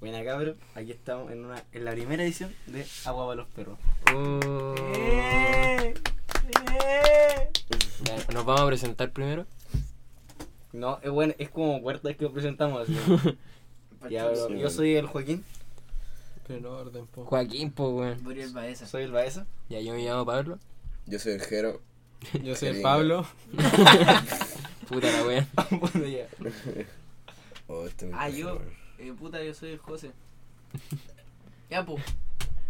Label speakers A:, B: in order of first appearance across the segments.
A: Buena cabrón, aquí estamos en, una, en la primera edición de Agua para los Perros.
B: Oh.
C: ¡Eh! ¡Eh!
B: ¿Nos vamos a presentar primero?
A: No, es bueno, es como cuarta vez que lo presentamos. así. Ya, bro,
D: Sí,
A: yo
D: bueno.
A: soy el Joaquín,
C: Pero en orden, po.
B: Joaquín, po, weón.
E: Buriel Baeza.
A: soy el Baeza.
B: Ya yo me llamo Pablo.
D: Yo soy el Jero.
C: Yo soy el
D: Qué
C: Pablo.
B: Puta la weón.
A: bueno, ya.
D: Oh, este
E: Ah,
D: micrófono,
E: yo.
D: bueno.
E: Eh, puta, yo soy el José. Ya, po.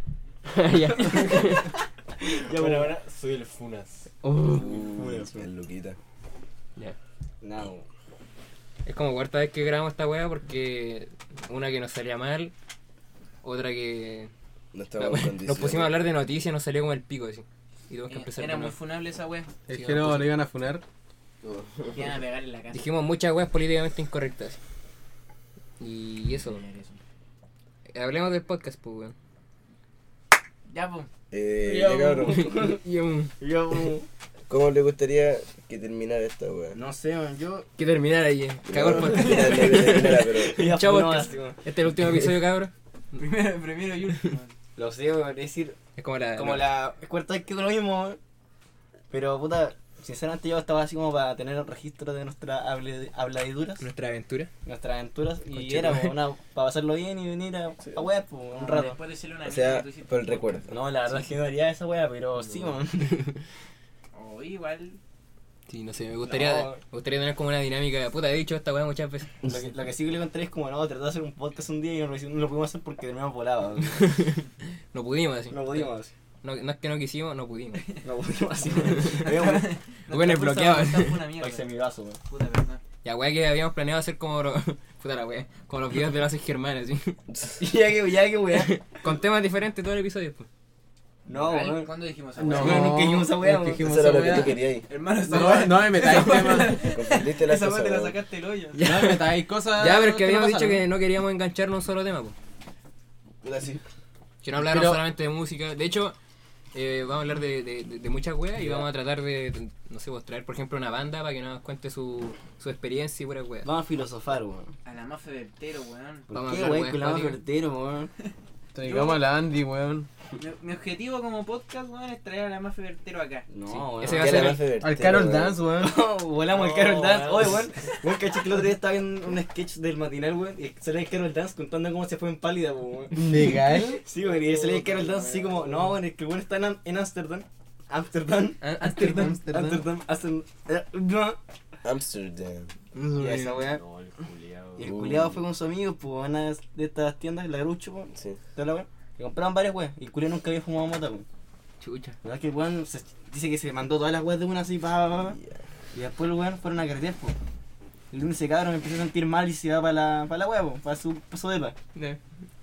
B: ya.
A: bueno,
C: ahora soy el Funas.
B: Oh.
D: Uh,
A: Bueno, sí.
D: el Luquita.
B: Ya.
A: Nada, bo.
B: Es como cuarta vez que grabamos esta weá porque una que nos salía mal, otra que
D: No
B: la
D: estamos
B: weá-
D: en condiciones.
B: nos pusimos a hablar de noticias y nos salió como el pico así. Y tuvimos que
E: Eh,
B: empezar de
E: Era muy
B: nuevo.
E: funable esa wea.
C: El
B: Sí,
C: Jero
B: vamos.
C: le iban a funar.
D: Oh.
E: Te iban a pegar en la cara.
B: Dijimos muchas weas políticamente incorrectas. Y eso. Hablemos del podcast, pues weón.
E: Ya, po.
D: Eh,
A: Ya,
D: ya, cabrón.
B: Y, um,
A: Yo, bo,
D: ¿Cómo le gustaría que terminara esta weá?
A: no sé, man, yo.
B: que terminar ahí. eh. Cagó el
D: No,
B: podcast.
D: no quiero que terminara, pero
B: Chao,
A: No,
B: podcast.
A: así como-
B: Este es el último episodio, cabrón.
E: Primero, primero y último.
A: Lo sé, bo, es decir,
B: Es como la.
A: como la es cuarta vez que hago lo mismo, bo. Pero, puta, sinceramente yo estaba así como para tener un registro de nuestras hable- habladiduras,
B: Nuestra aventura.
A: nuestras aventuras, y
B: Conchito,
A: era
B: madre.
A: bo, una, para pasarlo bien y venir a, a weas, po, un rato.
E: Después decirle una
D: O
E: niña
D: sea,
E: que tú hiciste
D: por el
E: un
D: recuerdo.
A: No, la verdad es que no haría esa wea, pero sí, man.
E: podcast. Oh, igual.
B: Sí, no sé, me gustaría,
A: No.
B: me gustaría tener como una dinámica. Puta, he dicho esta weá muchas veces.
A: Lo que, lo que sí que le conté es como, no, tratar de hacer un podcast un día y no lo, hicimos- no lo pudimos hacer porque terminamos volados.
B: No pudimos, así.
A: No pudimos.
B: No, no es que no quisimos, no pudimos.
A: No pudimos así. Había un-
B: Bueno,
E: Nuestra
B: es
E: fuerza
B: bloqueado.
E: de voluntad fue una mierda.
A: Ay, se me vaso, man.
E: Puta, verdad.
B: La weá que habíamos planeado hacer como. lo- puta la weá. Como los videos de Lazos Germán, así.
A: Ya que, ya que, weá.
B: Con temas diferentes todo el episodio, pues.
A: No,
E: Ay,
A: weón.
E: ¿Cuándo dijimos eso?
A: No.
C: No,
A: Bueno, nunca dijimos esa weá,
C: nunca
A: weón.
C: dijimos
D: eso era
C: esa
D: lo que tú
C: weá.
D: querías.
E: Hermano, esa
C: No,
E: wea-
C: no me metáis temas.
D: Confundiste las
E: Esa wea
D: cosas.
E: te la
D: weón.
E: sacaste el hoyo.
C: No me metáis cosas.
B: Ya,
A: Ah,
B: pero es que habíamos
C: no
B: dicho que
C: pasaron.
B: no queríamos engancharnos a un solo tema, pues.
D: Puta, sí.
B: Que no hablaron
C: Pero-
B: solamente de música. De hecho, eh, vamos a hablar de, de, de- de muchas weas y vamos a tratar de, de, no sé, pues, traer, por ejemplo, una banda para que nos cuente su, su experiencia y pura wea.
A: Vamos a filosofar, weón.
E: A la más febertero, weón.
A: ¿Por
B: Vamos a
A: qué,
B: hablar,
A: weón,
B: weón,
A: con la más
B: cuático.
A: vertero, weón?
C: Traigamos a la Andy, weón.
E: Mi, mi objetivo como podcast, weón, es traer a la más febertero acá.
A: No,
B: Sí,
A: weón.
B: ese
D: ¿Qué
B: va a
D: era
B: ser
D: más divertido,
C: Al Carol
D: weón?
C: Dance, weón.
A: Volamos el Carol
E: No,
A: Dance.
E: weón.
A: Oye, weón. Weón, caché que el otro día estaba viendo un sketch del matinal, weón. Y salía el Carol Dance contando cómo se fue en pálida, weón.
C: Legal.
A: Sí, weón. Y salía el Carol Dance así como, no, weón, es que el weón está en Am- en Ámsterdam. Ámsterdam. Ámsterdam.
C: Ámsterdam.
A: Ámsterdam. Ámsterdam. eh, no.
D: Amsterdam.
A: Y esa weá. Y el
D: Uh.
A: culiado fue con su amigo, pues, a una de estas tiendas, la Grucho, po,
D: Sí.
A: toda la weá. Le compraron varias weas. Y el culiado nunca había fumado mota, weón.
B: Chucha.
A: La verdad es que el weón se- dice que se mandó todas las weas de una así, pa, pa,
C: Ah.
A: pa, pa.
D: Ya.
A: Y después el weón fueron a carretear, pues. El lunes se cabrón, empezó a sentir mal y se va para la, para la wea, po, para su, para su depa.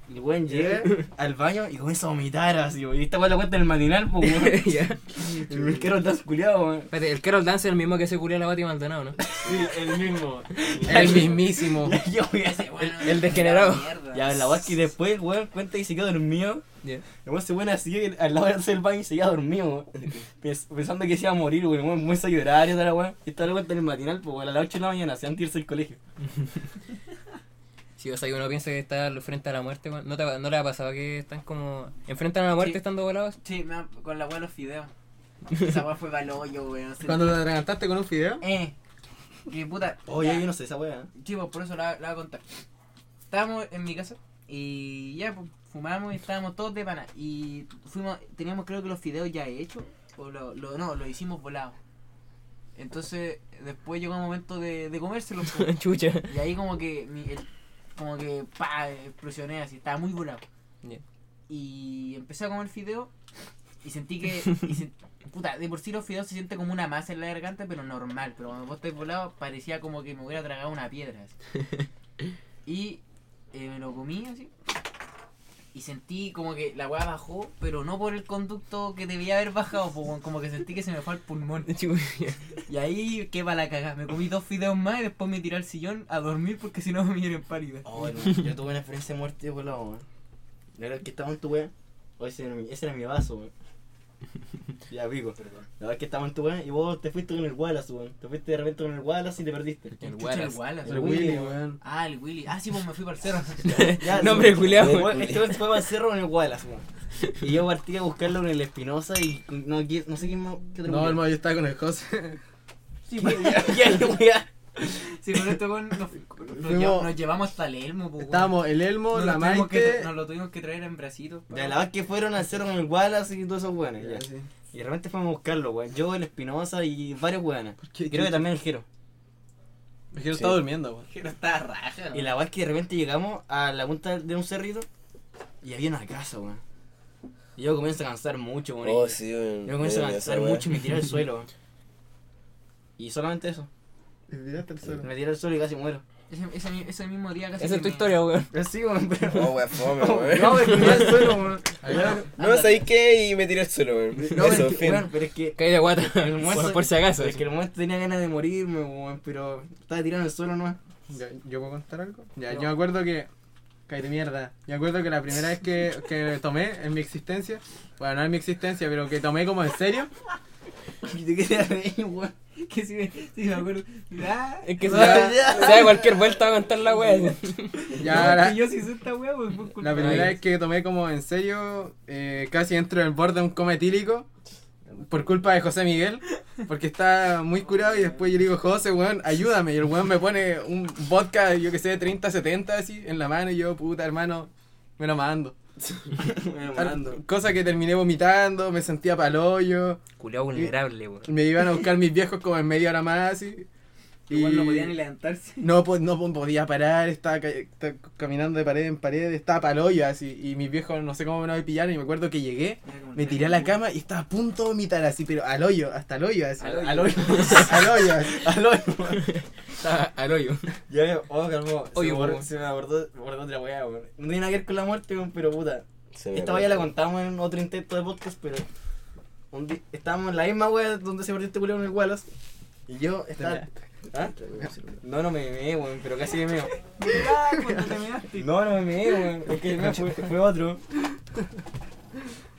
A: Y el weón llega al baño y comienza a vomitar así, po. Y esta weá la cuenta del matinal, pues, weón.
B: Ya.
A: El carro está culiado, weón.
B: Espérate, el Carol Dance es el mismo que se culió la Bati Maldonado, ¿no?
A: Sí, el mismo.
C: El mismísimo.
A: Yo voy a
E: Ese,
A: hacer.
E: weón,
B: el degenerado.
E: mierda.
A: Ya, la weá es que después el weón cuenta y se quedó dormido.
B: Ya.
A: El weón se pone así el- al lado de hacer el baño y se queda dormido, weón. Pens- Pensando que se iba a morir, weón. Weón, muy a llorar y toda la weá. Y esta la cuenta del matinal, pues, weón, a las 8 de la mañana, se van a irse al colegio.
B: Si o sea, que uno piensa que está frente a la muerte, weón. ¿No, te- ¿No le ha pasado que están como. enfrentan a la muerte
E: Sí.
B: estando volados?
E: Sí, me ha- con la weá de los fideos. Esa weá fue pa'l hoyo, weón. Se-
C: Cuando te atragantaste con un fideo.
E: Eh, que puta.
A: Oye,
E: ya,
A: Oh, yo no sé esa weá. ¿eh?
E: Sí, pues, por eso la, la voy a contar. Estábamos en mi casa y ya, pues, fumamos y estábamos todos de pana. Y fuimos, teníamos creo que los fideos ya hechos, o lo, lo- no, los hicimos volados. Entonces, después llegó el momento de, de comérselos. pues.
B: Chucha.
E: Y ahí como que mi- el- como que pa explosioné así, estaba muy volado.
B: Ya.
E: Y empecé a comer fideo y sentí que y sen- puta, de por sí los fideos se siente como una masa en la garganta, pero normal, pero cuando vos estás volado parecía como que me hubiera tragado una piedra. así. Y eh, me lo comí así. Y sentí como que la weá bajó, pero no por el conducto que debía haber bajado, po, weón, como que sentí que se me fue al pulmón.
B: Chucha.
E: Y ahí qué va la cagada. Me comí dos fideos más y después me tiré al sillón a dormir porque si no me dieron pálida.
A: Oh, hermano, yo tuve una experiencia de muerte volado, weón. La verdad es que estaba en tu weá. Oh, ese, era mi, ese era mi vaso, weón. Ya, pico. No, es que estaba en tu weón y vos te fuiste con el Wallace, weón. Te fuiste de repente con el Wallace y te perdiste.
B: El
E: Chucha,
B: Wallace.
E: Wallace.
C: El Willy, weón.
E: Ah, el Willy. Ah, sí, pues me fui para el cerro.
A: Ya,
B: Nombre
A: sí.
B: culiao.
A: El weón- Este weón se fue para el cerro con el Wallace, weón. Y yo partí a buscarlo con el Espinosa y con- no, aquí- no sé quién más. qué otro
C: No,
A: weón.
C: hermano, yo estaba con el José.
E: Sí, pues,
A: Ya, ya, ya.
E: sí, pero esto con, nos, nos
C: Fuimos-
E: llevamos- nos llevamos hasta el Elmo, pues.
C: Estábamos el Elmo,
E: nos
C: la
E: lo tuvimos que
C: Maite.
E: tra- Nos lo tuvimos que traer en bracitos. pa.
A: Ya, la verdad es que fueron al cerro con el Wallace y todos esos weones.
C: Ya,
A: ya.
C: sí.
A: Y de repente fuimos a buscarlo, weón. Yo, el Espinosa y varios weones. Creo
C: qué- qué-
A: que también el Jero.
C: Me dijeron,
D: Sí.
C: estaba durmiendo, weón.
E: Que no estaba raja.
A: Y la verdad es que de repente llegamos a la punta de un cerrito y había una casa, weón. Y yo comienzo a cansar mucho, weón.
D: Oh,
A: y-
D: sí, weón.
A: Yo comienzo a
D: Mira, esa
A: cansar
D: weá.
A: mucho y me tiré al suelo, weón. Y solamente eso. Me tiré al suelo y casi muero.
E: Ese, ese mi- ese mismo día casi.
B: Esa es
E: que
B: tu
E: me-
B: historia, weón.
A: Así, Eh, weón, pero.
D: Oh, weá, fome,
A: No,
D: weón.
A: me tiré al suelo, weón.
D: No, ¿sabéis qué? Y me tiré al suelo,
A: No,
D: weón.
A: pero
D: Eso,
A: es que,
D: fin.
A: weón, pero es que.
B: Caí de guata.
A: El muerto-
B: Por, por si acaso.
A: Es que el momento tenía ganas de morirme, weón, pero estaba tirado en el suelo nomás.
C: Ya, ¿Yo puedo contar algo? Ya,
A: No.
C: yo me acuerdo que. Caí de mierda. Yo me acuerdo que la primera vez que, que tomé en mi existencia, bueno, no en mi existencia, pero que tomé como en serio,
A: Y te quería reír, weón.
E: Que sí, me- sí, me acuerdo. Ah,
B: Es que se
C: Ya.
B: da cualquier vuelta va a contar la wea.
C: ya la,
E: que yo sí hice esta wea, pues fue culpa
C: la primera
E: de-
C: vez que tomé como en serio, eh, casi entro en el borde de un coma etílico por culpa de José Miguel, porque está muy curado y después yo le digo, José, weón, ayúdame, y el weón me pone un vodka, yo que sé, 30, 70 así, en la mano, y yo, puta, hermano, me lo mando.
A: Me mando.
C: Cosa que terminé vomitando, me sentía palollo.
B: Culeado vulnerable, weón.
C: Me iban a buscar mis viejos como en media hora más y...
E: Igual no podía ni
C: y
E: levantarse.
C: no, po- no po- podía parar, estaba, ca- estaba caminando de pared en pared, estaba paloyo así. Y mis viejos no sé cómo me lo pillaron y me acuerdo que llegué,
E: Era como
C: me
E: el
C: tiré a la
E: tren,
C: cama y estaba a punto de vomitar así, pero al hoyo, hasta al hoyo así.
E: Al hoyo.
A: Al hoyo.
C: Al hoyo así.
A: Al hoyo, weón.
B: Estaba Ah, al hoyo.
A: Ya, oh, calmó. Se,
B: Oye,
A: me abordó-
B: weón.
A: se me abordó, abordó otra weá, weón. No tiene nada que ver con la muerte, weón, pero puta.
D: Se me
A: Esta weá la contamos en otro intento de podcast, pero. Un di- estábamos en la misma weá donde se perdió este culo con el Wallace. Y yo estaba. ¿Ah? No, no me meé, weón, pero casi me meo.
E: weón. Ah, cuando te measte.
A: No, no me meé, weón. Es que el meo fue, fue otro.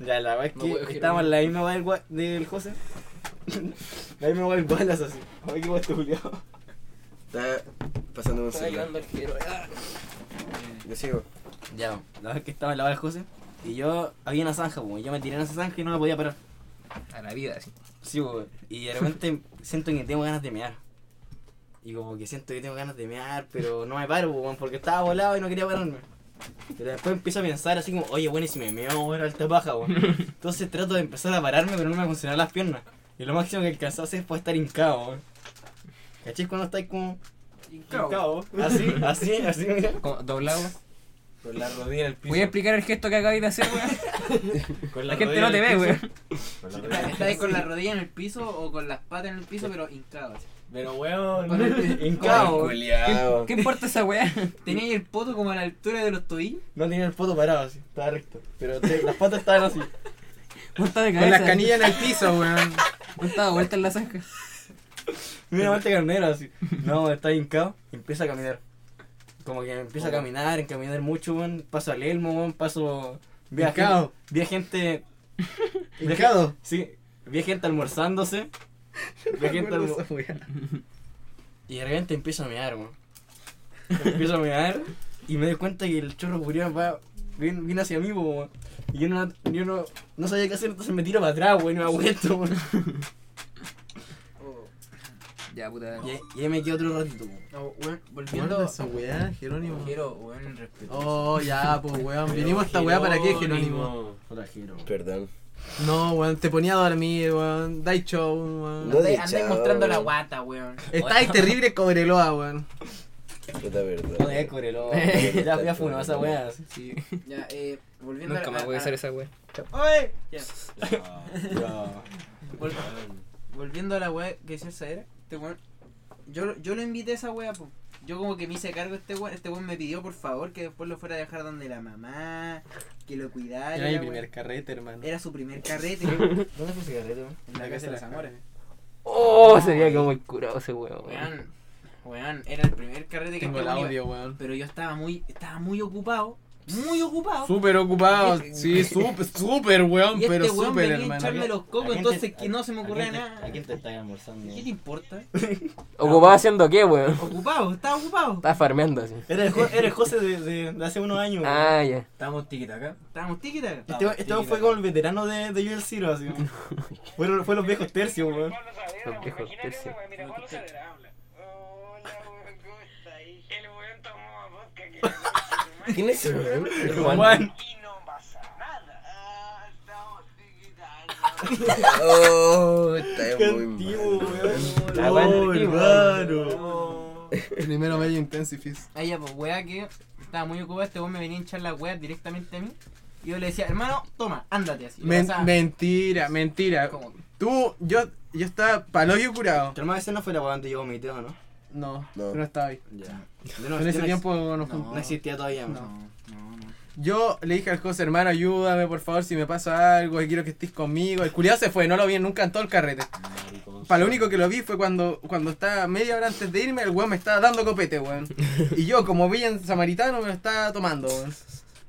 A: Ya, la weá es
B: No
A: que
B: puedo girar,
A: estábamos
B: weón.
A: en la misma weá del, Wa- del José. La misma weá del Wallace así. Ay, qué weá este culiao.
D: Está pasando un celular.
B: al giro.
D: Yo sigo.
A: Ya, la vez que estaba en la hora del José y yo había una zanja, pues, yo me tiré en esa zanja y no me podía parar.
B: A la vida, así.
A: Sí, pues, y de repente siento que tengo ganas de mear. Y como que siento que tengo ganas de mear, pero no me paro, pues, weón, porque estaba volado y no quería pararme. Pero después empiezo a pensar así como, oye, bueno, y si me meo ahora alta paja, weón. Entonces trato de empezar a pararme, pero no me funcionan las piernas. Y lo máximo que alcanzó a hacer fue estar hincado, weón. ¿Cachés cuando estáis como hincado? Así, así, así, mira.
B: Como doblado.
A: Con la rodilla en el
B: Voy a explicar el gesto que acabáis de hacer, weón.
A: Con
B: La gente no te ve, weón.
E: Está- Estás con la rodilla en el piso o con las patas en el piso, pero hincado. así.
A: Pero weón,
E: Con el-
A: hincado. weón.
D: Culeado.
B: ¿Qué importa esa weá?
E: Tenía ahí el poto como a la altura de los tobillos.
A: No tenía el poto parado así, estaba recto. Pero te- las patas estaban así.
B: Vuelta de cabeza.
C: Con las canillas en el piso, weón.
B: Vuelta, vuelta en la zanja.
A: Mira, Marte Carnero así. No, está hincado y empieza a caminar. Como que
C: Oh.
A: empieza a caminar, a caminar mucho, weón. Paso al Elmo, weón. Paso. Vi a
C: Hincado.
A: gente. Vi a gente. vi a
C: Hincado.
A: gen- Sí, vi a gente almorzándose. Vi a gente almo- Y de repente empiezo a mear, weón. Empiezo a mear y me doy cuenta que el chorro curioso va. Viene, viene hacia mí, po, weón. Y yo no, yo no, no sabía qué hacer, entonces me tiro para atrás, weón. Y me aguento, weón. Oh.
B: Ya, puta.
A: Y, ahí- y ahí me quedo otro ratito, weón.
E: No, weón, volviendo.
C: Viendo esa weá, Jerónimo.
E: Quiero, weón, respeto.
C: Oh, ya, pues weón. Vinimos a esta weá para qué, Jerónimo.
A: Otra giro, weón.
D: Perdón.
C: No, weón, te ponía a dormir, weón. Dai show, weón.
D: No.
E: Andáis
D: de
E: andáis
D: chao,
E: mostrando la
D: weón.
E: guata, weón.
C: Estáis terrible Cobreloa, weón.
D: Puta perdón.
A: No, es Coreló. Ya fui a funar esa weá. así.
B: Sí.
E: Ya, eh, volviendo
B: Nunca
E: a-
B: más voy a
E: a-
B: hacer esa weá.
E: ¡Oye! Ya.
A: No.
E: Vol- volviendo a la weá que decía Saera, este weón. Yo, yo lo invité a esa weá, po. Yo como que me hice cargo de este weón. Este weón me pidió por favor que después lo fuera a dejar donde la mamá, que lo cuidara.
C: Era mi
E: la
C: primer
E: weá.
C: carrete, hermano.
A: Eh,
E: Era su primer carrete, weón,
A: ¿Dónde fue ese carrete, weón?
E: en la casa de la Zamora.
B: Oh, sería como el curado ese weón.
E: Weón, weón, era el primer carrete que
C: Tengo el
E: este weón iba.
C: audio, weón.
E: Pero yo estaba muy, estaba muy ocupado muy ocupado.
C: Súper ocupado, sí,
A: este
C: súper, súper, weón,
E: y este
C: pero
E: weón
C: súper,
E: venía a
C: hermano.
E: hincharme los
A: ¿A
E: cocos,
A: quién
E: entonces
A: te-
E: que no se me
A: a
E: ocurría
A: quién te-
E: nada.
A: ¿A quién te estás almorzando?
E: ¿Qué te importa?
B: Ocupado haciendo qué, weón.
E: Ocupado, estaba ocupado.
B: Estaba farmeando así.
A: Era el, Jo- era el José de, de, de hace unos años. weón.
B: Ah, ya.
F: Estábamos tiquita acá.
E: Estábamos tiquita.
A: Este, este weón fue como el veterano de, de Joel Ciro, así. weón. Fueron fue los viejos tercios, weón.
B: Los viejos tercios.
D: ¿Quién es ese, weón?
A: El Juan.
G: Ah,
D: Oh, está muy
A: Antiguo,
D: mal.
A: weón.
B: La weá
A: Oh,
B: del equipo.
A: hermano.
C: Primero medio intensifis.
E: Ah, ya, pues weá que estaba muy ocupado, este weón me venía a hinchar las weas directamente a mí. Y yo le decía, hermano, toma, ándate así.
C: Men-
E: O sea,
C: mentira, mentira.
E: como-
C: Tú, yo, yo estaba palollo curado.
A: Tu hermano ese no fue la weá donde yo vomité, ¿o no?
C: No,
D: No.
C: no, estaba ahí.
A: Ya. Yo no,
C: En
A: yo
C: ese
A: no-
C: tiempo no,
E: no.
A: No existía todavía,
E: No,
A: weón.
E: no, no.
C: Yo le dije al José, hermano, ayúdame, por favor, si me pasa algo, quiero que estés conmigo. El culiado se fue, no lo vi nunca en todo el carrete. Para lo único que lo vi fue cuando, cuando estaba media hora antes de irme, el weón me estaba dando copete, weón. Y yo, como vi en Samaritano, me lo estaba tomando, weón.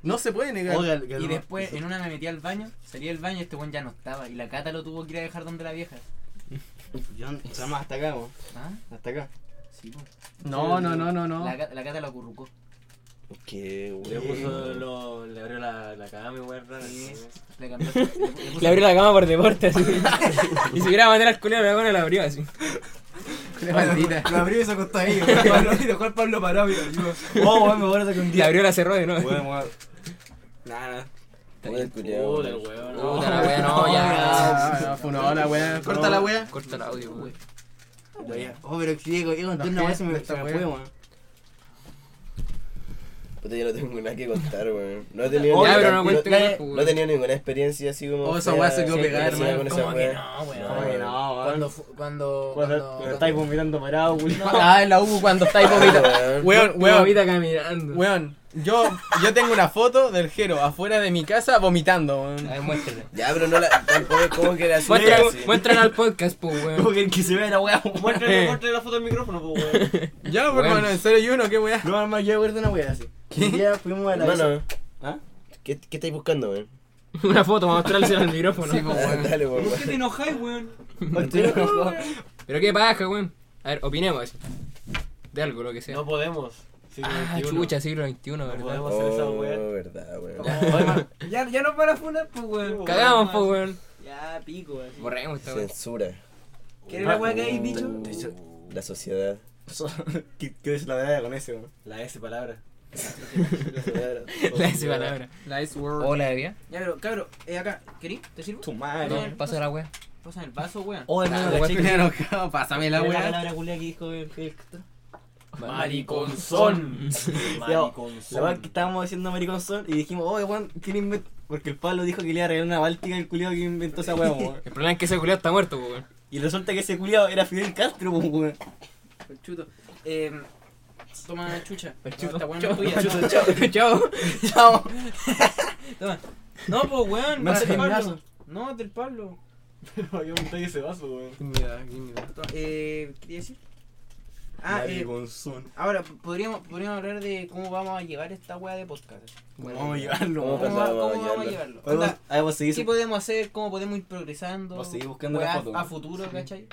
C: No se puede negar.
A: Oiga, el- el-
E: Y después en una me metí al baño, salí del baño y este weón ya no estaba. Y la cata lo tuvo que ir a dejar donde la vieja.
A: Yo no- está más hasta acá, weón.
E: ¿Ah?
A: Hasta acá.
E: Sí, pues.
C: No, no, no, no, no.
E: La, ca- la cata la acurrucó.
D: Qué
F: Le puso,
D: weón.
F: lo, le abrió la, la cama, weón, raro.
E: Sí.
F: así.
E: Le cambió. le pu- le puso-
B: Le abrió la cama por deporte así. Ni siquiera matar al culero, la buena la abrió así.
C: Qué maldita.
F: Lo abrió y se acostó ahí, weón. Pablo- Y dejó al Pablo parado, mira. así, weón. Oh, weón, me acuerdo que un
B: Le
F: día.
B: abrió la cerró de nuevo.
A: Weón, weón. Nada,
D: Weón, culiao,
F: Puta, el
D: weón.
F: weón.
B: Puta la
F: no.
B: wea, no, ya.
C: Ah, no, fue una hora, weón. Corta la weá.
B: Corta el audio, weón.
A: nada. Oh, pero Diego, Diego, entonces
C: Nos
A: una weá
C: queda
A: se me
C: esta
A: se me
C: weá.
A: fue, weón.
D: Puta, yo no tengo nada que contar, weón. No he tenido
B: Ya,
D: ninguna-
B: pero no cuente
D: no-
B: igual, pues,
D: no he tenido ninguna experiencia así como.
C: Oh, esa
D: fea,
C: weá se quedó
D: así
C: pegada,
D: relacionada
C: hermano.
D: con esa
E: ¿Cómo que
D: weá.
E: no, weón?
D: No, weón.
E: Cuando, fu- cuando,
A: Cuando,
E: cuando,
A: cuando estáis vomitando parado, weón.
B: Ah, en la U cuando estáis vomita.
D: Weón.
C: Weón,
B: Weón,
C: weón.
B: vomita caminando.
C: Weón, yo, yo tengo una foto del Jero afuera de mi casa vomitando,
B: A
C: weón.
B: ver, muéstrale.
D: Ya, pero no la. Tampoco es como que la
B: Muéstrale,
D: sí.
B: muéstrale al podcast, pues,
A: Como
B: weón.
A: que el que se vea la weá, weón.
F: Muéstrale, muéstrale la foto al micrófono, po, weón.
C: Ya, pues,
B: Weón.
C: hermano, en serio, y uno, qué weá.
A: No, hermano, yo recuerdo una weá así. Un día fuimos a la
D: Hermano,
A: ¿Ah?
D: ¿qué, ¿qué estáis buscando, weón?
B: Una foto, vamos a mostrarle al micrófono.
C: Sí, pues, weón.
D: Dale, weón.
F: ¿Por qué te enojáis, weón?
B: Pero qué paja, weón. A ver, opinemos. así. De algo, lo que sea.
F: No podemos. Siglo
B: Ah,
F: 21.
B: chucha, siglo XXI,
F: No
B: ¿verdad?
F: podemos hacer esa weón.
D: Oh, verdad, weón.
F: Ya, ya no para funar, pues, weón.
B: Cagamos, pues, weón.
F: Ya, pico, weón.
B: Borremos esta weón.
D: Censura. Uh,
F: ¿Qué era la weá que habéis dicho?
D: La sociedad.
A: ¿Qué, qué es la verdad con ese, weón?
F: La S palabra.
B: La S palabra.
C: La Ice World.
B: Hola, bebé.
E: Ya, pero, cabrón, eh, acá, ¿querí? ¿Te sirvo?
A: Tu madre.
B: No, pasa la weá.
E: Pasa el vaso, weón.
A: Oh, hermano,
B: La
A: la
B: weá
A: chica.
C: Estoy enojado, pásame la weá.
A: palabra culia que dijo el Héctor.
F: Mariconzón.
A: La verdad que estábamos haciendo American Sol y dijimos, oh, weón, ¿quién inventó? Porque el Pablo dijo que le iba a regalar una báltica al culiao que inventó esa weá, weón.
B: El problema es que ese culiao está muerto, pues, weón.
A: Y resulta que ese culiao era Fidel Castro, pues, weón.
E: El chuto. Eh, toma chucha.
B: El
E: No,
B: chuto.
E: esta weón no es tuya.
B: Chao. Chao.
E: Toma. No, pues weón.
A: Me
E: para
A: hace
E: el Pablo.
A: caminazo.
E: No, es del Pablo.
F: ¿Para qué montáis ese vaso, weón?
C: Mira, aquí, mira.
E: To- Eh, ¿qué te iba a decir? Ah, eh,
A: Mariconzón.
E: ahora podríamos, podríamos hablar de cómo vamos a llevar esta weá de podcast.
A: Vamos a llevarlo,
D: ¿Cómo
A: weón.
E: ¿Cómo,
D: pensaba
E: va- cómo
D: llevarlo?
E: vamos a llevarlo?
A: Oye, vos-
E: Onda,
A: Ahí vos seguís.
E: ¿Qué podemos hacer? ¿Cómo podemos ir progresando?
A: Vos seguís buscando la
E: Weá
A: foto,
E: A
A: weón.
E: futuro, ¿cachai?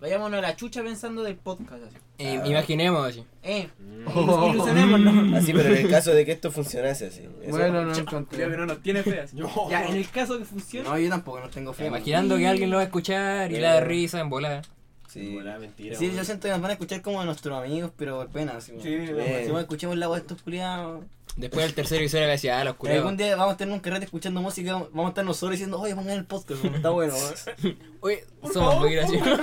E: Vayámonos a la chucha pensando del podcast. Así.
B: Eh, Imaginemos así.
E: Eh,
A: Mm.
C: Oh.
E: ilusionémonos.
D: Así, pero en el caso de que esto funcionase así. Eso-
C: Bueno, no encontré.
F: no nos tiene feas.
E: Ya, en el caso que funcione.
A: No, yo tampoco no tengo fe. weón.
B: Imaginando que alguien lo va a escuchar y la de risa en volada.
D: Sí.
F: Hola, mentira.
A: Sí, yo
F: weón.
A: siento que nos van a escuchar como a nuestros amigos, pero por pena. Así, weón.
F: Sí,
A: Si
D: Eh,
A: weón, escuchamos la voz de estos culiados.
B: Después el tercero y cero que decía, ah,
A: Eh,
B: los
A: Algún
B: culiados.
A: día vamos a estar en un carrete escuchando música, vamos a estar nosotros diciendo, oye, pongan el podcast, weón, está bueno. weón".
B: Uy, somos muy graciosos.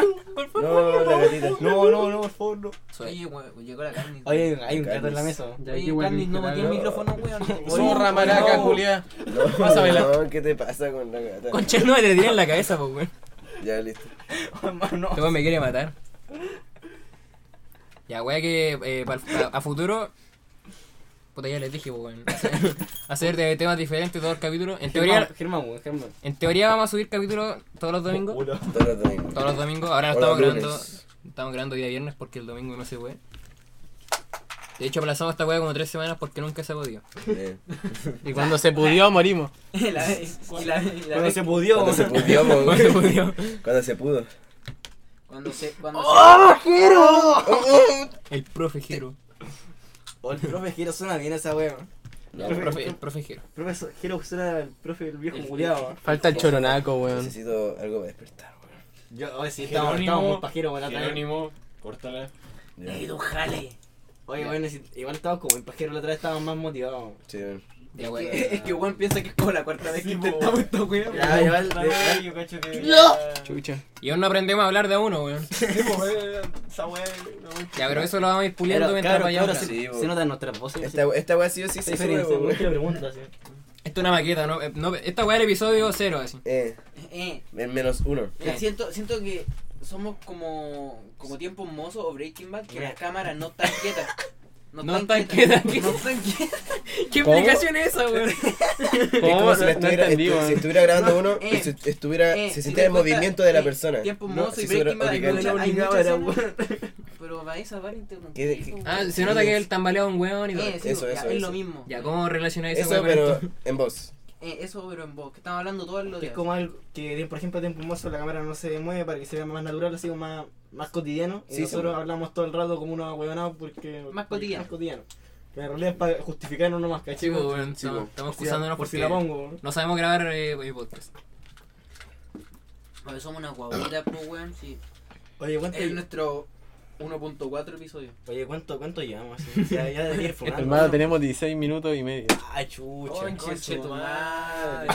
D: no, la gatita.
A: No, no, no, por favor, no.
B: Soy-
E: Oye, weón, llegó la carne.
A: Oye, hay un gato en la mesa. weón.
C: Ya,
E: Oye,
C: qué weá
E: Candy, no
C: dijera,
E: metí el
C: ¿no?
E: micrófono, weón.
C: Zorra, maraca, culiá.
D: No,
C: Pásamela.
D: no, ¿qué te pasa con la gata?
B: Concha, no me le tiré en la cabeza, pues, weón.
D: Ya, listo.
A: Hermano.
B: Este weón me quiere matar. Ya, weón, que eh, pa'l- a, a futuro. Puta, ya les dije, pues, weón. Hacer- Hacer de temas diferentes todos los capítulos. En teoría,
A: Germán, Germán, weón, Germán.
B: en teoría vamos a subir capítulos todos los domingos.
D: Todos los domingos.
B: Todos los domingos. Ahora no
D: Todos
B: estamos
D: los
B: grabando.
D: lunes.
B: Estamos grabando día viernes porque el domingo no se puede. De hecho, aplazamos esta weá como tres semanas porque nunca se ha podido.
D: Bien.
C: Y cuando se pudió, morimos.
H: Y la- y la- y la-
A: Cuando se pudió.
D: Cuando se pudió, po,
B: ¿Cómo se pudió?
D: Cuando se pudo.
E: Cuando se. Cuando
A: ¡Oh!
B: El profe Jero.
A: O el profe Jero suena bien esa wea. man.
D: No,
B: El profe, el profe Jero.
A: El profe so- Jero suena el profe el viejo culiado. man.
C: Falta el choronaco, weón.
D: necesito algo para despertar, weón.
A: Yo, oye,
I: Jerónimo-
A: sí, estamos, estamos muy pajero, weón. la otra vez.
I: Jerónimo, córtala.
D: Ya.
A: Oye, bueno, si- igual estábamos como en pajero la otra vez, estábamos más motivados. man.
D: Sí, weón.
B: Ya,
E: se-
B: weá.
E: Es que Juan piensa que es como la cuarta vez que intentamos esta weá.
A: Ya, ya,
H: la-
A: ya,
H: la- yo cacho que-
C: Chucha.
B: Y aún no aprendemos a hablar de a uno, pues, weón.
H: Sí, po, eh, esa weá, la weá.
B: Ya, pero eso lo vamos a ir puliendo
A: Claro,
B: mientras
A: claro,
B: vayamos.
A: claro,
B: atrás.
D: Sí,
A: se,
D: bo.
A: se notan nuestras voces.
D: Esta, esta weá sí o sí
A: se
D: se sube,
A: diferencia,
D: weón.
A: muchas preguntas. sí.
B: Esto es una maqueta, ¿no? Eh, no, esta weá es el episodio cero, así.
D: Eh,
E: Eh,
D: men- menos uno.
E: mira, siento, siento que somos como. Como tiempo mozo o Breaking Bad, que las cámaras no están quietas.
B: No
E: están
B: están quietas.
E: No están quietas.
B: ¿Qué
C: ¿Cómo?
B: implicación es esa, weón?
D: Es como
C: ¿Cómo?
D: si,
C: No
D: la estuviera,
C: entendí,
D: estu- si
C: weón.
D: estuviera grabando uno
E: eh,
D: y si estuviera,
E: Eh,
D: se sintiera
E: si te
D: el
E: das cuenta,
D: movimiento de la
E: eh,
D: persona.
E: Tiempo
D: No,
E: mozo
D: si
E: y
D: fuera
E: Breaking Bad, hay
D: original.
E: muchas- hay
A: Obligado
E: muchas
A: era,
E: escenas, Pero para esa vara interrumpir.
D: ¿Qué- qué-
E: po,
B: Ah,
E: weón.
B: se nota que el tambaleo es un weón y todo.
E: Eh, sí,
D: Eso,
E: po, ya,
D: eso,
E: es
D: eso.
E: lo mismo.
B: Ya, ¿cómo relacionáis esa
D: Eso,
B: weá con
D: pero
B: esto?
D: en voz.
E: Eh, eso, pero en voz, que estamos hablando todo el
A: Que Es
E: día.
A: como algo que, por ejemplo, tiempo mozo la cámara no se mueve para que se vea más natural, así como más, más cotidiano. Y
D: Sí,
A: nosotros
D: sí.
A: hablamos todo el rato como unos huevonados porque.
E: Más
A: porque
E: cotidiano.
A: Más cotidiano. Pero en realidad es para justificarnos nomás,
B: Sí,
A: ¿cachai?
B: pues, weón,
D: Sí,
B: estamos estamos
D: pues.
A: Por si la-
B: excusándonos
A: por si
B: porque
A: la pongo.
B: no sabemos grabar eh, eh, podcast.
E: A ver, somos una guaguita, po, weón, sí.
A: Oye, ¿cuánto,
E: Es nuestro 1.4 episodio.
A: oye, ¿cuánto, cuánto llevamos? así? Ya, ya debería ir fumando.
C: Este Hermano, tenemos 16 minutos y medio.
A: Ah, chucha.
E: Conche tu madre.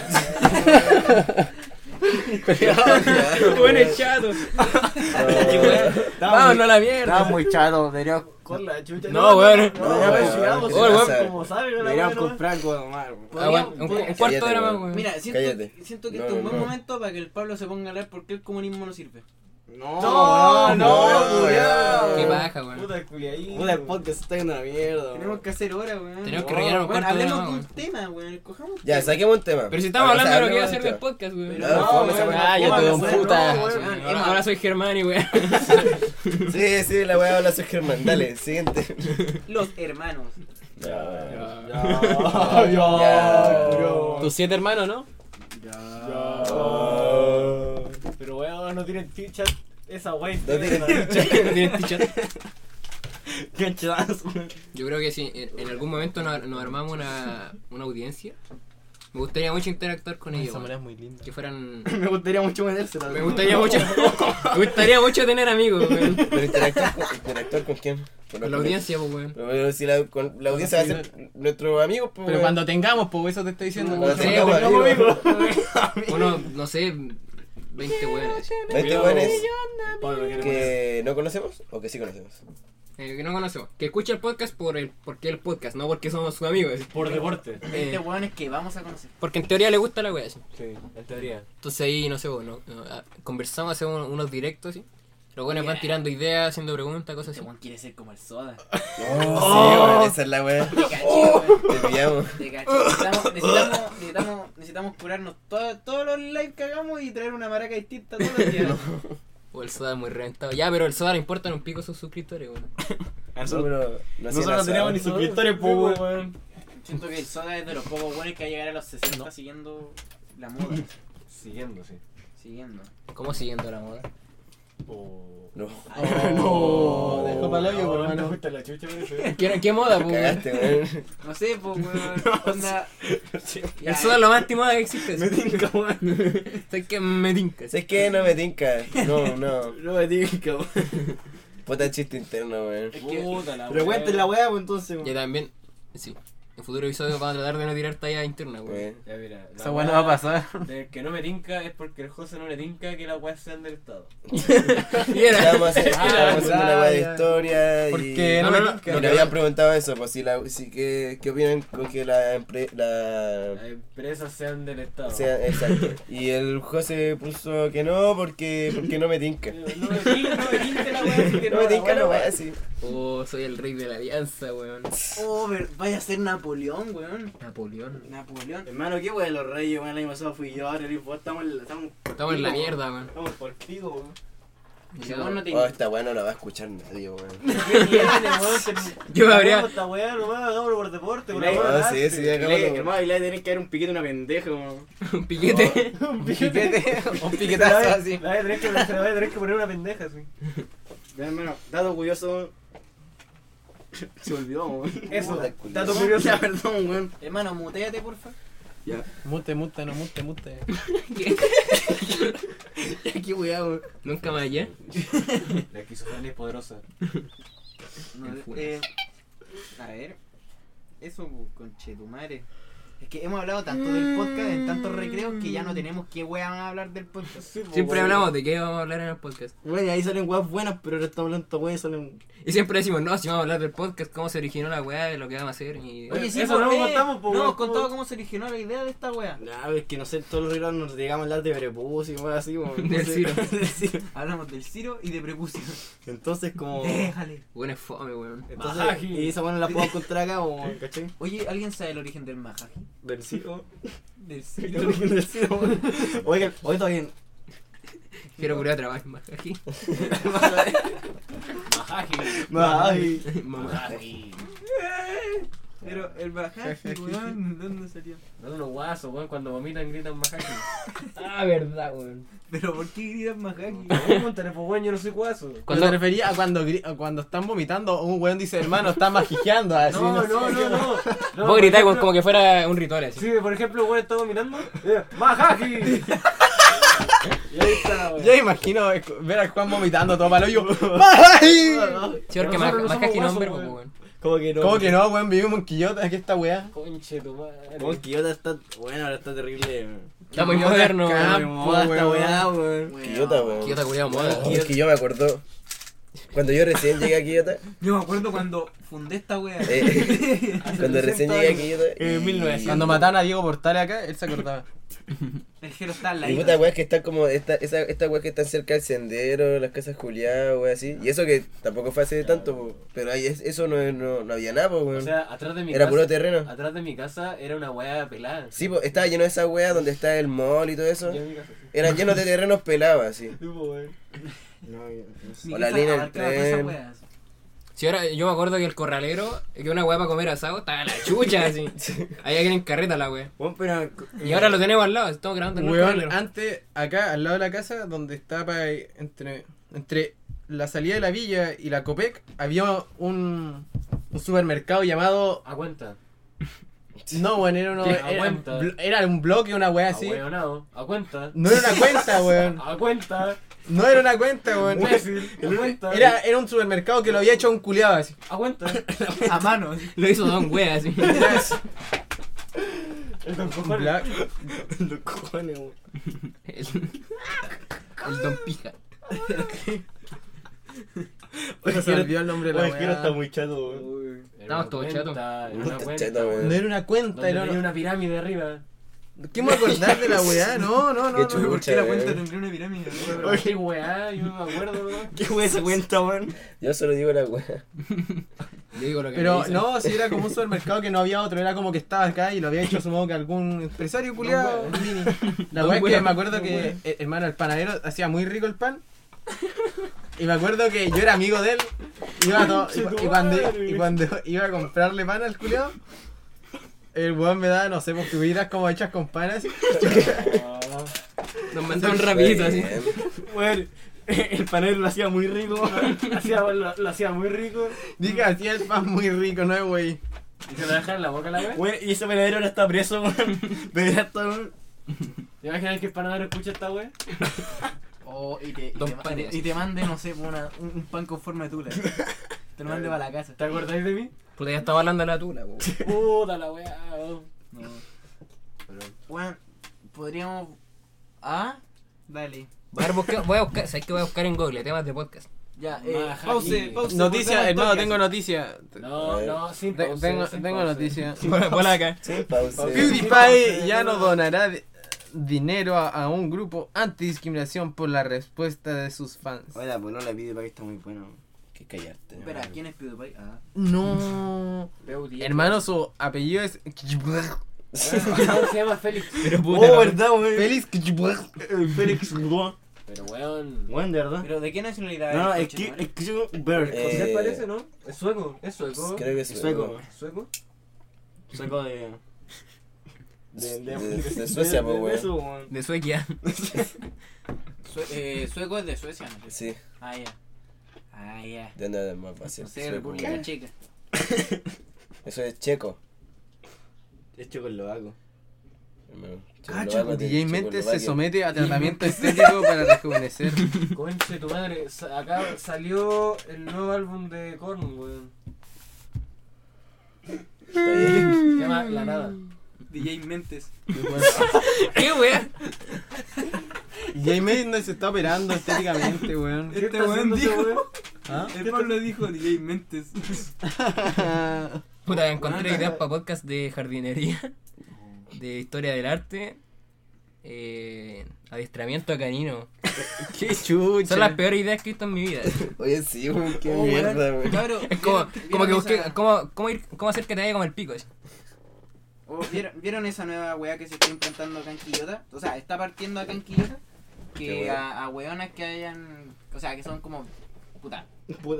B: Bueno, chato.
A: Estábamos
B: no a la mierda.
A: estábamos muy chatos, deberíamos. Con la chucha.
B: No, weón.
A: No, ya,
D: weón,
A: pues, sigamos,
D: ¿qué
A: sigamos,
D: pasa?
A: como sabe, la
H: Deberíamos
A: weá, ¿no? comprar algo más, weón.
B: Ah, weón, un, un cuarto
D: Cállate,
B: era más,
D: weón.
B: weón.
E: Mira, siento,
D: Cállate.
E: siento que
D: No,
E: este es un buen
D: no.
E: momento para que el Pablo se ponga a hablar porque el comunismo no sirve.
A: No,
H: No,
A: weón,
H: no,
A: weón.
H: culiao.
E: eh,
B: Qué paja, weón.
H: Puta culiaín.
A: Puta, el podcast se está yendo a la mierda.
E: Tenemos que hacer hora, weón.
B: Tenemos que rellenar un
E: Bueno,
B: cuarto de
E: hablemos
B: nada,
E: de un
B: weón.
E: tema, weón. Cojamos un
D: Ya,
E: tema.
D: saquemos un tema.
B: Pero si estamos
D: O sea,
B: hablando de lo que iba a hacer
D: hablemos de
B: del
D: un tema.
B: podcast, weón.
E: Pero
D: No,
A: no,
D: esa
A: weón,
D: weá.
A: ah, ya te doy un
E: no,
A: puta.
E: no,
A: weón.
E: weón.
B: Ahora- Ahora soy Germani, weón.
D: Sí, sí, la weá habla su Germán. Dale, siguiente.
E: Los hermanos.
D: Ya,
A: Ya,
D: Ya.
A: bro.
C: Tus siete hermanos, ¿no?
H: Pero weón, no tienen tichas. Esa wey.
D: No tienen
A: Ganchadas, weón.
B: Yo creo que si en, en algún momento nos, nos armamos una, una audiencia, me gustaría mucho interactuar con ellos. weón.
C: muy linda.
B: Que fueran.
A: Me gustaría mucho vendérsela.
B: Me gustaría mucho. me gustaría mucho tener amigos, weón.
D: Pero interactuar con, interactuar con quién?
B: Con la audiencia, pues, weón.
D: Pero si la, con, la audiencia va a ser nuestros amigos, pues.
C: Pero
D: weón.
C: cuando tengamos, pues eso te estoy diciendo.
D: Cuando
B: Sí,
D: tengamos
B: tengamos
D: amigos.
B: Uno, no sé, 20 weones.
D: Este weón es
H: Pablo, ¿qué le pones?
D: que no conocemos o que sí conocemos.
B: eh, que no conocemos. Que escucha el podcast por el, porque el podcast, no porque somos sus amigos.
H: Por deporte.
E: Este
B: Eh,
E: weón es que vamos a conocer.
B: porque en teoría le gusta la wea. así.
H: Sí, en teoría.
B: Entonces ahí, no sé, weón, no- no, ah, conversamos, hacemos unos, unos directos, ¿sí? Los weones van tirando ideas, haciendo preguntas, cosas
E: Este
B: así.
E: weón quiere ser como el soda.
B: Oh.
D: sí, weón, esa es la weá.
E: Te caché, weón.
D: Te
H: Oh.
D: pillamos.
E: Te cacho. Necesitamos, necesitamos, necesitamos, necesitamos curarnos todo- todos los lives que hagamos y traer una maraca distinta todos los días.
B: O el soda muy reventado. Ya, pero el soda le importan un pico sus suscriptores, weón.
D: No, pero no hacían
H: Nosotros no teníamos ni
D: asado.
H: suscriptores, po, weón.
E: Siento que el Soda es de los pocos buenos que va a llegar a los 60 siguiendo la moda.
H: Siguiendo, sí.
E: Siguiendo.
B: ¿Cómo siguiendo la moda?
H: Oh.
D: No,
C: No, dejó pa'l hoyo,
H: No,
C: po,
H: no te
C: hermano.
H: gusta la chucha, weón, sí.
B: ¿Qué, qué moda, po, weón?
D: cagaste, weón.
E: No sé, pues, weón. onda. Ya,
B: El soda es lo más estimado que existe. Me tinca, weón. ¿Sabes qué? Me tinca.
D: ¿Sabes qué? No me tinca. No, no.
A: No me digas, cabrón.
D: Puta chiste interno, weón.
E: es que-
A: Pero cuenten la weá, pues entonces,
B: Ya
A: weón.
B: también, sí. En futuros episodios vamos a tratar de no tirar talla interna, güey.
D: Weón.
I: Ya, mira. la
C: Esa weá no va a pasar.
I: weá del que no me tinca es porque el José no le tinca que las weas sean del Estado.
B: Y era-
D: Estábamos haciendo estábamos haciendo una weá de
C: Ah,
D: historia
C: Porque
D: y...
B: No,
C: no,
B: no,
C: me
B: no,
C: tinca.
D: Y le habían preguntado eso, pues si la, si, ¿qué, qué opinan con que la, empre- la
I: Las empresas sean del Estado.
D: sea, exacto. Y el José puso que no porque, porque no me tinca.
I: No me tinca, no me tinca la wea, así que
D: No me tinca la
I: la
D: weá así.
B: Oh, soy el rey de la alianza, weón.
E: Oh, ver- vaya a ser Napoleón, weón.
B: Napoleón.
E: Napoleón.
A: Hermano, qué weá de los reyes, weón. El año pasado fui yo, ahora eres vos. Estamos en la- estamos-
B: Estamos en la mierda, weón.
A: estamos por pico, weón.
E: Si vos no te
D: Oh, esta weá no la va a escuchar nadie, weón.
A: ¿Qué tiene, weón? Se-
B: Yo me habría-
A: Hagamos Esta weá nomás, hagámoslo por deporte, por
J: Le-
A: amor al
D: Ah, sí,
A: arte.
D: sí,
J: Y le-
D: acabamos.
J: Hermano, y le tenés que dar un piquete a una pendeja, weón.
B: Un piquete.
C: Un piquete, un
A: Se la voy
C: piquetazo
A: a-
C: así.
A: la voy a tener que- se la voy a tener que poner una pendeja, sí.
J: Ya, hermano, dato curioso, weón. Se olvidó, weón.
A: Eso,
D: Puta, culiao.
A: dato curioso.
J: Ya, perdón, weón.
E: Hermano, muteate, porfa.
C: Mute, mute, no mute, mute.
J: Qué weá, weón.
B: Nunca más allá.
A: La esquizofrenia es poderosa.
E: No,
B: El
E: eh, a ver. Eso, bu, conchetumare. Es que hemos hablado tanto del podcast en tantos recreos que ya no tenemos qué wea van a hablar del podcast.
B: Siempre hablamos de qué vamos a hablar en el podcast.
J: Bueno, y ahí salen weas buenas, pero ahora estamos hablando de weas y salen.
B: Y siempre decimos, no, si vamos a hablar del podcast, cómo se originó la weá, de lo que vamos a hacer. Y...
E: Oye, sí,
A: Eso
E: po,
A: no lo
E: eh,
A: contamos, po,
E: No,
A: weón.
E: hemos contado cómo se originó la idea de esta wea.
J: Nah, es que no sé, todos los regalos nos llegamos a hablar de prepus y weas así, weón.
B: Del
J: Entonces-
B: Ciro.
J: del Ciro.
E: Hablamos del Ciro y de prepucio.
J: Entonces,
E: Oh.
J: como.
A: Eh,
E: Déjale.
B: Bueno, es fome, weón.
J: Entonces, y esa weá no la puedo encontrar acá, weón, ¿cachai?
E: Oye, ¿alguien sabe el origen del majaji?
J: Del Ciro. Del
E: Del Ciro.
J: origen del Ciro, weón. Oigan, hoy todavía.
B: Quiero curar trabajo más aquí.
J: Ay.
B: Mamá.
E: Pero el majaji, weón, ¿dónde salió?
A: Dando unos guasos, weón, cuando vomitan gritan majaje.
B: Ah, verdad, weón.
E: Pero ¿por qué gritan majaji?
A: Pregúntale, pues weón, yo no soy guaso.
C: Cuando te refería a cuando, gri- a cuando están vomitando, un weón dice, hermano, está maquijeando
J: Ah,
C: así.
A: No,
C: sé.
A: no, no, no. no
B: Vos gritás, weón,
A: por
B: como que fuera un ritual
A: ejemplo,
B: así.
A: Sí, por ejemplo, weón, estaba mirando. eh, ¡Majaji! y ahí está, weón.
C: Yo imagino escu- ver al Juan vomitando todo para el hoyo. ¡Ay!
B: Señor, que más
A: Nosotros no somos
B: aquí no es un
A: guasos,
B: verbo,
A: weón.
B: weón.
J: ¿Cómo que no?
C: ¿Cómo que no, weón? Vivimos en Quillota, aquí esta weá.
A: Conche tu madre.
J: Weón, Quillota está. Bueno, ahora está terrible. weón.
B: Está muy moderno, weón.
C: Campo,
J: Puta, esta
C: weón.
J: weá, weón.
D: Quillota, weón.
B: Quillota, culiao, moda.
D: Oh, Es que yo me acuerdo. Cuando yo recién llegué a Quillota.
E: Yo me acuerdo cuando fundé esta wea.
D: eh, cuando recién llegué a Quillota.
C: En
D: y-
C: 1900. Cuando mataron a Diego Portales acá, él se acordaba.
E: El Jero está en la
D: Y puta weas que están como, esta, esa, estas weas que están cerca del sendero, las casas juliadas, weas así. Y eso que tampoco fue hace tanto, po. pero ahí es- eso no, no, no había nada, po,
A: O
D: weón.
A: sea, atrás de mi
D: Era
A: casa.
D: puro terreno.
A: Atrás de mi casa era una weá pelada.
D: Sí, po, estaba lleno de esa wea donde está el mall y todo eso.
A: Yo en mi casa, sí.
D: Eran llenos de terrenos pelados, así.
A: Sí, po, weón.
E: Mi
D: O la
E: casa
D: línea del
E: abarcaba todas esas
D: tren.
E: weas.
B: Si ahora yo me acuerdo que el corralero, que una weá para comer asado, estaba a la chucha así. Ahí alguien encarreta la weá.
J: Weón, pero.
B: Y ahora lo tenemos al lado, estamos grabando en el
C: Weón,
A: ah.
B: corralero.
C: antes, acá, al lado de la casa, donde estaba eh, entre, entre la salida de la villa y la Copec, había un, un supermercado llamado...
A: Aguanta.
C: No, weón, era, uno,
A: ¿Qué?
C: era,
A: Aguanta.
C: blo- era un bloque, una weá así.
A: Ahueonado. Aguanta.
C: No era una cuenta, weón.
A: Aguanta.
C: No era una cuenta, weón.
A: Imbécil. Aguanta.
C: Era, era un supermercado que lo había hecho un culiado así.
A: Aguanta.
E: A mano.
B: Lo hizo Don Wea así.
A: El don Cojones.
C: Bla-
J: Los cojones, weón.
B: El, el Don Pija.
C: Oye, se olvidó el nombre de la
J: Oye, Jero está
C: weá.
J: muy chato, weón.
A: Era una
B: Estamos todos
A: cuenta,
B: chatos.
A: era una
D: Puta,
A: cuenta,
D: chato,
A: weón.
D: weón.
C: No era una cuenta,
A: Donde
C: era
A: tenía
C: una...
A: una pirámide arriba.
C: ¿Qué me acordás de la weá? No, no, no.
D: Qué
C: no.
D: chulo.
E: ¿Por qué la cuenta
D: weón.
E: tendría una pirámide?
A: Qué weá, yo no me acuerdo, weón.
J: ¿Qué weá se cuenta, weón?
D: Yo solo digo la wea.
B: Le digo lo que me
C: Pero
B: dice.
C: no, si era como un supermercado que no había otro, era como que estaba acá y lo había hecho supongo que algún empresario culiado. La
B: Don
C: weá es que
B: Wea.
C: me acuerdo que, eh, hermano, el panadero hacía muy rico el pan. Y me acuerdo que yo era amigo de él. Iba a to- y, cu- y cuando, y cuando iba a comprarle pan al culiado, el weón me daba, no sé, pues, figuritas como hechas con panas.
B: Nos mandaron rapidito así.
D: Bien.
J: Weón, el panel lo hacía muy rico, weón.
A: Hacía- lo, lo hacía muy rico.
C: Dije, hacía el pan muy rico, ¿no es, wey?
A: Y se lo dejaba en la boca la weá.
J: Weón, y ese panadero ahora está preso, weón. De verdad, weón.
A: ¿Te imaginas que el panadero escucha esta weá?
E: Oh, y te, y
B: Don
E: te ma-
B: Panes.
E: y te mande, no sé, una- un, un pan con forma de tula. Te lo mande para la casa.
A: ¿Te acordáis de mí?
B: Puta, ya estaba hablando la tula, po.
A: Puta la weá, weón.
E: No. Bueno, podríamos. ¿Ah? Dale.
B: Voy a buscar, voy a buscar, ¿sabes qué voy a buscar en Google? Temas de podcast.
E: Ya, eh,
A: Majají.
E: pause, pause.
C: Noticia,
E: volvemos
C: hermano,
E: al
C: tengo
E: podcast.
C: noticia.
A: No, no, sin
C: Te-
A: pausa,
C: tengo
A: sin
C: tengo
A: pausa.
C: noticia.
B: Hola acá.
D: Sin pausa.
C: PewDiePie ya no donará de- dinero a, a un grupo antidiscriminación por la respuesta de sus fans.
J: Hola, pues no la pide para que está muy bueno.
D: Que callarte.
E: Espera, ¿quién es PewDiePie? Ah.
C: No.
A: PewDiePie.
C: Hermano, su apellido es
A: Weón, Se llama Félix.
B: Pero
J: Oh, verdad, weón.
C: Félix.
J: Félix, weón.
A: Pero weón.
K: Bueno, de verdad.
E: Pero ¿de qué nacionalidad
K: No, no, es
E: es?
K: que.
E: conchetumare?
K: Es que. Bird.
D: Eh,
A: ¿Se parece, no? Es sueco. Es sueco.
D: Creo que es
K: Es sueco.
A: ¿Sueco?
K: Sueco de.
D: De, de- de Suecia, pues,
K: de eso,
D: weón.
K: weón.
B: De Suecia.
E: Sue- eh, sueco es de Suecia, ¿no?
D: Sí,
E: Ah, ya. Ah, ya.
D: de nada más fácil.
E: No sé,
D: sueco,
E: República
D: weón.
E: Checa.
D: Eso es checo.
K: Es checoslovaco.
D: hermano.
C: Cacha,
D: Checoslovaco,
C: DJ Mente se
D: Checoslovaquia.
C: somete a tratamiento estético para rejuvenecer.
A: Conche tu madre. sa- Acá salió el nuevo álbum de Korn, weón.
D: Está bien.
A: Se llama La Nada.
L: DJ Mentes.
B: ¿Qué wea?
C: DJ Mente se está operando estéticamente, weón.
A: ¿Qué
L: Este
A: está
L: weón
A: haciendo ese
L: dijo.
A: weón?
C: ¿Ah?
L: El Pablo dijo DJ Mentes.
B: Puta, encontré ideas para podcast de jardinería, de historia del arte, eh, adiestramiento a canino.
C: Qué chucha.
B: Son las peores ideas que he visto en mi vida.
D: Oye, sí, weón, qué
E: Oh, weón.
D: mierda, weón.
E: Cabro,
B: Es como,
E: ¿vieron-
B: como que
E: vieron
B: busqué,
E: esa-
B: cómo, cómo, ir, cómo hacer que te vaya como el pico. así.
E: o ¿vieron, Oh, vieron esa nueva weá que se está implantando acá en Quillota? O sea, está partiendo acá en Quillota.
D: Qué
E: Que
D: weá.
E: a, a weonas que hayan. O sea, que son como. Puta.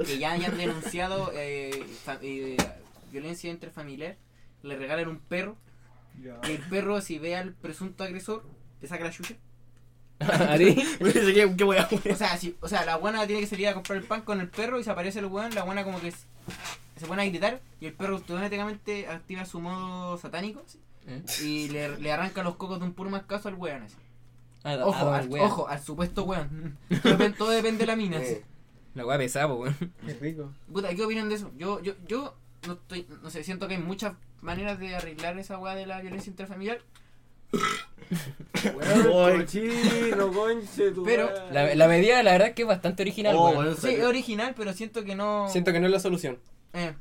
E: Que ya hayan denunciado eh, fa- eh, violencia intrafamiliar. Le regalan un perro. Y el perro, si ve al presunto agresor, le saca la chucha.
B: Ari,
K: ¿Qué, qué weón?
E: O sea, si, o sea, la buena tiene que salir a comprar el pan con el perro y se aparece el weón, la buena como que se, se pone a gritar y el perro automáticamente activa su modo satánico así,
B: ¿Eh?
E: y le, le arranca los cocos de un puro mascazo al weón. así.
B: A- a-
E: Ojo,
B: a-
E: al,
B: wea.
E: ojo, al supuesto weón. Todo depende- todo depende de la mina. así.
B: La wea pesada, po, weón.
C: Qué rico.
E: Puta, ¿qué opinan de eso? Yo, yo, yo no estoy, no sé, siento que hay muchas maneras de arreglar esa weá de la violencia intrafamiliar,
A: Weón, cochino, conche tu
E: Pero-
A: madre.
B: La, la medida, la verdad, es que es bastante original,
K: Oh,
B: weón.
K: weón,
E: Sí, es original, pero siento que no.
C: Siento que no es la solución.
E: Eh,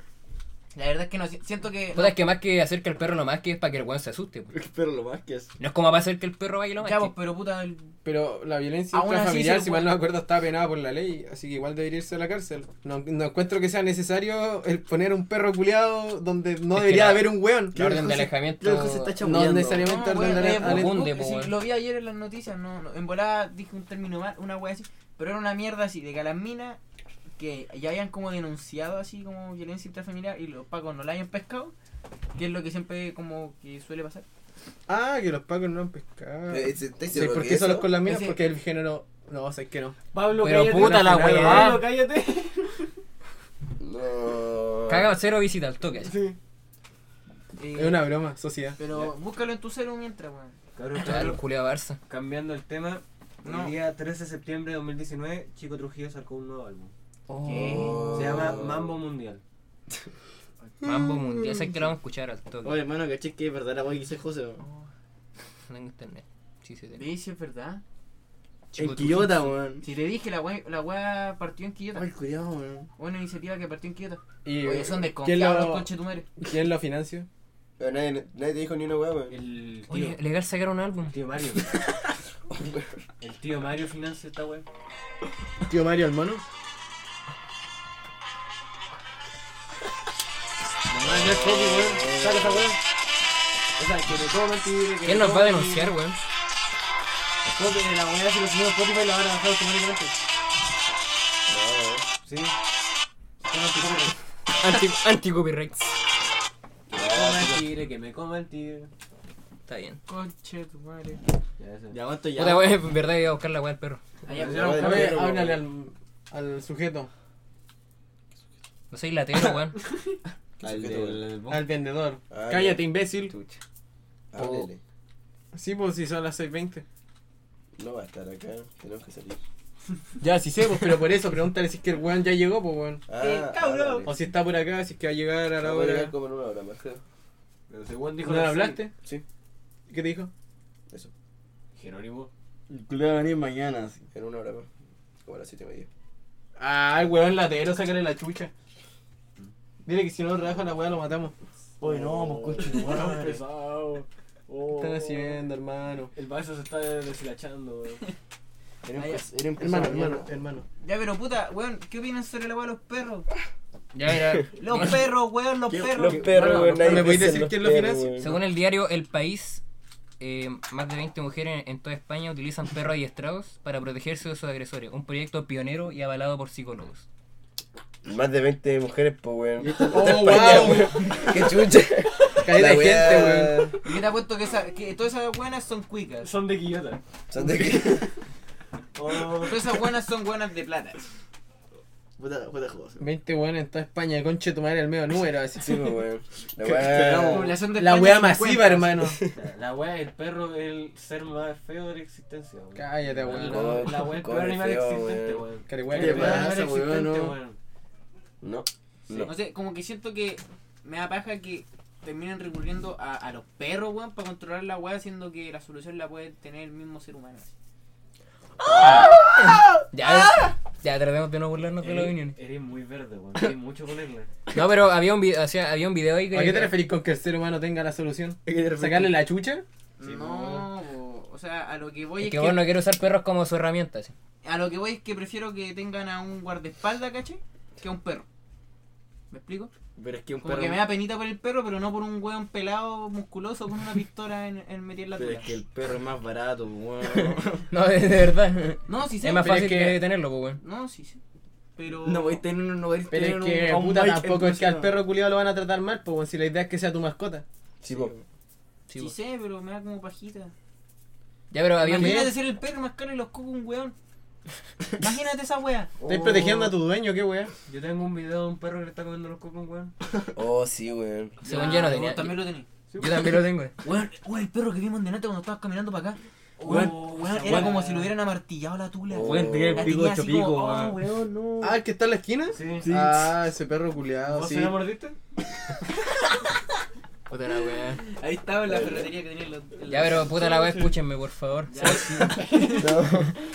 E: la verdad es que no. si- Siento que.
B: Puta, es que más que hacer que el perro lo más que es para que el weón se asuste. po.
K: Pero lo más que es.
B: No es como para hacer que el perro vaya y lo
E: Ya,
B: más.
E: pues, pero puta. el-
C: Pero la violencia
E: Aún así pues. se
C: intrafamiliar,
E: lo
C: si mal
E: puede-
C: no me acuerdo, está penada por la ley, así que igual debería irse a la cárcel. No, no encuentro que sea necesario el poner un perro culeado donde no
B: Es que
C: debería
B: la-
C: haber un weón.
B: La
K: Creo que
B: orden de
K: se
B: alejamiento.
K: está
C: No
K: chamullando.
C: necesariamente orden
E: No, weón,
C: de pues,
E: eh,
C: ale-
E: bu-
B: Confunde,
E: bu-
B: po,
E: sí,
B: weón.
E: lo vi ayer en las noticias, no, no, en volada dije un término mal, una wea así, pero era una mierda así, de que a las minas que ya habían como denunciado así como violencia intrafamiliar y los pacos no la hayan pescado, que es lo que siempre como que suele pasar. pues.
C: Ah, que los pacos no han pescado.
D: Eh, ¿se- ¿Estáis
C: Sí,
D: seguros
C: ¿Por
D: que
C: qué solo
D: eso?
C: con las minas?
E: Ese-
C: Porque el género. No, o sea, es que no.
A: Pablo,
B: Pero
A: cállate.
B: puta la
A: Pablo,
B: weá.
A: Pablo, cállate.
D: No.
B: Caga cero visita al toque. así.
E: Eh,
C: Es una broma, sociedad.
E: Pero búscalo en tu celu mientras, weón.
A: Cabrón,
B: Ah, el
A: cabrón.
B: culiao Barça.
A: Cambiando el tema,
E: No.
A: el día 13 de septiembre de 2019, Chico Trujillo sacó un nuevo álbum.
D: Oh.
A: Se llama Mambo Mundial.
B: Mambo mundial. Sé que lo vamos a escuchar al toque.
K: Oye, hermano, caché que es verdad la weá que dice José. weón.
B: No tengo internet. Sí, sí, tengo.
E: ¿Veis si es verdad?
B: Chico,
K: En
B: tú-
K: Quillota, weón.
E: Si te dije, la wea, la wea partió en Quillota.
K: Ay, cuidado, weón.
E: Una iniciativa que partió en Quillota.
C: Y,
E: Oye, son
C: ¿quién lo-
E: desconfiados los conchetumares.
C: ¿Quién lo financia?
D: Pero nadie, nadie te dijo ni una weá, weón.
A: El tío,
B: Oye, legal sacar un álbum.
A: el tío Mario. El tío Mario financia esta weá.
C: ¿Tío Mario el mono?
A: Saca esa weá. O sea, que le coman tigre, que
B: ¿Quién
A: le
B: nos va a
A: coman
B: denunciar, weón?
A: y Copien la weá si los señores Spotify la van a bajar automáticamente. Sí. Coman tigre.
B: Anti, anti copyright.
A: Que me coma el tigre, que me coma el tigre.
B: Está bien.
E: Conchetumares.
A: Ya, eso.
K: Ya aguanto ya.
B: Puta, weón, en verdad iba a buscar la weá del perro.
E: Allá,
D: Ya,
C: A
D: weón,
C: ver,
D: pero-
C: háblale al, al sujeto,
B: No soy latero, weón.
K: Al
D: Sujeto,
K: del- al-
C: al vendedor.
D: Ah,
C: Cállate,
D: ya.
C: imbécil.
B: Chucha.
D: Háblele.
C: Sí, pues si son las 6.20.
D: No va a estar acá, tenemos que salir.
C: Ya, sí sé, pues, pero por eso pregúntale si es que el weón ya llegó, pues weón.
D: Ah,
E: Eh, cabrón.
C: O si está por acá, si es que va a llegar a la
D: Vamos a llegar
C: hora.
D: como en una hora más, creo.
A: Pero ese weón dijo
C: ¿No le
A: que sí.
C: hablaste?
D: Sí,
C: ¿Qué te dijo?
D: eso.
A: Jerónimo.
K: El culo va a venir mañana. así.
D: En una hora más. Como a las siete y media.
C: Ah, el weón latero, sácale la chucha. Dile que si no raja la weá lo matamos.
K: Oye, no, pues coche, tu
A: Pesado.
K: madre.
A: Oh.
C: ¿Qué están haciendo, hermano?
A: El vaso se está deshilachando, weón.
K: Era un
E: Ay,
K: pes- era un
C: Hermano,
K: pesado,
C: hermano,
K: mierda.
C: hermano.
E: Ya, pero puta, weón, ¿qué opinan sobre la weá de los perros?
B: Ya, mira.
E: Los perros, weón, los
K: ¿Qué-
E: perros.
D: Los perros,
C: Bueno,
D: weón.
C: ¿me
D: nadie
C: podéis
D: piensa en
C: decir
D: los
C: quién lo
D: perros,
C: financia?
D: weón.
B: Según el diario El País, eh, más de 20 mujeres en, en toda España utilizan perros adiestrados para protegerse de sus agresores. Un proyecto pionero y avalado por psicólogos.
D: Más de 20 mujeres, pues, weón.
C: Oh,
D: Puta España,
C: wow.
D: weón. Qué chucha.
C: Caleta de
D: weá-
C: gente, weón.
E: Y yo te apuesto que, esa- que todas esas buenas son cuicas.
M: Son de Quillota.
D: Son de que-
M: Oh,
E: Todas esas buenas son buenas de plata.
A: Puta, puta José.
C: 20 weón en toda España, conche tu madre, el medio número. Así.
D: Sí, pues, weón. La
E: La
D: weá.
E: población de
C: La
E: España
C: wea
E: es
C: masiva,
E: 50.
C: hermano.
M: La wea, el perro es el ser más feo de la existencia, weón.
C: Cállate, weón.
D: No.
C: no.
M: La wea, el peor
D: Come
M: animal
D: feo,
M: existente,
D: weón.
M: weón.
C: Cari,
M: El
C: weón,
D: ¿Qué
M: peor
D: te
C: weón.
D: pasa,
M: animal
D: weón?
M: existente,
D: No.
M: weón.
D: No. No.
E: No sé, como que siento que me da paja que terminen recurriendo a, a los perros, weón, para controlar la weá, siendo que la solución la puede tener el mismo ser humano.
B: Ya, ya tratemos de no burlarnos de las opiniones.
M: Eres, eres muy verde, weón. Tienes mucho ponerle.
B: No, pero había un video, o sea, había un video ahí que...
C: ¿A qué te referís con que el ser humano tenga la solución?
A: referís?
C: ¿Sacarle la chucha?
M: Sí,
E: no, po. o sea, a lo que voy
B: Es
E: es
B: que vos no
E: que,
B: quiero usar perros como su herramienta. así.
E: a lo que voy es que prefiero que tengan a un guardaespaldas, caché, que a un perro. ¿Me explico?
A: Pero es que un
E: Como
A: perro.
E: que me da penita por el perro, pero no por un weón pelado, musculoso, con una pistola en, en meter la
A: Pero
E: tula.
A: es que el perro es más barato, weón.
B: No, de, de verdad.
E: No, sí sé.
B: Es más
C: Pero es
B: fácil
C: que-
B: que tenerlo, pues, weón.
E: No, sí sé. Pero...
A: No voy a tener un. No voy a
C: Pero
A: tener
C: es que,
A: un- a un
C: puta,
A: mic
C: tampoco
A: en
C: es que al
A: tu
C: perro culiado lo van a tratar mal, pues, weón, si la idea es que sea tu mascota.
D: Sí, pues.
B: Sí,
E: sí
B: pues.
E: sé, pero me da como pajita.
B: Ya, pero había un video...
E: Imagínate ser el perro más caro y los cocos un weón. Imagínate esa wea.
C: Estás protegiendo a tu dueño, qué weón.
M: Yo tengo un video de un perro que le está comiendo los cocos, weón.
D: Oh, sí, weón.
B: Según yo no
E: Ah, vos
B: tenía.
E: También lo tenía.
B: Yo también lo tengo. eh.
E: Weón, weón, el perro que vimos en Denate cuando estabas caminando para acá.
A: Weón,
E: Oh, weón, era
A: weón.
E: como si lo hubieran amartillado la tula.
D: Oh.
A: Weón, tenía
E: La
A: el pico
E: tenía
A: hecho
E: así como,
A: pico,
E: oh,
A: weón.
M: weón, no.
C: Ah, el que está en la esquina.
M: Sí.
C: Ah, ese perro culiado,
M: ¿Vos
C: sí.
M: se la mordiste?
B: Puta la weá.
E: Ahí estaba en la ferretería que tenía en los. en
B: Ya,
E: los-
B: pero puta la weá, escúchenme, por favor.
E: Ya,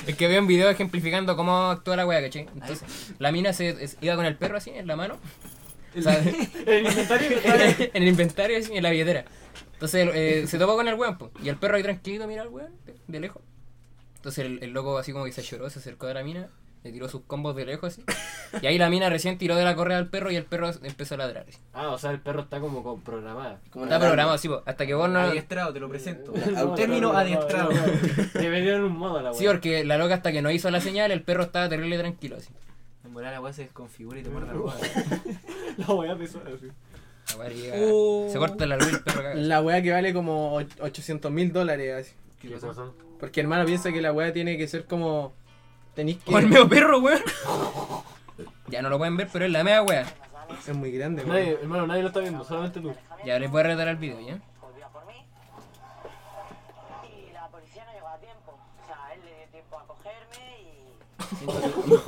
B: Es que veo un video ejemplificando cómo actúa la weá, ¿cachai? Entonces, la mina se es- iba con el perro así en la mano. o sea,
M: El inventario
B: en el inventario así, en la billetera. Entonces eh, se topa con el weón, po, y el perro ahí tranquilito mira al weón de, de lejos. Entonces el, el loco así como que se lloró, se acercó de la mina, le tiró sus combos de lejos así. Y ahí la mina recién tiró de la correa al perro y el perro empezó a ladrar. así.
M: Ah, o sea, el perro está como con- programada.
B: Está programado así, po, hasta que vos no...
E: Adiestrado, te lo presento.
D: Auto-
E: Término adiestrado.
M: Le metieron un modo a la weón.
B: Sí, porque la loca hasta que no hizo la señal, el perro estaba terrible tranquilo así.
E: En volar la weá se desconfigura y te muerde la weá.
M: La weá pesó así.
B: La weá llega-
E: Oh.
B: Se corta la luz el perro caga.
C: La weá que vale como 800 mil dólares, así.
E: ¿Qué pasó?
C: Porque hermano piensa que la weá tiene que ser como. Tenéis que.
B: ¡Oh, el medio perro, weón! ya no lo pueden ver, pero es la mea weá.
C: Es muy grande,
M: Nadie,
C: weón.
M: hermano, nadie lo está viendo, solamente tú.
B: Ya les voy a retar al video, ¿ya?
G: volvió a por mí y la policía no llegó a tiempo. O sea, él le dio tiempo a cogerme y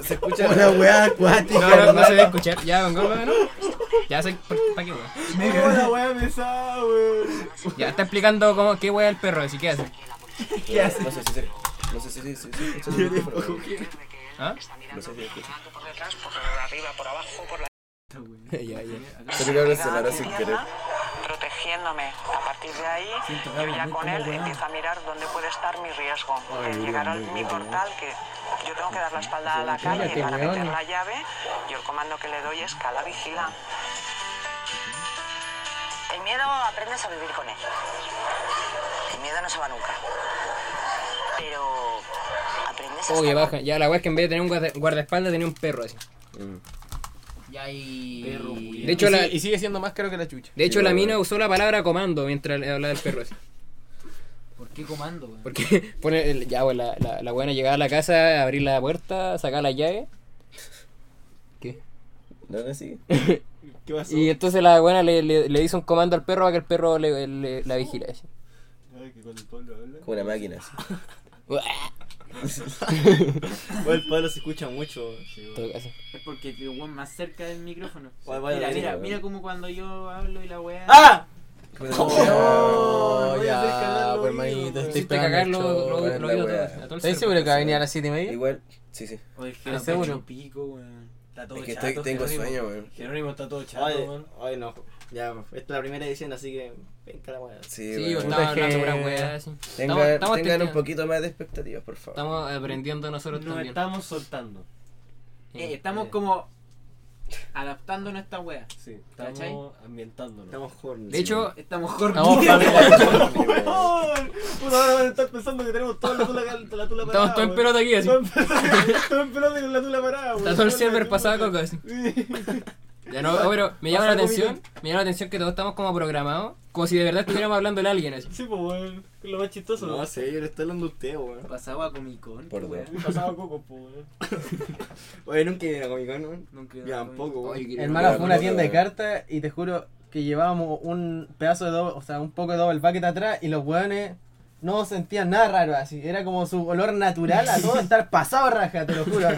D: Se, se escucha
C: Una weá acuática.
B: No, no, no se debe escuchar. Ya, Van Gogh, ¿no? Ya sé, ¿para qué weá?
M: la weá pesada, weón.
B: Ya está explicando cómo, qué weá el perro, así que hace.
D: ¿Qué hace? No sé si se. No sé si si- si- si escucha el micrófono, weón.
B: ¿Ah?
D: No sé si escucha.
G: por detrás, por arriba, por abajo, por la
B: ya, ya.
D: Pero creo que se paró sin querer.
G: protegiéndome. A partir de ahí, yo ya con él empiezo a mirar dónde puede estar mi riesgo. Eh, Llegaron mi portal que yo tengo que dar la espalda a la calle para meter la llave. Yo el comando que le doy es cala, vigila. El miedo aprendes a vivir con él. El miedo no se va nunca. Pero aprendes a
B: Oye,
G: estar
B: Oh, baja. Ya la weá es que en vez de tener un guarda- guardaespaldas tenía un perro así.
E: Ya y.
B: De hecho,
C: y,
B: la,
C: sigue, y sigue siendo más caro que la chucha.
B: de hecho, la mina usó la palabra comando mientras le hablaba del perro así.
E: ¿Por qué comando, weón?
B: Porque pone el- ya, pues, la, la, la buena llegaba a la casa, abrir la puerta, sacar la llave. ¿Qué?
D: No, no, sí.
M: ¿Qué pasó?
B: Y entonces la buena le, le, le hizo un comando al perro para que el perro le, le- la vigile. así.
M: Ay, que cuando el Pablo habla.
D: Como una máquina. así.
A: Weón, el Pablo se escucha mucho. weón.
B: En todo caso.
E: Es porque te weón más cerca del micrófono.
A: Guay, guay,
E: mira,
A: guay,
E: mira,
D: guay.
E: mira como cuando yo hablo y la weá.
A: ¡Ah!
C: Oh,
M: voy a hacer cagar
C: ya,
M: los
C: pues,
M: oídos,
C: hermanito,
M: weón.
C: estoy
B: Hiciste cagar
C: pegando
B: lo,
C: el
B: lo,
C: chorro,
B: lo,
D: en
B: lo
D: la
B: vio
D: wea.
B: todo. a todo el
C: ¿Estás
B: cerco.
C: seguro que va a venir a las 7 y media?
D: Igual, sí, sí.
M: Oye,
C: Ah,
M: Jerónimo
C: seguro.
M: está hecho pico, weón. Está todo
D: Es que
M: chato,
D: estoy- tengo
M: Jerónimo.
D: sueño, weón.
M: Jerónimo está todo chato,
A: Oye,
M: weón.
A: oye, no. Ya, esta es la primera edición, así que. Venga la weá.
D: Sí,
B: Sí, yo
D: weón.
B: estaba
C: Puta, es
B: hablando
C: que-
B: pura weá, sí.
D: Tengan,
B: Estamos- estamos
D: tengan un
B: testeando.
D: poquito más de expectativas, por favor.
B: Estamos aprendiendo nosotros
M: Nos
B: también.
M: estamos soltando.
E: Eh, estamos como adaptándonos a esta wea.
M: Sí, estamos
E: ¿Cachai?
M: ambientándonos.
D: Estamos
B: De hecho,
E: Estamos jornando.
B: estamos
M: ¡Weón! Puta, ahora van a estar pensando que tenemos toda la tula, la tula parada.
B: Estamos todos en
M: weón.
B: pelota aquí, así.
M: Todos en pelota- todos en pelota y con la tula parada,
B: Está
M: weón.
B: todo el
M: Weón,
B: server
M: la-
B: pasado de coca, así.
M: Sí.
B: Ya no, oh, pero me llama la
M: Pasa algo,
B: atención, me llama la atención que todos estamos como programados, como si de verdad estuviéramos hablando de alguien así.
M: Sí, pues, weón. Lo más chistoso.
D: No sé, yo le estoy hablando a usted, weón.
E: Pasaba a Comic Con.
D: Por
E: qué
D: dos.
E: wea.
M: Pasado coco, pues, weón.
D: Oye, nunca he ido a Comic Con, weón.
E: Nunca he
D: Yo
E: ido a
D: tampoco,
B: Oye,
D: weón.
B: que-
C: Hermano, fue una
D: Claro,
C: tienda de
D: claro.
C: cartas y te juro que llevábamos un pedazo de doble, o sea, un poco de doble paquete atrás y los hueones no sentían nada raro así. Era como su olor natural a todo estar pasado a raja, te lo juro.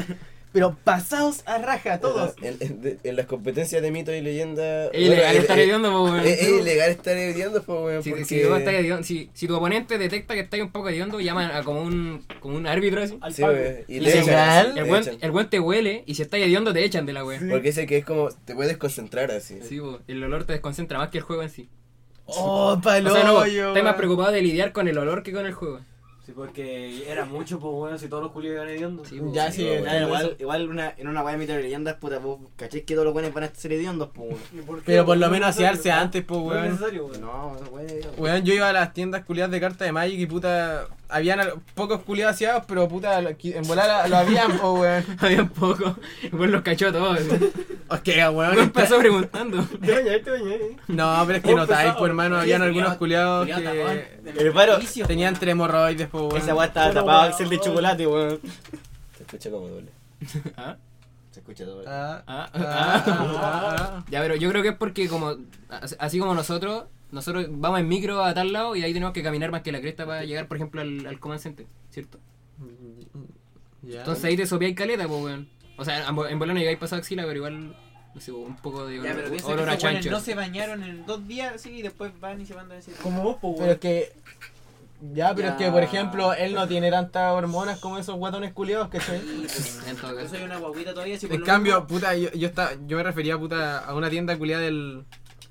C: Pero pasados a raja todos.
D: En, en- en las competencias de mito y leyenda.
B: Es ilegal
D: bueno,
B: estar
D: eh,
B: hediondo, po, weón.
D: eh, Es ilegal estar hediondo, pues, weón.
B: Si,
D: porque-
B: si, vos estás hediondo- si, si tu oponente detecta que estás un poco hediondo, llaman a como un, como un árbitro así.
M: Al
D: Sí,
M: Pablo.
D: weón. Y
B: Y
D: le
B: si-
D: echan, sí,
B: el,
D: Ah, le
B: buen,
D: echan.
B: el buen te huele y si estás hediondo te echan de la wea.
D: Porque dice que es como. Te puedes concentrar así.
B: Sí, po, el olor te desconcentra más que el juego en sí.
C: Oh,
B: O
C: palo.
B: sea, no, po, estás más preocupado de lidiar con el olor que con el juego.
M: Sí, porque era mucho, pues, weón. Si todos los culios iban hediondos.
B: Sí, po.
A: Ya, sí,
D: weón.
A: ya, igual, igual una, en una weá de mito de leyendas, puta, vos cachéis que todos los buenos van a ser hediondos, pues, weón.
M: ¿Y por qué,
C: Pero por
M: weón?
C: lo
M: No
C: menos
M: es necesario,
C: asearse
M: weón.
C: antes, pues,
M: No es
C: weón.
M: necesario, weón.
A: No, esa weá de hediondos.
C: Weón, yo iba a las tiendas culiadas de cartas de Magic y puta. Habían al- pocos culiados aseados, pero puta, lo- qui- en volar lo habían, po, weón.
B: Había un poco. Bueno, los cachó a todos.
C: Ok, weón.
B: No empezó preguntando.
M: Te bañé, te bañé. eh.
C: No, pero es que
M: Oh,
C: notáis,
M: pesado.
C: pues, hermano.
E: Sí,
C: Habían
E: culiao-
C: algunos culiados
E: culiao
C: que.
E: tapón.
A: Hermano,
E: Vicio,
C: Tenían
E: wea.
C: tremorroides, po, weón.
A: Esa weá estaba
M: Bueno,
A: tapada
M: bueno,
A: Axel de
M: bueno.
A: chocolate, weón.
D: Se escucha como doble.
B: Ah,
D: Se escucha doble.
C: Ah,
B: ah,
C: ah,
B: ah.
C: ah, ah.
B: Ya, pero yo creo que es porque como as- así como nosotros, nosotros vamos en micro a tal lado y ahí tenemos que caminar más que la cresta para llegar, por ejemplo, al, al command center, ¿cierto?
C: Ya.
B: Entonces ahí te sopeáis caleta, pues weón. O sea, en, bo- en Bolón llegáis pasado axila, pero igual, no sé, un poco de
E: Ya, pero
B: olor,
E: piensa que
B: a
E: esos weones
B: chancho.
E: no se bañaron en dos días, sí, y después van y se mandan "Ah". ese.
M: Como vos, pues,
C: Pero es
M: weón.
C: que. Ya, pero es que,
E: Ya.
C: por ejemplo, él no tiene tantas hormonas como esos guatones culiados, ¿cachai?
E: Sí, pues,
B: En todo
E: Yo
B: caso.
E: soy una guaguita todavía, si por
C: En
E: lo
C: cambio,
E: mismo-
C: puta, yo, yo, estaba- yo me refería, puta, a una tienda culiada del...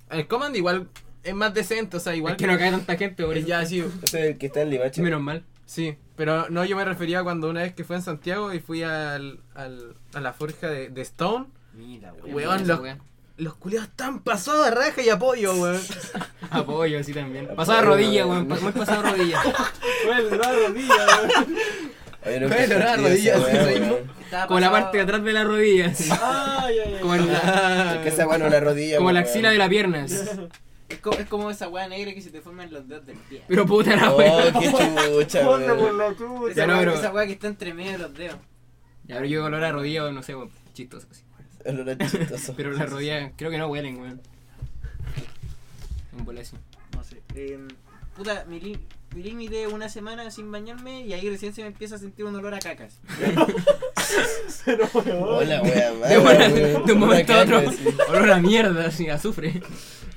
C: El Command igual es más decente, o sea, igual
B: Es que no cae tanta gente, por
C: Eh,
B: eso.
C: Ya, sí,
D: Ese es el que está en Limache.
B: Menos mal.
C: sí. Pero no, yo me refería cuando una vez que fui en Santiago y fui al, al, a la forja de, de Stone.
A: Mira, weón.
C: Weón,
B: Esa
C: los,
B: weá.
C: los culiados están pasados de raja y apoyo, weón.
B: Apoyo, así también.
D: Apoyo,
B: Pasado a rodilla,
D: weón.
B: weón. pa- Muy pasado a rodilla.
M: Weón, le daba la rodilla, weón.
D: Oye, nunca
C: Bueno,
D: he
C: nada,
D: sentido
C: rodillas,
D: esa weá,
C: sí, soy-
D: weón.
E: Estaba
B: Como la
E: pasado-
B: parte de atrás de la rodilla. así.
M: Ay, ay, ay.
B: Como, el-
D: Es que esa weá no es la rodilla.
B: como
D: pues,
B: la
D: weón.
B: axila de la pierna. así.
E: Es co- es como esa weá negra que se te forma en los dedos del pie.
B: Pero puta la weá.
D: Oh, qué chucha,
M: Ponte por
D: weón.
M: la chucha.
E: Esa
B: no,
E: weá-
B: pero-
E: esa weá que está entre medio de los dedos.
B: Ya, pero yo olor a rodilla, no sé, weón, chistoso. así.
D: Olor a chistoso.
B: Pero las rodillas creo que no huelen, weón. Un bolazo.
E: No sé. em, puta, mi li- mi límite es una semana sin bañarme y ahí recién se me empieza a sentir un olor a cacas.
M: Pero, weón.
D: Hola, weón.
B: De, una- de un momento a otro, olor a mierda, así, azufre.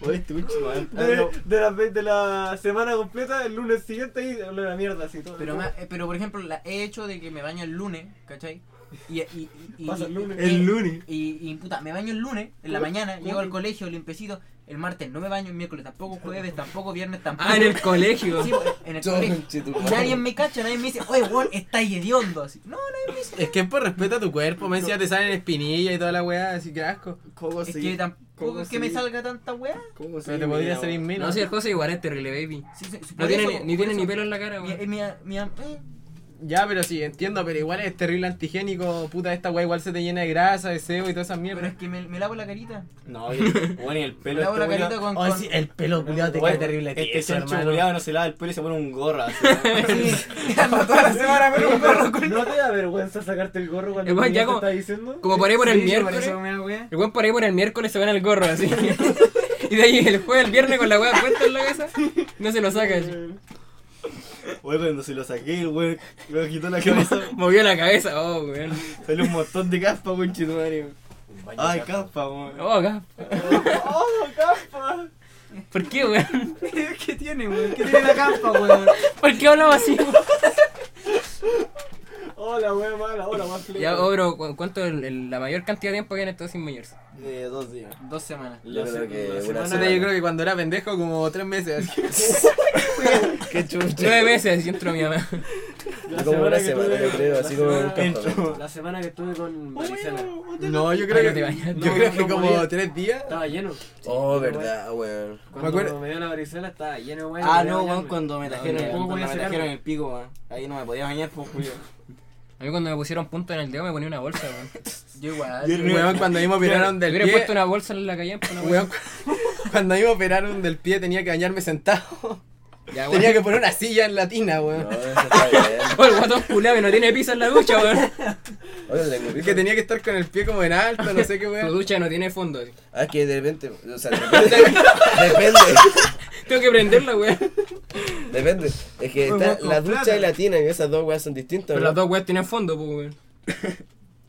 A: Oye, este bicho,
D: ¿eh?
A: weón.
M: De, de, la, de la semana completa, el lunes siguiente y de la mierda, así todo.
E: Pero, ma- eh, pero por ejemplo, la he hecho de que me baño el lunes, ¿cachai? Y, y, y, y-
M: Pasa el lunes.
E: y-
M: El
B: lunes.
E: Y, y, puta, me baño el lunes, en la mañana, llego al colegio limpecito. El martes no me baño, el miércoles tampoco, jueves tampoco, viernes tampoco.
B: Ah, en el colegio.
E: Sí, pues, en el colegio. Y Nadie me cacha, nadie me dice, oye, weón, está hediondo. Así. No, nadie me dice.
C: Es que es por respeto a tu cuerpo, me decía, te salen espinillas y toda la weá, así que asco.
D: ¿Cómo
E: Es que tampoco
D: ¿Cómo
E: es que me
D: sí?
E: salga tanta weá.
D: ¿Cómo
C: Pero te podría salir menos.
B: No, si el José igual es terrible, baby.
E: Sí, sí, sí,
B: No
E: por
B: tiene,
E: eso,
B: ni-
E: por
B: ni tiene
E: eso.
B: ni pelo en la cara,
E: Mi, eh,
B: weón.
E: mi, mi- eh,
C: Ya, pero sí, entiendo, pero igual es terrible antigénico, puta, esta weá igual se te llena de grasa, de sebo y todas esas
E: pero es
C: mierdas.
E: que me, me lavo la carita.
A: No, oye, weón, y el
E: Me
A: pelo.
E: lavo la
A: este
E: carita
A: weón-
E: con.
C: Ay,
E: con-
C: sí, el pelo culiado te queda
A: weón,
C: terrible
A: Este
C: tieso,
A: chancho
C: hermano.
A: culiado no se lava el pelo y se pone un gorra. así,
E: Sí, ando toda la semana con un perro con-
M: ¿No te da vergüenza sacarte el gorro cuando
B: Eh, weón,
M: el
B: ya
M: niño te
B: como-
M: está diciendo?
B: Como por ahí por el
E: Sí,
B: miércoles.
E: eso me da weá.
B: El weón por ahí por el miércoles se van al gorro así. y de ahí el jueves, el viernes con la weá puesta en la casa, no se lo saca así.
A: Weón, cuando se lo saqué, el weón, me quitó la cabeza.
B: Movió la cabeza, oh weón.
A: Salió un montón de caspa, weón, chino, madre. Ay, caspa, weón.
B: Oh, acá.
M: ¡Oh, capa!
B: ¿Por qué, weón?
E: ¿Qué tiene, weón? ¿Qué tiene la campa, weón?
B: ¿Por qué hablaba así?
M: ¡Hola, wea Oh, mala! ¡Hola, más flecha!
B: ya, obro, ¿cuánto es el- el- la mayor cantidad de tiempo que han estado sin bañarse?
A: De dos días.
E: Dos semanas.
D: Yo creo que
M: La
D: una
M: semana-
C: Puta, Yo creo que cuando era pendejo, como tres meses. así.
D: Qué chucha.
B: Nueve meses, así entró mi mamá.
D: Yo como una
M: que
D: semana,
M: tuve-
D: yo creo,
M: la
D: así como
M: semana-
D: un campamento.
M: La semana que estuve con Maricela.
C: No, yo
B: Ah,
C: creo
B: no te
C: que,
B: bañaste.
C: yo
M: No,
C: creo
M: no
C: que como
M: podía.
C: tres días.
M: Estaba lleno.
D: Oh, verdad, weón.
M: Cuando me,
C: acuerdo-
M: dio la varicela estaba lleno, weón.
A: Ah,
M: podía
A: no, weón,
M: bañarme.
A: cuando me trajeron,
M: no,
A: cuando
M: voy a
A: me
M: sacarme.
A: trajeron el pico, weón. Ahí no me podía bañar, pues, Julio.
B: A mí cuando me pusieron punta en el dedo me ponía una bolsa, weón.
E: Yo igual.
C: Weón, cuando a mí me operaron
B: Me
C: del
B: hubiera
C: pie.
B: puesto una bolsa en la calle, pues, una
C: Weón, cu- cuando a mí me operaron del pie tenía que bañarme sentado.
B: Ya,
C: Tenía
B: weón.
C: que poner una silla en la tina,
D: No,
C: weón.
D: eso está bien.
B: Oh, el guatón culiao que no tiene pizza en la ducha, weón.
D: Oye, tengo
C: Es
D: pico.
C: que tenía que estar con el pie como en alto, no sé qué
B: Tu
C: weón.
B: ducha no tiene fondo. así.
D: Ah, es que de repente, o sea, de repente, depende,
B: Tengo que prenderla, weón.
D: depende. Es que está la ducha y la tina, y esas dos weas son distintas,
B: Pero
D: ¿no?
B: las dos weas tienen fondo, pues, weón.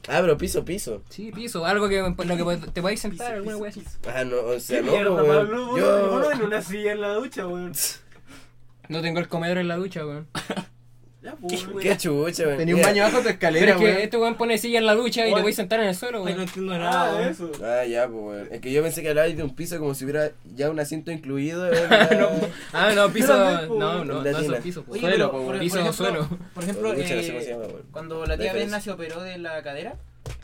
D: Ah, pero piso, piso.
B: Sí, piso, algo que, en lo que te podéis sentar, alguna wea así.
D: Ah, no, o sea,
M: Qué
D: no,
M: mierda,
D: weón.
M: Pablo, uno- uno
D: Yo...
M: en una silla en la ducha, weón.
B: No tengo el comedor en la ducha, weón.
M: Ya, pues, weón.
D: Qué chucha, weón.
C: Tenía un baño bajo tu
B: Pero
C: escalera,
B: es que
C: weón.
B: este weón pone silla en la ducha y te voy a sentar en el suelo,
N: Ay, no
B: weón.
N: entiendo nada,
M: Ah,
N: weón.
M: eso.
D: Ah, ya, pues, weón. Es que yo pensé que hablabais de un piso como si hubiera ya un asiento incluido. weón, ya. Oh,
B: Ah, no, piso.
M: también, po,
B: No, no,
D: en
B: no,
D: la
B: no
D: tina.
B: son piso, po.
E: Oye,
B: suelo,
E: pero,
B: po,
E: por-
B: weón.
E: por
B: Piso,
E: ejemplo-
B: suelo.
E: Por ejemplo,
D: Pucha, no sé cómo se
E: eh,
D: llama, weón.
E: cuando la tía
D: Déjale.
E: Berna se operó de la cadera,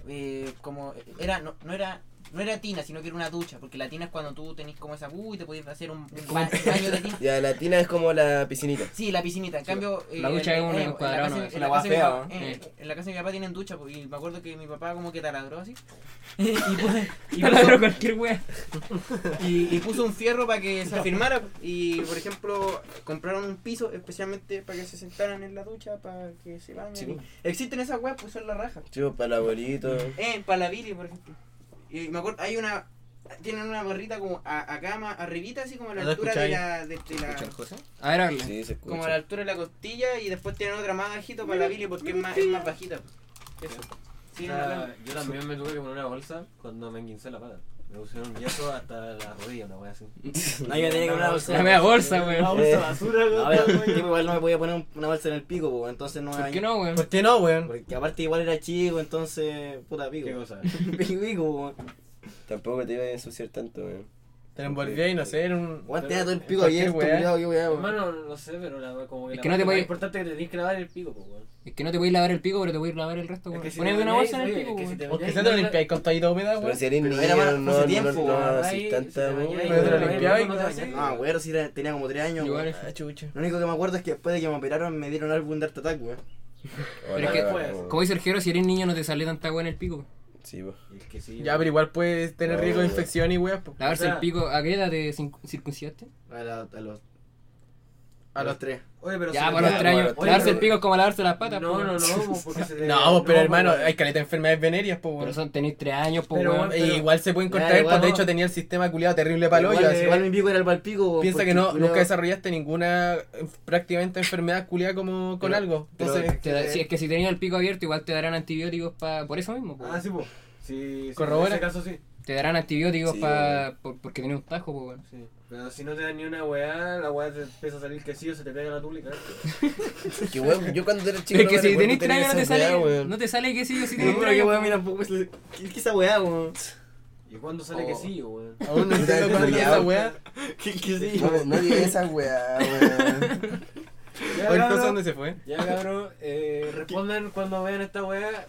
E: eh, como era, no, no era. No era tina, sino que era una ducha, porque la tina es cuando tú tenés como esa bu y te podías hacer un, un ba- baño de tina.
D: Ya, la tina es como la piscinita.
E: Sí, la piscinita. En cambio, eh,
B: La ducha es
E: en-
B: un
E: en- en la
B: cuadrado,
E: casa-
B: ¿no?
E: en
B: Es
E: la
A: una
E: casa de mi
A: guafea,
E: papá-
A: ¿no?
E: en- En la casa de mi papá tienen ducha, pues, y me acuerdo que mi papá como que taladró así. y, puso, y,
B: Taladro
E: puso,
B: cualquier wea.
E: y- y puso un fierro para que se afirmara. Y, por ejemplo, compraron un piso especialmente para que se sentaran en la ducha, para que se bañen.
D: Sí.
E: Existen esas weas, pues son la raja.
D: Chivo, para el abuelito.
E: Eh, para la Billy, por ejemplo. Y me acuerdo, hay una... Tienen una barrita como a, acá más arribita, así como a la
B: ¿No la
E: altura de
B: escucháis?
E: la... de- de la-
B: A ver, habla.
D: Sí, se escucha.
E: como a la altura de la costilla y después tienen otra más bajito para la Billy porque es más, es más bajita. pues. Eso. Sí, no, no, no.
M: Ah, Yo también me tuve que poner una bolsa cuando me enguincé la pata. Me pusieron un yeso hasta la rodilla, una wea así.
A: No, yo tenía que poner una bolsa.
B: La media bolsa, weón.
D: Eh.
M: bolsa basura,
A: A ver, yo igual no me podía poner un- una bolsa en el pico, pues, entonces no me
B: ¿Por
A: bañé.
B: qué no, weón?
C: ¿Por qué no, weón?
A: Porque aparte igual era chico, entonces, puta
M: ¿Qué
A: pico.
M: cosa?
A: pico, weón. Ah,
D: Tampoco te iba a ensuciar tanto, weón.
C: Te la envolví y no sé, era un.
A: Weón,
M: Pero-
A: tenía todo el pico
C: cualquier
A: abierto,
C: weá.
A: cuidado, qué weá, weón.
M: Hermano, no sé, pero la como
B: Es
M: la
B: que no te
M: parte
B: voy-
M: más importante es que te tenés que lavar el pico, pues, weón.
B: Es que no te voy a lavar el pico, pero te voy a lavar el resto, weón.
M: Es que si
B: Pones
M: te
B: una
M: bañáis,
B: bolsa en el
M: oye,
B: pico,
M: es que si
B: weón.
M: te
C: ¿Por qué
M: bañáis,
C: se te lo
M: no la-
C: limpiáis con toallita húmeda,
D: Pero
C: weón?
D: si eres
A: Pero
D: niño,
A: era más-
D: no,
A: fue hace
D: no,
A: tiempo,
D: no,
A: weón.
D: así tanta, weón.
C: Pero te lo limpiabas y
M: no
C: te
M: te
C: bañabas.
E: Ah,
A: No, weón, si era- tenía como 3 años,
B: Igual
A: weón.
B: es-
C: Ah, chucha.
A: Lo único que me acuerdo es que después de que me operaron me dieron álbum de Art Attack, weón.
D: Hola,
B: es que-
D: weón.
B: Como dice el Jero, si eres niño no te sale tanta wea en el pico.
D: Sí, po.
M: Es que sí.
C: Ya, pero igual puedes tener riesgo de infección y weón. po.
B: Lavarse
M: O sea-
B: el pico, ¿a qué edad te cin- circuncidaste?
A: A, la- a los
C: A los
A: 3.
M: Oye, pero
B: Ya,
M: se-
B: para los tres años.
D: oye,
B: Lavarse
D: pero-
B: el pico es como lavarse las patas,
M: No,
B: po,
M: no,
B: weón.
M: no, porque se te-
C: No, pues, pero
M: no,
C: hermano,
M: porque-
C: hay caleta de enfermedades venéreas, pues,
B: Por
C: weón.
B: eso tenéis tres años, po,
M: Pero,
B: weón.
M: weón,
C: E igual se pueden
A: Ya,
C: contraer,
A: igual
C: pues de
A: no.
C: hecho tenía el sistema culiado terrible para el hoyo.
A: igual,
C: así.
A: igual mi pico era el palpico, weón.
C: Piensa
A: porque,
C: que no,
A: culiao,
C: nunca desarrollaste ninguna eh, prácticamente enfermedad culiada como con
B: Pero-
C: algo.
B: Pero
C: Entonces,
B: te da- si es que si tenías el pico abierto, igual te darán antibióticos para. Por eso mismo, po,
M: Ah,
B: weón.
M: sí, pues. Sí, sí,
C: Corrobora.
M: En ese caso sí.
B: Te darán antibióticos
D: Sí,
B: para. porque tenés un tajo, po, weón.
M: Sí. Pero si no te dan ni una weá, la weá te empieza a salir quesillo, se te pega la túnica.
D: Que, weón, yo cuando era chico.
B: Pero es que
D: me
B: si
D: recuerdo
B: tenés tres
D: tener
B: años no te
D: esa
B: sale.
D: weá, weón.
B: No te sale que sí, yo
A: No,
B: sí tenés
A: pero
B: tres
A: qué
B: años,
A: weón,
B: po.
A: mira, tampoco es la- ¿Qué qué esa weá, weón?
M: ¿Y cuándo sale
D: Oh.
M: quesillo, weón?
C: aún no entiendo
D: Puta,
C: cuál es esa
D: culiao.
C: weá.
A: ¿Qué qué sí?
D: No, no digas esa weá, weón.
M: Ya,
C: Oye, entonces,
M: cabrón,
C: ¿dónde se fue?
M: ya, cabrón, eh, respondan cuando vean esta weá.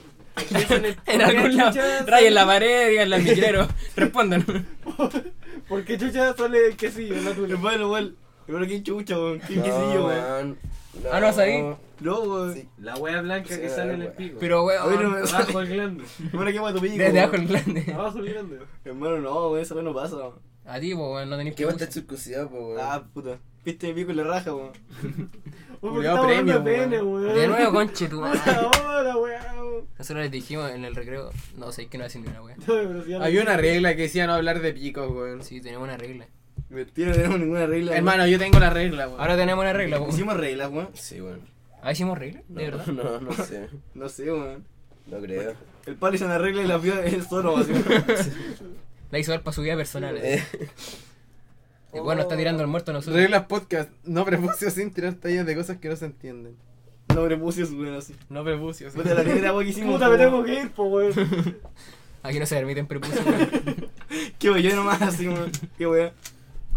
M: piensen
B: En
M: por qué
B: algún lado.
M: chucha
B: Rayen la
M: sale-
B: pared, díganle al migrero. Respondan.
M: ¿Por qué chucha sale el quesillo en la túnica?
A: Hermano, weón. Hermano, qué chucha, weón. Qué
D: No,
A: quesillo, weón.
D: weón.
B: Ah, ¿no sabí?
A: No, weón.
D: Sí.
M: La weá blanca que
D: Sí,
M: sale en el
D: weá.
M: pico. Ah,
B: Pero,
A: Oye, no
B: weón.
A: me-
M: Abajo el glande.
A: Hermano, qué guato pico.
B: Desde
A: weón.
B: abajo el glande.
M: Abajo el glande.
A: Hermano, no, weón, esa weá no pasa, weón.
B: A ti, po, weón, no tenés
D: Que va a estar
B: pico.
D: circuncidado, po, weón.
A: Ah, puta. Viste mi pico en la raja, weón.
C: Culeado premio, weón.
B: De nuevo, conche, tu madre.
M: Ahora, weá. weón.
B: Nosotros les dijimos en el recreo, no sé, que no hacen ni una wea.
M: No, pero si ya no-
C: Había una regla que decía no hablar de picos, weón.
B: Sí, tenemos una regla.
A: Mentira, no tenemos ninguna regla.
C: Hermano, yo tengo la regla, weón.
B: Ahora tenemos una regla, po.
A: weón. Hicimos reglas, weón.
D: Sí, weón.
B: Ah, hicimos regla, de
D: No,
B: verdad.
D: no, no sé.
A: No sé, weón.
D: No creo.
A: El palo hizo una regla y la vio el solo, así.
B: La hizo ver para su vida personal. así.
D: Eh,
B: El weón nos está tirando el muerto a nosotros.
C: Reglas podcast, no prepucios sin tirar tallas de cosas que no se entienden.
A: No, pero puse su weón así.
C: No prepucios.
A: Puta, la negra, weón, que hicimos.
M: Puta, me
A: como-
M: tengo que ir, po, weón.
B: Aquí no se permiten prepucios. weón.
A: Qué weón, yo nomás así, weón. Qué weón.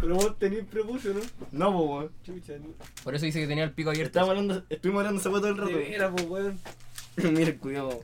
M: Pero vos tenés prepucio, ¿no? No, po, weón. Chucha, no.
B: Por eso dice que tenía el pico abierto.
A: Estamos hablando, estuvimos hablando esa weá todo el rato.
M: De veras, po, weón.
A: Mira el cuidado.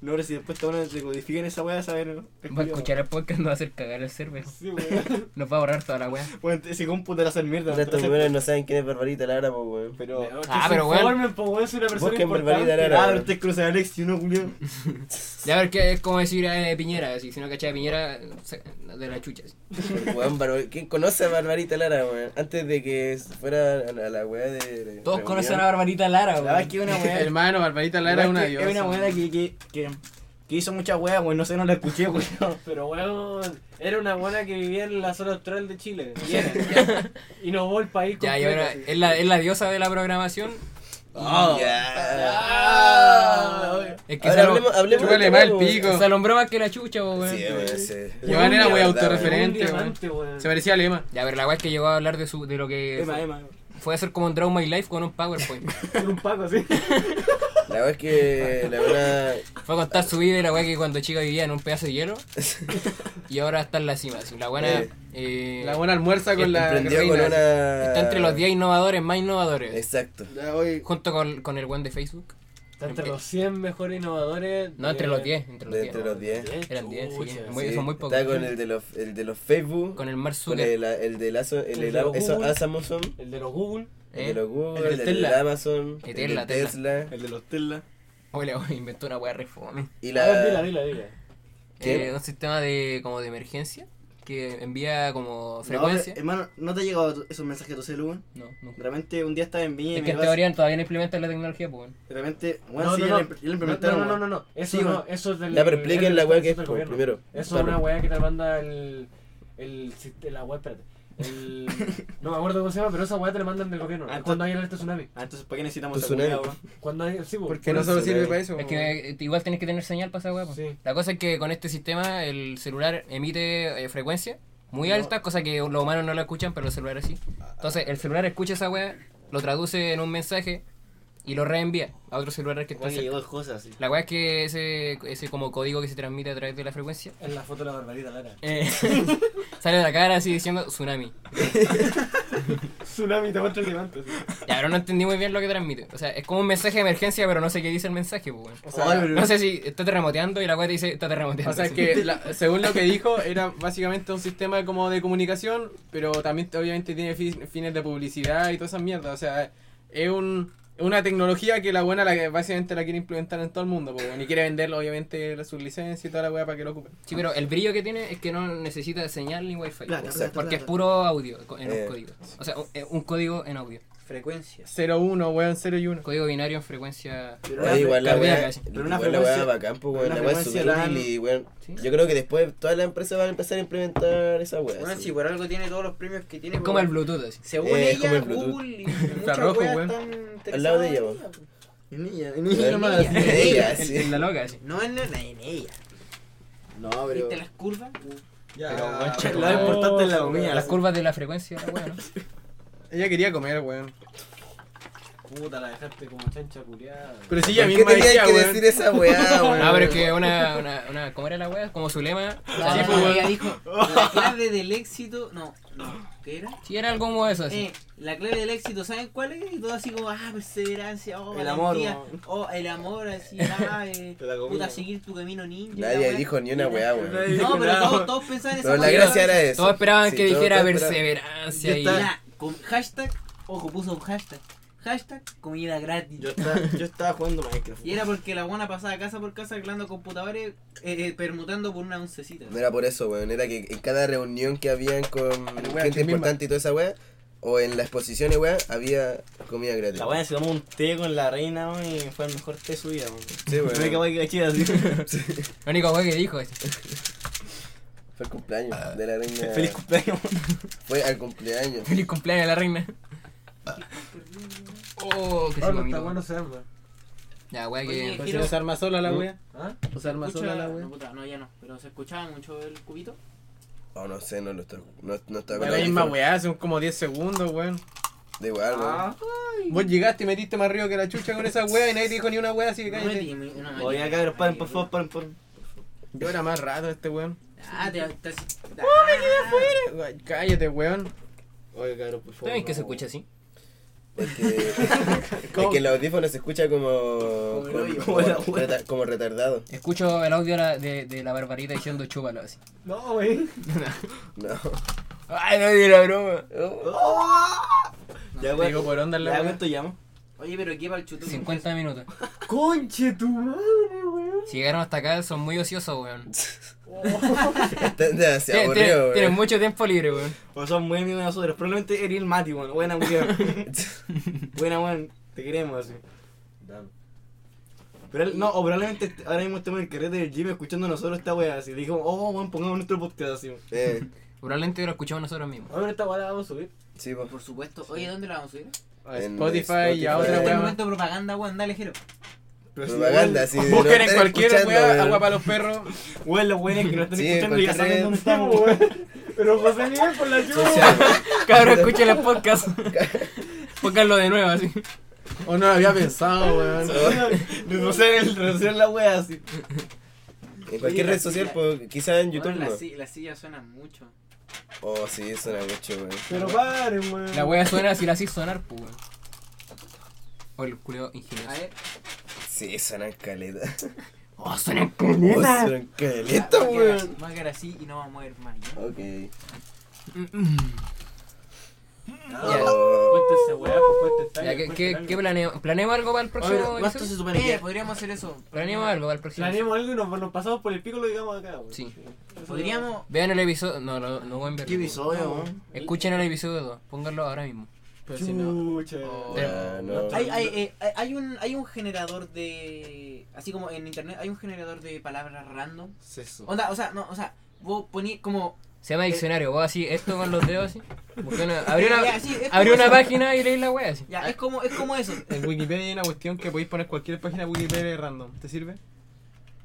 A: No, ahora si después te van a decodificar esa weá, saber.
B: Va a escuchar el podcast, nos va a hacer cagar el server.
M: Sí, weón.
B: Nos va a borrar toda la wea.
A: Weón, ese computador hacer mierda.
D: Puta, Estos
A: entonces-
D: weones no saben quién es Barbarita Lara, po, weón.
A: Pero.
B: Ah, pero
M: weón.
B: weón.
M: Informen, po, weón, soy una persona
D: Busquen Barbarita
M: importante.
D: Lara.
A: Ah, pero
D: weón.
A: te cruzas Alexi, no, Julio.
B: Ya a ver qué es como decir eh, Piñera. Si, si no cachaba Piñera, se- de la chucha. así.
D: Weón, Barbar- ¿Quién conoce a Barbarita Lara, weón? Antes de que fuera a la, a la weá de. de
B: Todos
D: reunión.
B: conocen a Barbarita Lara,
A: La verdad Ah, es
B: weón.
A: que es una weá.
C: Hermano, barbarita Lara es una
A: que Es una
C: diosa.
A: weá que, que, que, que hizo muchas weas, weón. No sé, no la escuché, weón.
M: Pero weón, era una buena que vivía en la zona austral de Chile. Y, era, y nos el país
B: Ya, y
M: completo,
B: ahora
M: así.
B: es la, es la diosa de la programación.
D: Ah,
M: Ah,
D: Ya.
B: Es que
D: Ahora
B: se lo-
D: hablemos, hablemos
C: Chúpale
D: esta
C: más
D: weá,
C: el
D: weón.
C: pico.
B: se alumbró más que la chucha, po, weón.
D: Sí, weón, sí.
C: Giovanni era
D: Verdad,
C: muy
M: Como
C: autorreferente.
M: un
C: Diferente,
M: diamante, weón.
C: Se parecía a Lema.
B: Ya, a ver, la weá es que llegó a hablar de su de lo que
A: Emma,
B: fue,
A: Emma.
B: fue hacer como un Draw My Life con un PowerPoint.
M: Era un paco así.
D: La verdad es que la verdad
B: Fue a contar su vida y la weá que cuando chica vivía en un pedazo de hielo. Y ahora está en la cima. así. La buena.
D: Eh,
B: Eh,
C: La buena almuerza con la
D: emprendió con
C: reina.
D: una
B: Está entre los 10 innovadores más innovadores.
D: Exacto.
B: Junto con, con el one de Facebook.
M: Está entre los 100 mejores innovadores.
B: No, entre
M: de-
B: los 10. Entre los
D: De entre
B: 10.
D: los 10.
B: Eran 10, sí,
M: Chucha.
B: muy-
D: Sí,
B: son muy pocos.
D: Está con el de los el de los Facebook,
B: Con el Mark
D: con
B: Zucker.
D: el el de Lazo- el de
M: El de
D: la-
M: los
D: eso-
M: Google.
D: Amazon,
M: El de los Google.
D: el
B: ¿eh?
D: de los Google,
C: El del
D: el de
C: Tesla.
D: Amazon,
B: Y
D: el
B: Tesla,
D: de Tesla
A: El de los Tesla.
B: Ole, ole, inventó una weá re fome.
D: y
M: A ver, dila,
D: la
M: dila, dila.
D: ¿Qué?
B: Eh, un sistema de como de emergencia que envía como frecuencia.
D: em,
A: No, hermano, ¿no te ha llegado tu- esos mensajes a tu celu, weón?
B: No, no.
A: De repente un día estaba en Viña y
B: Es
A: me
B: que en
A: pasa-
B: teoría todavía no implementan la tecnología, pues.
A: De repente, weón,
M: No,
A: sí,
M: no,
A: ya
M: no.
A: la imp- ya la implementaron,
M: No, no,
A: weón.
M: no, no, no. Eso
A: Sí,
M: no,
A: weón.
M: eso es del.
D: Ya, pero
M: es
D: expliquen
M: del-
D: la weá
M: del
D: que es po,
M: gobierno.
D: primero.
M: Eso es
D: Pablo.
M: una weá que te la manda el. El. sist- La weá, espérate. El, no me acuerdo cómo se llama, pero esa weá te la mandan del gobierno.
A: Ah, entonces-
M: cuando hay alerta tsunami.
A: Ah, entonces, ¿para qué necesitamos
D: Tu
A: esa weá,
D: tsunami.
A: weón?
M: Cuando hay. Sí, po.
C: Porque no solo sirve para eso.
B: Es que eh, igual tenés que tener señal para esa weá, po.
M: Sí.
B: La cosa es que con este sistema el celular emite eh, frecuencia muy
M: No.
B: alta, cosa que los humanos no la escuchan, pero los celulares sí. Entonces el celular escucha esa weá, lo traduce en un mensaje y lo reenvía a otro celular que está
A: Weón, que
B: cerca.
A: llegó cosas así.
B: La weá es que ese, ese como código que se transmite a través de la frecuencia
M: En la foto de la barbarita, Lara.
B: eh, sale de la cara así diciendo tsunami.
M: Tsunami, te muestra el diamante. así.
B: Y ahora no entendí muy bien lo que transmite. O sea, es como un mensaje de emergencia, pero no sé qué dice el mensaje, pues, weón.
C: O sea,
A: Ay, pero-
B: No sé si está terremoteando y la weá te dice está terremoteando.
C: O sea,
B: así.
C: que la- según lo que dijo, era básicamente un sistema como de comunicación, pero también obviamente tiene fi- fines de publicidad y todas esas mierdas. O sea, es un, una tecnología que la buena la que básicamente la quiere implementar en todo el mundo, po, weón, y quiere venderlo obviamente la- su licencia y toda la weá para que lo ocupen.
B: Sí, pero el brillo que tiene es que no necesita señal ni wifi.
A: Plata,
B: o sea,
A: plata,
B: porque
A: plata.
B: es puro audio co- en
D: Eh.
B: un código. O sea, un, eh, un código en audio.
A: Frecuencias.
C: 0-1, weón, 0 y 1.
B: Código binario en frecuencia.
A: Pero
D: Oye, igual la
B: Cardíaca,
D: weá,
B: sí.
A: Pero una
D: igual la weá
A: frecuencia-
D: bacán, po, weón,
A: una
D: la weá es
A: frecuencia
D: súper
A: la-
D: útil y weón,
B: Sí.
D: yo creo que después todas las empresas van a empezar a implementar esa weá.
E: Bueno,
D: así.
E: si por algo tiene todos los premios que tiene.
B: Es
E: po,
B: como el
E: weón.
B: Bluetooth, así.
E: Según
D: Eh, es
E: ella,
D: como el Bluetooth.
E: Google y muchas
C: rojo,
E: weas
C: weón.
E: están
D: Al lado de
E: interesadas
D: ella,
E: en
D: weón.
E: ella, po.
A: En ella, en
D: Weón,
A: ella nomás.
D: en ella,
B: El-
D: sí.
B: en la loca, así.
E: No en, la- en ella.
A: No,
E: ¿Viste
A: pero.
E: las curvas?
A: Pero,
B: weón,
A: weón,
B: chato,
A: lo
B: weón.
A: importante es oh, la comida.
B: Las curvas de la frecuencia, la weá, ¿no?
C: Ella quería comer, weón.
M: Puta, la dejaste como chancha culiada.
C: Pero si ella
D: ¿Por qué
C: misma
D: tenías
C: decía,
D: que
C: weón.
D: decir esa weá, weón?
B: No, pero es que una, una, una. ¿Cómo era la weá? Como su lema.
D: Ah,
E: La,
B: Sí,
E: la-
B: pues,
E: ella dijo, la clave del éxito, no, no, ¿qué era?
B: Sí, era algo como eso, así.
E: Eh, la clave del éxito, ¿saben cuál es? Y todo así como, ah, perseverancia, oh,
A: El
E: valentía,
A: amor, weón.
E: oh, el amor, así, ah, eh,
A: Te la comí,
E: puta,
A: weón.
E: seguir tu camino ninja. y la
D: Nadie
E: weá.
D: dijo ni una weá, weón.
E: No, pero todos, todos pensaban en esa
D: Pero la
E: weá.
D: gracia era eso.
B: Todos esperaban
D: Eh, Sí,
B: que
D: todos-
B: dijera
D: todos esperaban-
B: perseverancia y.
E: Mira, con hashtag, ojo, puso un hashtag, hashtag comida gratis.
A: Yo estaba, yo estaba jugando Minecraft.
E: Y era porque la guana pasaba casa por casa arreglando computadores, eh, eh, permutando por una oncecita.
D: No era por eso, weón. Era que en cada reunión que habían con
C: weá,
D: gente
C: sí misma.
D: importante y toda esa weá, o en las exposiciones, weá, había comida gratis.
A: La weá se tomó un té con la reina, weón, y fue el mejor té de su vida, weón.
D: Sí,
A: La única
D: weón.
A: weá que caché así.
B: Lo único weá que dijo es.
D: Fue el cumpleaños de la reina.
A: Feliz cumpleaños, weón.
D: Fue al cumpleaños.
B: Feliz cumpleaños a la reina. Oh, que se
M: Pablo,
B: mamita.
M: está bueno se arma.
B: Ya, weá,
O: Oye,
B: que.
C: Pues
O: Giro-
C: se arma sola la wea.
M: ¿Ah?
C: Se arma
O: Escucha-
C: sola la wea.
O: no, puta, no, ya no, pero se escuchaba mucho el cubito.
D: Oh, no sé, no lo está. No, no está
C: La misma weá, son como 10 segundos, weón.
D: Da igual, Ah,
A: Ah.
D: weón.
C: Vos llegaste y metiste más río que la chucha con esa wea y nadie te dijo ni una wea, así que
O: No metí,
C: cállate.
O: me- no, no,
A: Oye,
O: metí.
A: cabros, paren, por favor, paren, paren.
C: Yo era más rato este weón.
O: Ah, te. te- ah,
C: ¡Oh, Ay, Cállate, weón.
P: Oye, cabrón, por favor.
B: ¿Saben que se
P: no.
B: escucha así?
D: Es que, es que el audífono se escucha como.
O: el
D: como-
O: hoyo.
D: como reta- como retardado.
B: Escucho el audio de la- de, de la barbarita diciendo chúpalo así.
P: No, wey.
D: No.
B: Ay, no di la broma.
A: Ya,
C: Te Digo por onda la
A: Ya,
C: wea.
A: ¿cuánto llamo?
O: Oye, pero ¿qué va el chutón?
B: 50 minutos.
P: Conche tu madre, weón.
B: Si llegaron hasta acá, son muy ociosos, weón.
D: Está demasiado
B: Tien- tien-
D: aburrido,
B: Tienen
D: weón.
B: mucho tiempo libre, weón.
A: O Pues son muy amigos de nosotros. Probablemente eres el Mati, weón. Buena, weón. Buena, weón. Te queremos, así.
M: Dame.
A: Pero él- no, o probablemente est- ahora mismo estemos en el carrete del gym escuchando a nosotros esta wea así. Dijo, oh, weón, pongamos nuestro podcast así. weón.
D: Eh,
B: Probablemente lo escuchamos nosotros mismos.
M: Ahora esta weá la vamos a subir.
D: sí, po.
O: Por supuesto. Oye, ¿dónde la vamos a subir?
C: A
D: En
C: Spotify y
D: Spotify.
C: a otra
O: Este
C: wea más.
O: momento de propaganda, weón, dale, Jero.
A: Pero si,
D: Propaganda, sí. no
C: Busquen en
D: están
C: cualquier
D: escuchando,
C: wea,
D: weón.
C: agua para los perros.
A: weón, Weón, los weones que nos están
D: Sí,
A: escuchando ya
D: cualquier
A: saben
D: red.
A: dónde
M: No,
A: estamos, weón.
M: weón. Pero José Miguel por la
D: O
M: lluvia.
D: sea,
B: Cabrón, escuchen el podcast. Pónganlo de nuevo, así.
C: O no lo había pensado, weón.
A: Retroceden, retroceden la wea así.
D: en cualquier red social, pues, quizá en YouTube
O: Bueno,
D: no.
O: las, si- las sillas suenan mucho.
D: Oh, sí, suena mucho, weón.
M: Pero paren, weón.
B: La wea suena si la haces sonar, pues, weón. O Oh, el culeo ingenioso.
O: A ver,
D: Sí, suena caleta.
B: ¡Oh, suena
D: Oh,
B: caleta!
D: suena
O: ya,
D: caleta,
O: vamos a quedar
D: weón.
O: así- vamos a quedar así y no vamos a mover más. ¿ya?
D: Ok.
B: Ya.
D: Oh,
M: Cuenta esa weá, pues cuenta esta
B: Ya,
M: weá,
B: ¿qué,
M: cuenta
B: qué,
M: algo.
B: qué planeo? ¿Planeamos algo para el próximo
A: ¿Cuánto
B: episodio?
A: se supone
O: Eh,
A: que?
O: podríamos hacer eso.
B: ¿Planeamos algo para el próximo
M: Planeamos algo y nos, nos pasamos por el pico y lo digamos acá, weón.
B: Sí.
M: Eso
O: Podríamos.
B: Vean el episodio. No, no, no voy a ver.
A: ¿Qué episodio, weón?
B: Escuchen el episodio 2. Pónganlo ahora mismo.
C: Pero si no.
M: Chucha.
B: Oh.
D: ya, Ah, no.
O: Hay, hay, eh, hay- hay un, hay un generador de. Así como en internet, hay un generador de palabras random. Onda, o sea, no, o sea, vos poní como.
B: Se llama diccionario. Vos así, esto con los dedos así. Busqué una- abrí una,
O: Ya, sí, es como
B: abrí una
O: eso.
B: página y leí la wea así.
O: Ya, es como, es como eso.
C: En Wikipedia hay una cuestión que podéis poner cualquier página de Wikipedia random. ¿Te sirve?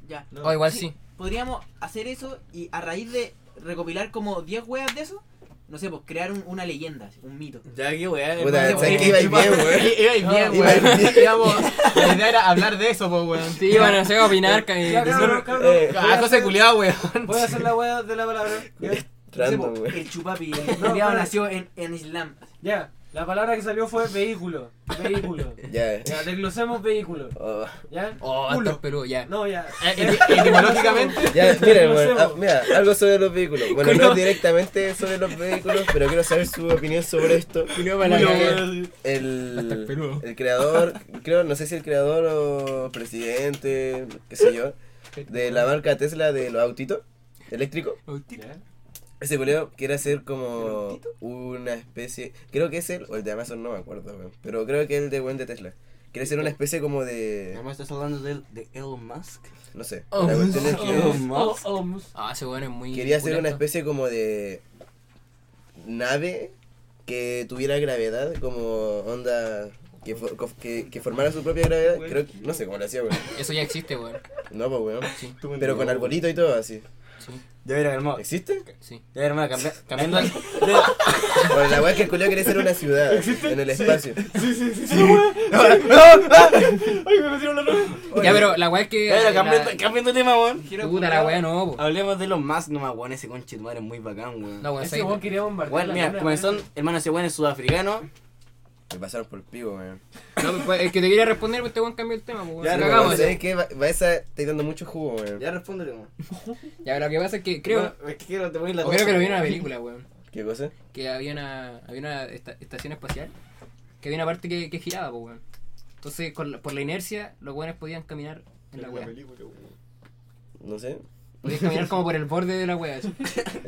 O: Ya.
B: O Oh, igual sí.
O: Podríamos hacer eso y a raíz de recopilar como 10 weas de eso, no sé, pues crear un- una leyenda, así, un mito.
A: Ya, qué wea.
D: Puta,
A: hermano,
D: ¿sabes
A: weón.
D: qué iba bien, weón?
B: Iba bien,
D: Iba bien.
C: Digamos, la idea era hablar de eso, pues, weón.
B: Sí, iban a hacer opinar. que-
M: Ya, cabrón, cabrón.
D: Eh,
M: Voy a
C: Ah, José
M: hacer-
C: culiado, weón.
M: Voy a hacer la weá de la palabra. Ya.
D: Random,
O: Sí, po,
D: weón.
O: pues, el chupapi, el
M: pero-
O: culiao nació en, en Islam.
M: Ya, la palabra que salió fue vehículo. Vehículo.
D: Ya.
M: Ya, desglosemos vehículo.
D: Oh.
M: ¿Ya?
B: Oh, hasta el Perú, ya. Eh,
M: No, ya.
C: Etimológicamente,
D: Ya, mira,
M: No sé,
D: bueno, ah,
M: po.
D: mira, algo sobre los vehículos. Bueno, no directamente sobre los vehículos, pero quiero saber su opinión sobre esto.
B: Culiao para la caga. Hasta el
D: El,
B: Perú.
D: el creador, creo, no sé si el creador o presidente, qué sé yo, de la marca Tesla de los autitos eléctricos.
M: Ya.
D: Ese culeo quiere hacer como una especie, creo que es el, o el de Amazon, no me acuerdo, weón, pero creo que es el de buen de Tesla. Quiere hacer una especie como de,
A: Además, estás hablando de, de Elon Musk.
D: no sé,
B: Oh,
D: la cuestión es que-
A: Elon
M: Oh,
A: Musk.
M: oh,
B: Ah, ese weón es muy.
D: Quería hacer una
B: opulento.
D: especie como de nave que tuviera gravedad, como onda que, fo- co- que, que formara su propia gravedad. Creo que, no sé cómo lo hacía, weón.
B: Eso ya existe, weón.
D: No, pues weón.
B: Sí,
D: Pero con arbolito y todo así.
B: sí,
A: Ya, mira, hermano.
D: ¿Existe?
B: sí.
A: Ya, hermano, cambia- cambiando. al-
D: Bueno, la weá es que el culiao quiere ser una ciudad en el espacio.
M: Ay, me metieron la nave.
B: Ya, pero la weá es que. eh,
A: Ya, mira, cambiando,
B: la-
A: cambiando de tema, weón.
B: Puta, la weá no, po.
A: Hablemos de Elon Musk, no más, weón. Ese conche tu madre es muy bacán, weón.
B: No, weón,
M: Ese
B: sí.
M: weón quería bombardear.
A: Bueno,
M: la
A: mira,
M: luna,
A: comenzó,
M: weón.
A: hermano, ese weón es sudafricano.
D: Me pasaron por el pico, weón.
B: No, pues, el que te quería responder, pues este weón cambió el tema, po, weón.
A: Ya,
B: Se
A: no,
B: cagamos,
A: weón,
B: ya.
D: ¿Sabes qué? Va, va esa está dando mucho jugo, weón.
A: Ya respóndele, weón.
B: Ya, lo que pasa es que creo.
A: Bueno, es que quiero, te voy a ir la
B: o creo que lo vi en una película, weón.
D: ¿Qué cosa?
B: que había una, había una esta- estación espacial, que había una parte que, que giraba, pues, weón. Entonces, con la- por la inercia, los weones podían caminar en la weá.
D: No sé.
B: Podían caminar como por el borde de la weá. así.
D: En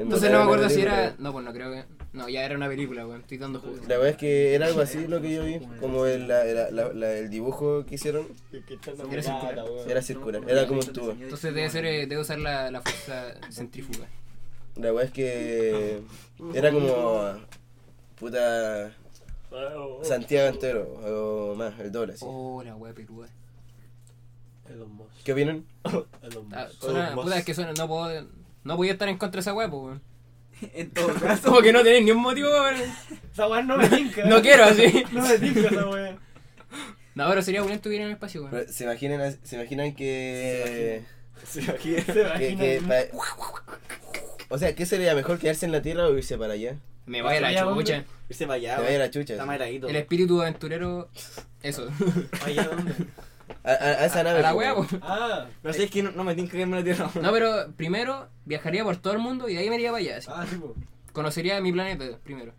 B: Entonces, no
D: verdad
B: me
D: era
B: acuerdo
D: una
B: si
D: película,
B: era.
D: weón.
B: No, pues no creo que. No, ya era una película, weón. Estoy dando jugo.
D: La weá es que era algo así lo que yo vi, como el, la- la- la- la- el dibujo que hicieron.
B: Era circular.
D: Era circular, era como un tubo.
B: Entonces, debe ser. eh, debe usar la, la fuerza centrífuga.
D: La weá es que era como puta Santiago entero o más, el doble así.
B: Oh, la weá peluda.
M: Elon Musk.
D: ¿Qué opinan?
M: Elon
B: Ah,
M: Musk.
B: suena-
M: Elon Musk.
B: puta, es que suena, no puedo, no podía estar en contra de esa weá, pues, weón.
E: En todo
B: Es
E: caso.
B: como que no tenés ni un motivo para...
M: Esa weá no me tinca. eh.
B: No quiero, así.
M: No me tinca esa weá.
B: No, pero sería bueno estuviera en el espacio, weón.
D: Pero, ¿Se imaginan, as- se imaginan que...
M: Se imagina, se
D: que,
M: imagina.
D: que pa- O sea, ¿qué sería mejor quedarse en la Tierra o irse para allá?
B: Me voy a la
M: Vaya,
B: chucha.
M: hombre.
A: Irse para allá,
D: Te vaya
A: weón.
D: la chucha.
A: Está
D: así.
A: maradito.
B: El espíritu aventurero, eso.
A: Vaya, ¿dónde?
D: A, a- a esa
B: A
D: nave.
B: la
D: po,
B: wea,
D: weón.
B: po.
M: Ah,
A: No sé, es que no, no me tienen que irme a la tierra.
B: No, pero primero viajaría por todo el mundo y de ahí me iría para allá. así.
M: ah, sí, po.
B: Conocería mi planeta primero.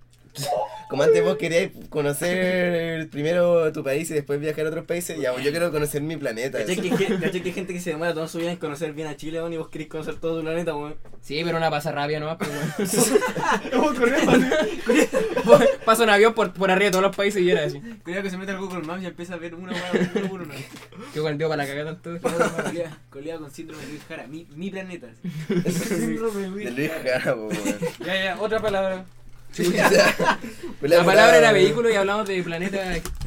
D: Como antes vos querías conocer primero tu país y después viajar a otros países, ya, yo quiero conocer mi planeta.
A: Caché que, gen- caché que hay gente que se demora toda su vida en conocer bien a Chile, weón, y vos querés conocer todo tu planeta, weón.
B: Sí, pero una pasa rabia nomás, pues, weón.
M: Estamos corriendo así.
B: Pasa un avión por, por arriba de todos los países y era así.
E: Cuidado que se mete al Google Maps y empieza a ver una hueá, uno por uno.
B: Que con el dedo para la cagada tanto.
E: Colega- Colega con síndrome de Luis Jara, mi, mi planeta. así.
M: Síndrome de
D: De
M: Luis.
D: Luis Jara, po, weón.
M: Ya, ya, otra palabra.
D: Pues
B: La palabra era
D: weón.
B: vehículo y hablamos de planeta.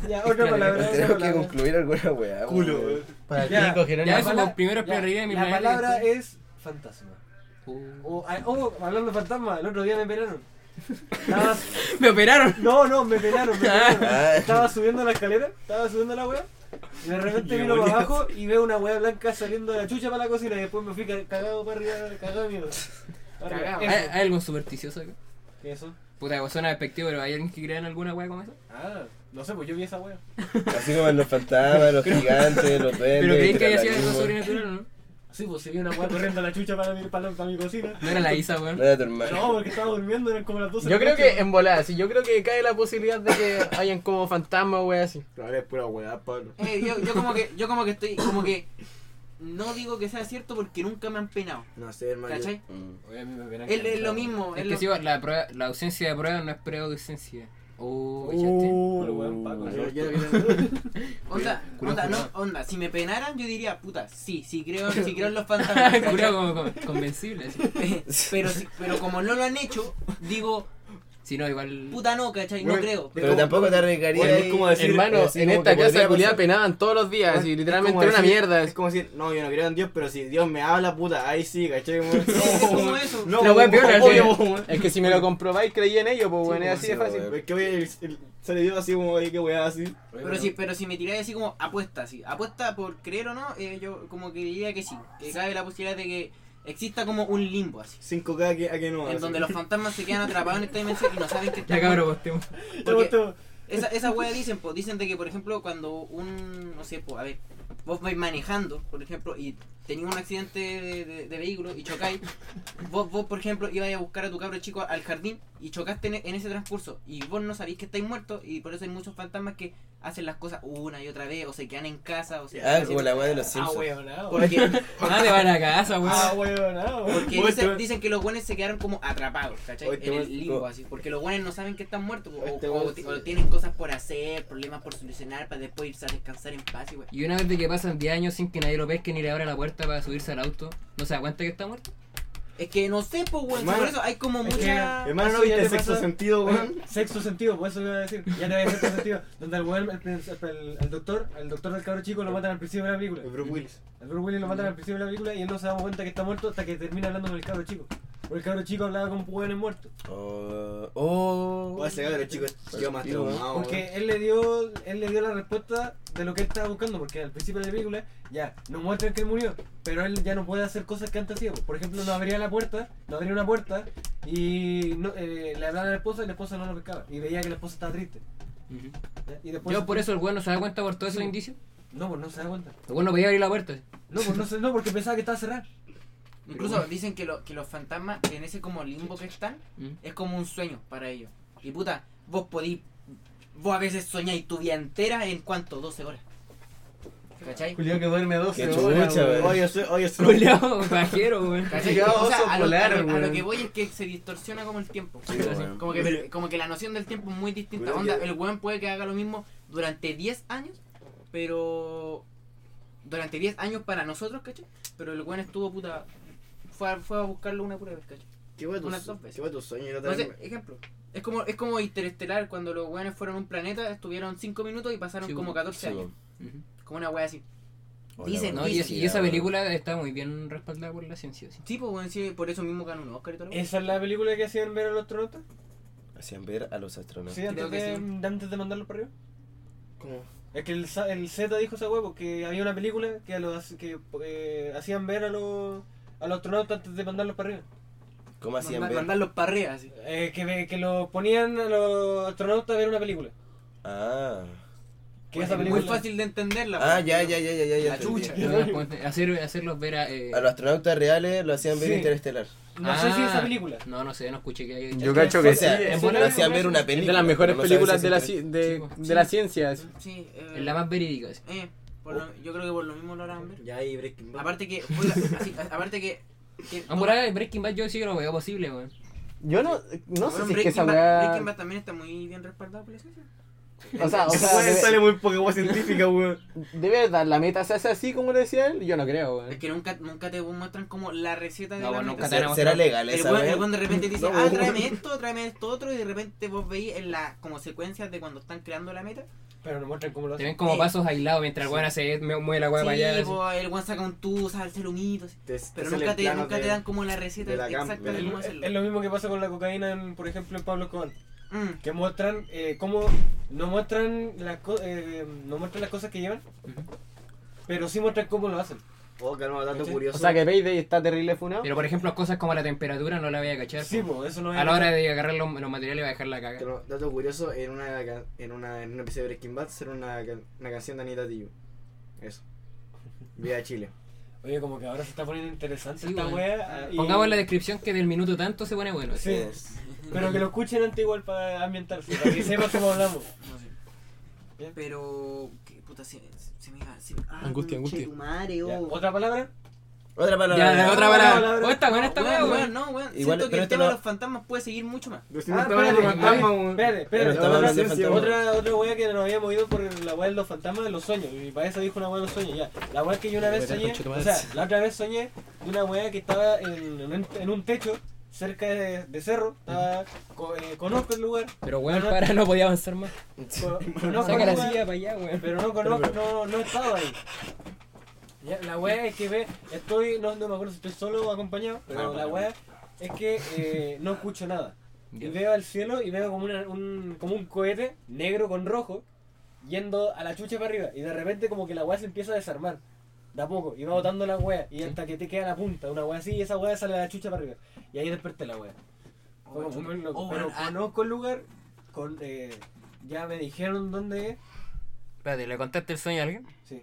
M: Ya, otra
B: Planeta.
M: palabra. otra
D: Tenemos que
M: palabra.
D: concluir alguna weá.
M: Culo,
D: weón.
M: Para el pico,
B: Ya, eso pues, primero exploraría mi
M: La
B: planeta. y
M: palabra
B: después-
M: es fantasma.
B: Uh.
M: O, ah, oh, hablando de fantasma, el otro día me pelaron. Estaba-
B: Me operaron.
M: no, no, me pelaron, me pelaron.
D: Ah.
M: Estaba subiendo la escalera, estaba subiendo la wea. Y de repente miro para abajo y veo una wea blanca saliendo de la chucha para la cocina. Y después me fui ca- cagado para arriba, cagado de miedo. Arriba.
E: Cagado.
B: ¿Hay,
M: Eso.
B: hay algo supersticioso acá?
M: ¿Qué es eso?
B: Puta, suena despectivo, pero ¿hay alguien que crea en alguna wea como eso?
M: Ah, no sé, pues yo vi esa wea.
D: Así como en los fantasmas, los gigantes, los duendes. este,
B: Pero creí que había sido algo
D: tiralarimos.
B: sobrenatural, ¿o ¿no?
M: Sí, pues si vi una wea corriendo a la chucha para mi, para, para mi cocina.
B: No era la Isa, weón.
D: No era tu hermano.
M: No, porque estaba durmiendo, eran como las 12 de
C: Yo
M: la
C: creo
M: noche,
C: que en volada, sí, yo creo que cae la posibilidad de que hayan como fantasmas, wey, así. Pero es pura weá, Pablo.
E: Eh, yo, yo como que, yo como que estoy, como que no digo que sea cierto porque nunca me han penado.
P: No sé, hermano. yo-
E: ¿Cachai?
D: Mm.
M: Oye, a mí me verán
E: Es, es lo
M: cansado.
E: mismo.
B: Es
E: es
B: que
E: lo-
B: sí, la, prueba, la ausencia de prueba no es preausencia. Oh, ¿cachaste?
M: Uh, el weón Paco.
P: yo-
M: yo-
P: yo- yo-
E: Onda, onda, no, onda, si me penaran yo diría, puta, sí, sí creo, sí creo en los fantasmas.
B: Ah,
E: ¿cachai?
B: curado como con- convencible. así.
E: pero, si- pero como no lo han hecho, digo,
B: Si no, igual.
E: puta no, ¿cachai? No
A: Bueno,
E: creo.
D: Pero tampoco te arriesgaría.
A: Bueno, es
D: ahí.
A: como decir-
C: Hermano,
D: así
C: en
D: como
C: esta
D: que
C: casa
D: podría
C: culiada
D: pasar.
C: penaban todos los días, así, literalmente
A: Es como
C: era una
A: decir-
C: mierda.
A: Es como decir, no, yo no creo en Dios, pero si Dios me habla, puta, ahí sí, caché, weón.
E: Es
A: No,
E: como
A: weón.
E: eso.
A: No,
C: La wea
A: weón,
C: piola,
A: obvio,
C: sí.
A: weón.
C: Es que si me lo comprobáis, creí en ello, pues bueno, es así de
D: sí,
C: fácil.
D: weón.
A: Es que oye, el, el, sale Dios así como, oye, qué weá, así.
E: Pero si, pero si me tiráis así como apuesta, así, apuesta por creer o no, eh, yo como que diría que sí, que cabe la posibilidad de que exista como un limbo así.
A: 5K a que, a que no.
E: En
A: así.
E: donde los fantasmas se quedan atrapados en esta dimensión y no saben que
B: Ya
E: están
B: cabrón, postemos.
E: porque-
M: Yo-
E: Esa, esa wea dicen, po, dicen de que, por ejemplo, cuando un, no sé, po, a ver, vos vais manejando, por ejemplo, y tenías un accidente de, de- de vehículo y chocáis, vos, vos, por ejemplo, ibais a buscar a tu cabro chico al jardín y chocaste en, e- en ese transcurso y vos no sabéis que estáis muertos y por eso hay muchos fantasmas que hacen las cosas una y otra vez o se quedan en casa o se...
D: Ah, como la weá de los
M: Ah,
D: Simpsons.
M: weonado.
E: Porque,
B: Ah, te van a la casa,
M: Ah,
B: weón.
M: weonado.
E: porque
A: Oye,
E: dicen,
A: este-
E: dicen que los buenos se quedaron como atrapados, ¿cachai?
A: Oye, este
E: En
A: weón-
E: el limbo, así. Porque los buenos no saben que están muertos, po, o,
A: Este
E: o
A: weón-
E: ti- o tienen cosas por hacer, problemas por solucionar, para después irse a descansar en paz y wea.
B: Y una vez de que pasan 10 años sin que nadie lo pesque ni le abra la puerta para subirse al auto, ¿no se da cuenta que está muerto?
E: Es que no sé, pues, weón. si
A: Hermano,
E: por eso hay como
M: es que-
E: mucha.
A: Hermano, ¿no
M: Eso ya
A: viste
M: te
A: sexto
M: pasa-
A: sentido, weón?
M: Sexto sentido, por eso iba a decir. Ya te voy a decir sexto sentido. Donde al weón, el, prin- el- el doctor, al doctor del cabro chico lo matan al principio de la película.
A: El Bruce Willis.
M: Al Bruce Willis lo matan al principio de la película y él no se da cuenta que está muerto hasta que termina hablando con el cabro chico. Porque el cabro chico hablaba con weones muertos.
D: Oh. oh.
A: Voy a sacar los chicos, yo más traumado, Ah, weón.
M: Porque él le dio él le dio la respuesta de lo que él estaba buscando. Porque al principio de la película ya nos muestran que él murió, pero él ya no puede hacer cosas que antes hacía. Por ejemplo, no abría la puerta, no abría una puerta y no- eh, le hablaba a la esposa y la esposa no lo pescaba. Y veía que la esposa estaba triste. ¿ya? Y después
B: Yo por eso el weón no se da cuenta por todos esos indicios.
M: No, pues no se da cuenta.
B: El weón no podía abrir la puerta.
M: No, pues no, se, no porque pensaba que estaba cerrada.
E: Incluso dicen que, lo- que los fantasmas en ese como limbo que están
B: Mm.
E: es como un sueño para ellos. Y puta, vos podís. Vos a veces soñáis tu vida entera en cuánto? 12 horas. ¿Cachai?
C: Julio que duerme 12
D: Qué chucha, weón.
A: Oye, soy, oye, soy.
B: Julio, pajero, weón.
E: ¿Cachai?
C: Llegaba
E: O sea,
C: oso
E: a lo,
C: polar,
E: a lo- a lo
C: weón.
E: que voy es que se distorsiona como el tiempo.
D: Sí, weón.
E: como, que, como que la noción del tiempo es muy distinta.
A: Cuidado
E: Onda,
A: que-
E: el weón puede que haga lo mismo durante 10 años, pero. Durante 10 años para nosotros, ¿cachai? Pero el weón estuvo puta. Fue a, fue a buscarlo una pura vez, ¿cachai?
P: ¿Qué fue
E: Unas dos veces.
P: tu- qué fue tu sueño? Y la otra
E: No
P: vez
E: sé, ejemplo. Es como, es como Interestelar, cuando los weones fueron a un planeta, estuvieron 5 minutos y pasaron
B: Sí,
E: como
B: weón.
E: 14
D: Sí,
E: años.
D: weón.
B: Ujú.
E: Como una wea así. Dicen,
B: No, y,
E: dicen.
B: es- y esa película está muy bien respaldada por la ciencia. sí.
E: Sí, pues, weón, sí, por eso mismo ganó un Oscar y todo.
M: ¿Esa es la película que hacían ver a los astronautas?
D: Hacían ver a los astronautas.
M: Sí, antes
E: Creo que
M: de,
E: sí.
M: antes de mandarlos para arriba.
D: ¿Cómo?
M: Es que el, Sa- el Z dijo esa huevo que había una película que, a los, que eh, hacían ver a los, a los astronautas antes de mandarlos para arriba.
D: ¿Cómo hacían
E: Manda-
D: ver?
E: mandarlos para arriba, así.
M: Eh, que, ve- que lo ponían a los astronautas a ver una película.
D: Ah.
M: Que esa
E: Muy
M: película.
E: fácil de entenderla. pues,
D: Ah,
E: weón.
D: ya, ya, ya, ya, ya. ya
E: La
D: entendí.
E: chucha.
B: Hacer, hacerlos ver a. eh,
D: A los astronautas reales lo hacían ver
M: Sí.
D: Interestelar.
M: No sé si esa
B: ah,
M: película.
B: No, no sé, no escuché que haya.
C: Yo cacho
D: O
C: que sí.
D: sea,
C: Es
D: lo
M: una-
D: hacían ver una película.
C: de las mejores
D: pero no sabes
C: películas
D: si
C: de la,
D: es
C: ci-
D: Interestelar.
C: de,
B: Sí,
C: de la ciencia. así.
E: Sí, eh,
B: Es la más verídica. sí.
E: eh, por lo- yo creo que por lo mismo lo harán ver.
P: Ya ahí Breaking Bad.
E: Aparte que, oiga, así, a- aparte que. que
B: Ah, por ahí, Breaking Bad yo sí que lo veo posible, weón.
C: Yo no, no sé
E: Bueno,
C: si es que
E: Breaking
C: esa
E: Bad-
C: weá.
E: Breaking Bad también está muy bien respaldado por la ciencia.
C: O sea, o sea,
A: Weón, sale
C: de,
A: muy poca hueá científica, weón.
C: de verdad, la meta se hace así como le decía él. Yo no creo,
E: Es
C: weón.
E: que nunca, nunca te muestran como la receta de
B: No,
E: la
B: bueno,
E: meta.
B: nunca te-
D: ¿Será- ¿Será legal
E: El
D: esa
E: weón,
P: ¿eh?
D: wea?
E: el weón de repente te dice,
D: No,
E: ah,
D: weón.
E: tráeme esto, tráeme esto otro, y de repente vos veis en la, como secuencias de cuando están creando la meta.
M: Pero no muestran cómo lo
B: Te
M: hacen.
B: ven como
E: Sí.
B: pasos aislados mientras el weón hace, mue- mueve la weá para allá.
E: sí,
B: así.
E: po, el weón saca un tubo, salsa el humito, así.
P: Te- te
E: pero
P: sale
E: nunca,
P: el
E: te,
P: plano
E: nunca
P: de-
E: te dan como la receta
P: de la
E: exacta
P: cámara.
E: de
M: Es
E: cómo
M: lo-
E: hacerlo.
M: Es lo mismo que pasa con la cocaína, en, por ejemplo, en Pablo Escobar.
E: Mm.
M: que muestran eh, cómo no muestran las co- eh, no muestran las cosas que llevan pero sí muestran cómo lo hacen
P: Oh, calma, dato
M: ¿Cachai?
C: O
P: curioso.
C: sea que Payday está terrible funado.
B: Pero por ejemplo, cosas como la temperatura no la voy a cachar.
M: sí
B: po.
M: po, eso no es
B: a la hora de agarrar los, los materiales va a dejar la caga.
P: Pero, dato curioso, en una, ca- en una en un episodio de Breaking Bad será una, ca- una canción de Anita Tijoux. Eso. Viva Chile.
M: oye como que ahora se está poniendo interesante
B: Sí, Ah,
M: esta
B: bueno.
M: wea y-
B: Pongamos en la descripción que del minuto tanto se pone bueno.
M: sí pero que lo escuchen antes igual para ambientarse para que sepan cómo hablamos
E: No sé.
M: Bien.
E: Pero, qué puta, se, se- se me iba. Se, ah,
C: Angustia, angustia.
E: conchetumare,
M: Ya,
E: oh.
M: otra palabra
D: Otra
B: Ya, la otra
D: palabra.
M: No,
B: palabra.
M: no, no, no.
B: Oh, está buena esta
E: No,
B: weá,
E: weón,
B: weón.
E: weón, no, weón. este
D: Igual,
E: Siento
D: pero
E: que el
D: esto
E: tema
D: no-
E: de los fantasmas puede seguir mucho más.
P: Yo
M: Ah, espérate,
D: Pero
M: espérate,
D: estaba hablando de
M: otra-
D: fantasma.
M: otra, otra wea que nos habíamos ido por la wea de los fantasmas de los sueños. Y para eso dijo una wea de los sueños, ya. La wea que yo una vez soñé, o sea, la otra vez soñé de una wea que estaba en, en un- en un techo cerca de, de cerro. Estaba, co- eh, conozco el lugar,
B: Pero weón, para, no podía avanzar más.
M: co- conozco
B: Saca
M: el
B: la
M: lugar,
B: silla para allá, weón.
M: pero no conozco, no, no he estado ahí. Ya, la wea es que ve, estoy, no, no me acuerdo si estoy solo o acompañado,
E: Ah,
M: pero la wea es que eh, no escucho nada. Y veo al cielo y veo como, una- un, como un cohete negro con rojo yendo a la chucha para arriba. Y de repente como que la weá se empieza a desarmar. De a poco. Y va botando la weá. Y hasta que te queda la punta. Una weá así y esa weá sale a la chucha para arriba. Y ahí desperté la weá. Fue como muy loco.
E: Oh,
M: Pero
E: bueno, ah.
M: conozco el lugar. Con, eh, ya me dijeron dónde es.
B: Espérate, ¿le contaste el sueño a alguien?
M: Sí.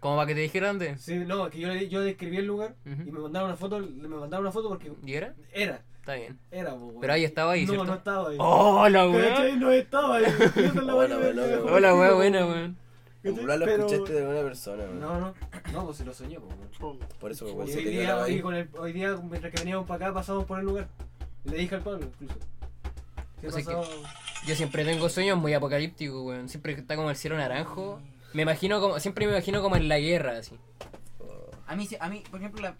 B: ¿Cómo para que te dijera dónde?
M: Sí, no, es que yo, le- yo describí el lugar.
B: Ujú.
M: Y me mandaron una foto. Me mandaron una foto porque
B: ¿Y era?
M: era.
B: Está bien.
M: Era, po, weón.
B: Pero ahí estaba ahí,
M: No,
B: ¿cierto?
M: no estaba ahí.
B: ¡Oh, la
M: ¿Cachai? No estaba ahí. Esa es la
D: Hola,
M: weá que me
D: hola,
M: dejó.
B: Hola, weón, buena, weón.
D: Lo lo
M: Pero-
D: escuchaste de alguna persona, weón.
M: No, no, no, pues se lo soñé. Pues, weón.
E: Oh,
D: Por eso como
M: Y
D: se
M: hoy,
D: te dio la
M: día, hoy,
D: vaina.
M: con el, hoy día, mientras que veníamos para acá, pasamos por el lugar. Le dije al Pablo, incluso. ¿Qué
B: O sea
M: pasó?
B: Yo siempre tengo sueños muy apocalípticos, weón. Siempre está como el cielo naranjo. Me imagino como, siempre me imagino como en la guerra, así.
E: A mí, sí- a mí por ejemplo, la.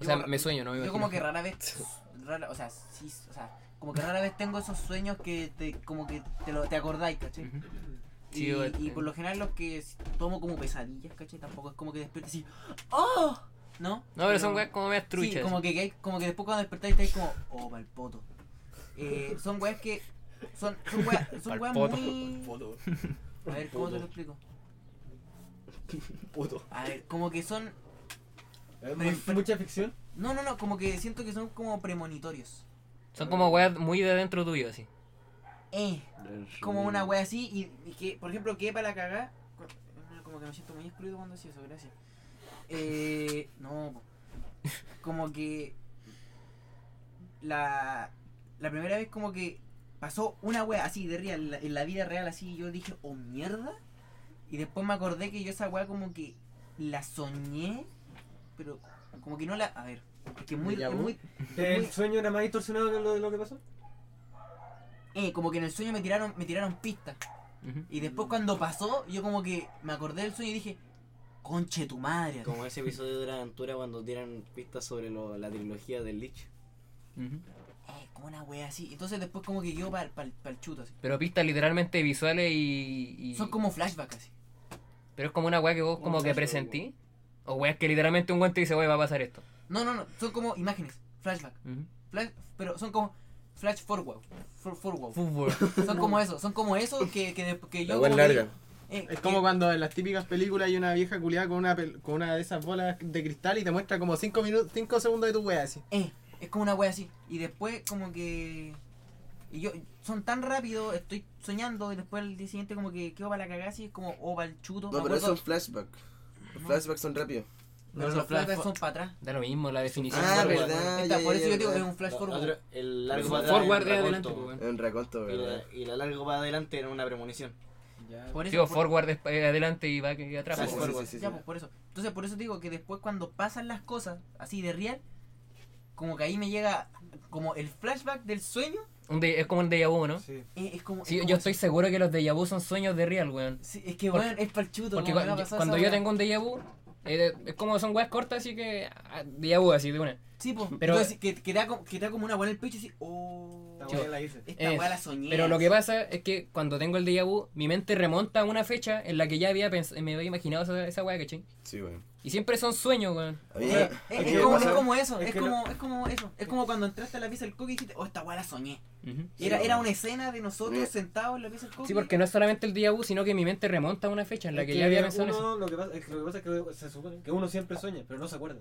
B: O sea,
E: yo-
B: me sueño, ¿no? Me
E: Yo
B: imagino.
E: como que rara vez, rara- o sea, sí, o sea, como que rara vez tengo esos sueños que te, como que te, lo, te acordáis, ¿cachai?
B: Ujú. Sí,
E: Y,
B: igual,
E: y
B: eh.
E: por lo general los que s- tomo como pesadillas, ¿cachai? Tampoco es como que despiertes y ¡Oh! ¿No?
B: No, pero son weas como meas truchas.
E: Sí, como que, que hay- como que después cuando despertáis estáis como, oh, palpoto. Eh, son weas que. Son, son weas, son weas
B: Palpoto.
E: muy. A ver, ¿cómo te lo explico? A ver, como que son.
M: ¿Es mu- ¿Mucha ficción?
E: No, no, no, como que siento que son como premonitorios.
B: Son como weas muy de adentro tuyo, así.
E: Eh, como una wea así y, y que, por ejemplo, que para la cagá. cu- no, Como que me siento muy excluido cuando hacía eso, gracias. Eh, no, po. como que la, la primera vez como que pasó una wea así de real, en la- en la vida real así, y yo dije, oh mierda. Y después me acordé que yo esa wea como que la soñé, pero como que no la... A ver, es que muy...
C: ¿Ya
E: es
C: vos?
E: muy
M: ¿El sueño era más distorsionado que lo de lo que pasó?
E: eh, como que en el sueño me tiraron, me tiraron pistas.
B: Ujú.
E: Y
D: Mm.
E: después cuando pasó, yo como que me acordé del sueño y dije, conche tu madre.
P: Como ese episodio de la aventura cuando tiran pistas sobre lo- la trilogía del Lich.
B: Ujú.
E: Eh, como una wea así. Entonces después como que quedó para el chuto así.
B: Pero pistas literalmente visuales y. y-
E: Son como flashbacks así.
B: Pero es como una weá que vos como que presentí. O weas que literalmente un guante dice, wey, va a pasar esto.
E: No, no, no, son como imágenes, flashback.
B: Ujú.
E: Flash- pero son como flash forward. for- forward.
B: Fútbol.
E: Son como eso, son como eso que, que, de- que yo.
D: La wea
E: como que-
D: larga.
E: eh,
C: Es
E: que-
C: como cuando en las típicas películas hay una vieja culiada con una, pel- con una de esas bolas de cristal y te muestra como 5 minutos, 5 segundos de tu wea así.
E: eh, es como una wea así. Y después, como que. Y yo, son tan rápido, estoy soñando y después el día siguiente, como que quedo para la cagada así, es como, o para el chuto.
D: No,
E: me
D: pero eso
E: acuerdo,
D: es flashback. Los flashbacks son rápidos.
E: pero
B: no, flash
E: los flashbacks
B: fo-
E: son para atrás.
B: Da lo mismo la definición.
D: Ah,
B: forward.
D: verdad.
E: Esta,
D: ya,
E: por
D: ya,
E: eso
D: ya,
E: yo digo
D: ya.
E: es un flash forward.
A: Otro- el largo para atrás.
B: Forward
A: era
B: es
A: un
B: adelante,
A: raconto,
B: pues,
D: Es un raconto,
A: y la-
D: ¿verdad?
A: Y la largo para adelante era una premonición.
E: Por eso,
B: Digo,
E: por-
B: forward es eh, adelante y va que- que atrás.
D: Sí,
B: pues,
D: sí,
B: forward.
D: sí, sí, sí.
E: Ya, pues por eso. Entonces, por eso digo que después cuando pasan las cosas así de real, como que ahí me llega como el flashback del sueño,
B: Un de- es como un déjà vu, ¿no?
M: Sí.
E: eh, es como...
B: Sí,
E: es como
B: yo
E: eso.
B: estoy seguro que los déjà vu son sueños de real, weón.
E: Sí, es que,
B: Porque-
E: bueno, es palchuto.
B: Porque
E: ¿no?
B: cua-
E: Me va a
B: yo-
E: pasar
B: cuando
E: esa
B: yo
E: weá.
B: tengo un déjà vu, eh, es como son weas cortas, así que. ah, déjà vu, así de una.
E: Sí, pues,
B: pero-
E: pero... que, que, te da como, que te da como una buena el pecho y así, oh...
M: Esta
B: Yo-
M: weá la hice.
E: Esta
B: Eh,
E: weá la soñé.
B: Pero lo que pasa es que cuando tengo el déjà vu, mi mente remonta a una fecha en la que ya había pens- me había imaginado esa, esa wea, ¿cachai?
D: Sí, weón.
B: Y siempre son sueños, weón.
D: A mí-
E: Eh, eh,
D: a mí
E: es,
D: me
E: como,
D: pasa-
E: es como eso,
M: Es
E: es,
M: que
E: como, es como eso. Es como cuando entraste a la pieza del coque y dijiste, oh, esta weá la soñé.
B: Ujú.
E: Y era,
D: Sí,
E: era
D: weón.
E: una escena de nosotros
D: Mira.
E: sentados en la pieza del coque.
B: Sí, porque no es solamente el déjà vu, sino que mi mente remonta a una fecha en la
M: Es
B: que, ya había pensado en eso.
M: uno, lo, que pasa, es que lo que pasa es que se supone que uno siempre sueña, pero no se acuerda.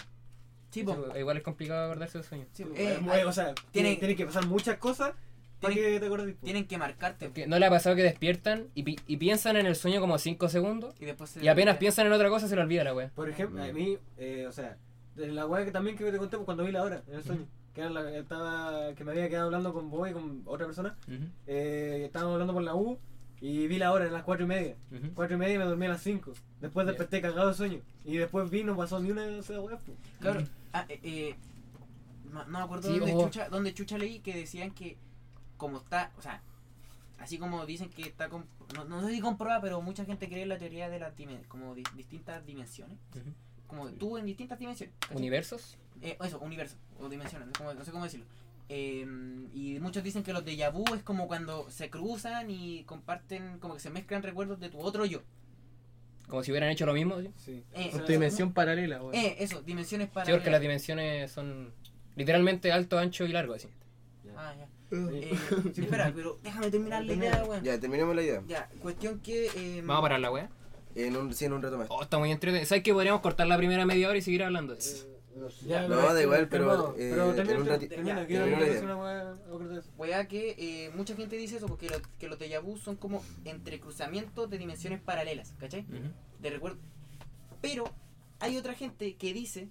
E: Sí, po.
B: Sí, pues, Igual es complicado acordarse de sueños.
E: Sí, po.
M: Eh,
E: Eh,
M: o sea, tienen, tienen que pasar muchas cosas para
E: tienen-
M: que te acordes. po.
E: Tienen que marcarte.
B: Pues, Porque ¿No le ha pasado que despiertan y, pi- y piensan en el sueño como 5 segundos?
E: Y, después se-
B: Y apenas piensan en otra cosa se le olvida la wea.
M: Por ejemplo,
B: Mm.
M: a mí, eh, o sea, de la weá que también que te conté pues, cuando vi la hora en el sueño, que, era la, estaba, que me había quedado hablando con vos y con otra persona,
B: Ujú,
M: eh, estábamos hablando por la U y vi la hora, en las cuatro y media.
B: ujú.
M: Cuatro y media y me dormí a las cinco. Después desperté cagado de sueño. Y después vi, no pasó ni una pues. de esas weas. po.
E: Cabrón, ah, eh, eh, no, no me acuerdo
B: Sí, oh.
E: dónde,
B: o-
E: chucha, dónde chucha leí que decían que como está, o sea, así como dicen que está, comp- no, no sé si comprobada, pero mucha gente cree en la teoría de las dimen- como di- distintas dimensiones.
B: Ujú.
E: Como tú en distintas dimensiones. ¿cachai?
B: ¿Universos?
E: Eh, eso, universo, o dimensiones, no sé cómo, no sé cómo decirlo. Eh, y muchos dicen que los déjà vu es como cuando se cruzan y comparten, como que se mezclan recuerdos de tu otro yo.
B: Como si hubieran hecho lo mismo. ¿sí?
M: Sí.
E: Eh,
C: Tu dimensión paralela, weón.
E: Eh, eso, dimensiones para...
B: Sí, porque las dimensiones son literalmente alto, ancho y largo, así.
E: Ah, ya.
M: Sí.
E: Eh, espera, pero déjame terminar la idea, weón.
D: Ya, terminemos la idea.
E: Ya, cuestión que. eh,
B: Vamos a parar la wea.
D: En un, sí, en un rato más.
B: Oh, está muy entretenido. ¿Sabes que podríamos cortar la primera media hora y seguir hablando?
M: Ya,
D: No, da igual, pero,
M: calmado,
D: eh,
M: pero
D: en
M: termina,
D: un rati-
M: termina,
E: ya,
M: quiero
D: termina la
M: hacer
D: idea.
M: una wea, algo de eso.
E: Weá, que eh, mucha gente dice eso porque lo- que los déjà vu son como entrecruzamientos de dimensiones paralelas, ¿cachai?
B: Ujú.
E: De recuerdo. Pero hay otra gente que dice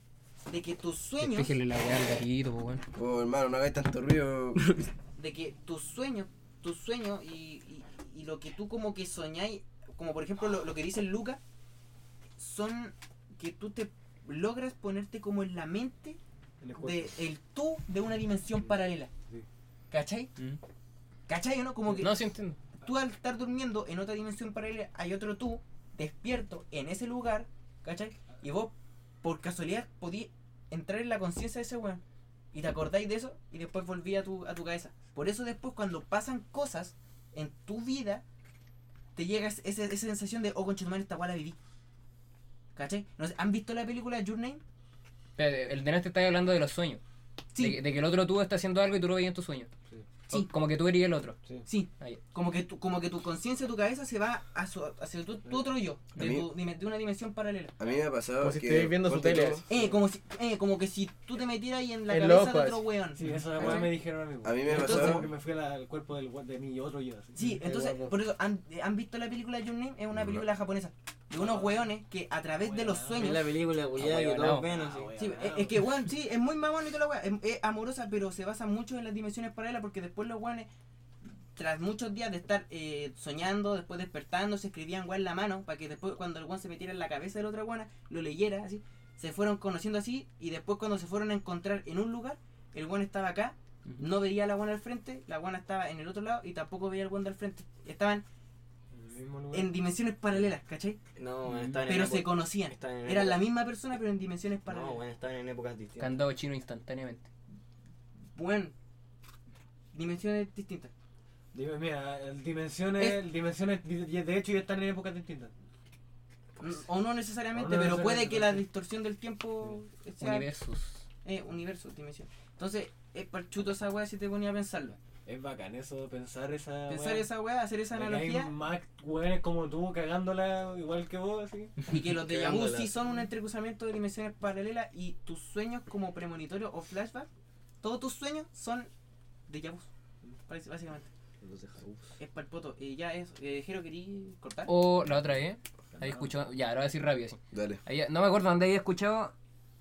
E: de que tus sueños,
B: Fíjale la wea al gatito, po, weón.
D: Oh, hermano, no hagáis tanto ruido.
E: de que tus sueños, tus sueños y, y- y lo que tú como que soñáis, como por ejemplo lo, lo que dice Luca, son que tú te logras ponerte como en la mente
M: En el cuerpo.
E: de el tú de una dimensión paralela.
M: Sí.
E: ¿Cachai?
B: Ujú.
E: ¿Cachai o no? Como que
B: No, sí entiendo.
E: tú al estar durmiendo en otra dimensión paralela hay otro tú despierto en ese lugar, ¿cachai? Y vos por casualidad podías entrar en la conciencia de ese weón. Y te acordáis de eso y después volví a tu, a tu cabeza. Por eso después cuando pasan cosas en tu vida, te llega ese- esa, sensación de, oh, conchetumare, esta weá la viví. ¿Cachai? No sé, ¿Han visto la película Your Name?
B: Espérate, El delante está hablando de los sueños. De, que- de que el otro tú está haciendo algo y tú lo veías en tu sueño.
E: Sí.
B: Como que tú eres el otro.
E: Sí,
M: Ah,
B: Ahí.
E: como que tu, como que tu conciencia, tu cabeza se va a su- hacia tu, tu otro yo, de, tu- dime- de una dimensión paralela.
D: A mí me ha pasado
C: Como si
D: que...
C: estuvierais viendo su
D: ponte
C: tele.
D: tú-
E: Eh, como si, eh, como que si tú te metieras ahí en la
C: El
E: cabeza
C: loco,
E: de otro
C: así.
E: weón.
M: Sí, esa
E: ¿Cachai?
M: weá me dijeron mí. po.
D: A mí me
M: Entonces,
D: pasó-
M: como que me fui a la- al cuerpo del, we- de mi otro yo. así.
E: Sí, entonces,
C: guapo.
E: por eso, ¿han, eh, ¿han visto la película Your Name? Es una
D: No.
E: película japonesa de
M: Ah.
E: unos weones que a través de los
A: Es
E: sueños.
A: la película, culiada,
B: Ah,
A: que
B: weón,
A: todos
B: no.
A: ven, así.
E: Sí, es, es que weón, sí, es muy mamón y toda la weá. Es, es amorosa, pero se basa mucho en las dimensiones paralelas porque después los weones, tras muchos días de estar eh, soñando, después despertando, se escribían weón en la mano para que después cuando el weón se metiera en la cabeza de la otra weona, lo leyera así. Se fueron conociendo así y después cuando se fueron a encontrar en un lugar, el weón estaba acá, no veía a la weona al frente, la weona estaba en el otro lado y tampoco veía al weón del frente. Estaban
M: En el mismo lugar.
E: en dimensiones paralelas, ¿cachai?
A: No, bueno, estaban en
E: Pero
A: época-
E: se conocían.
A: estaban en
E: Eran la
A: época-
E: misma persona pero en dimensiones
A: No,
E: paralelas.
A: bueno, estaban en épocas distintas.
B: Candado chino instantáneamente.
E: Bueno, dimensiones distintas.
M: Dime, mira, el dimensiones,
E: Es-
M: el dimensiones, di- de hecho ya están en épocas distintas.
E: O no necesariamente,
M: Pues, O no
E: pero puede
M: necesariamente,
E: que la
M: sí.
E: distorsión del tiempo sea
B: Universus.
E: eh, universo, dimensión. Entonces, es parchuto esa weá si te ponía a pensarlo.
M: Es bacán eso, pensar esa.
E: Pensar
M: Ah, weá.
E: esa weá, hacer esa
M: De que Hay
E: analogía
M: más weones como tú cagándola igual que vos, así.
E: y que los déjà vu
D: Cagándola.
E: sí son un entrecruzamiento de dimensiones paralelas y tus sueños como premonitorios o flashback, todos tus sueños son déjà vu, parece- básicamente. Es para el poto. Eh, ya es, eh, Jero, ¿querí cortar?
B: O la otra vez, había escuchado, ya, ahora voy a decir rápido así.
D: Dale.
B: Había- no me acuerdo dónde había escuchado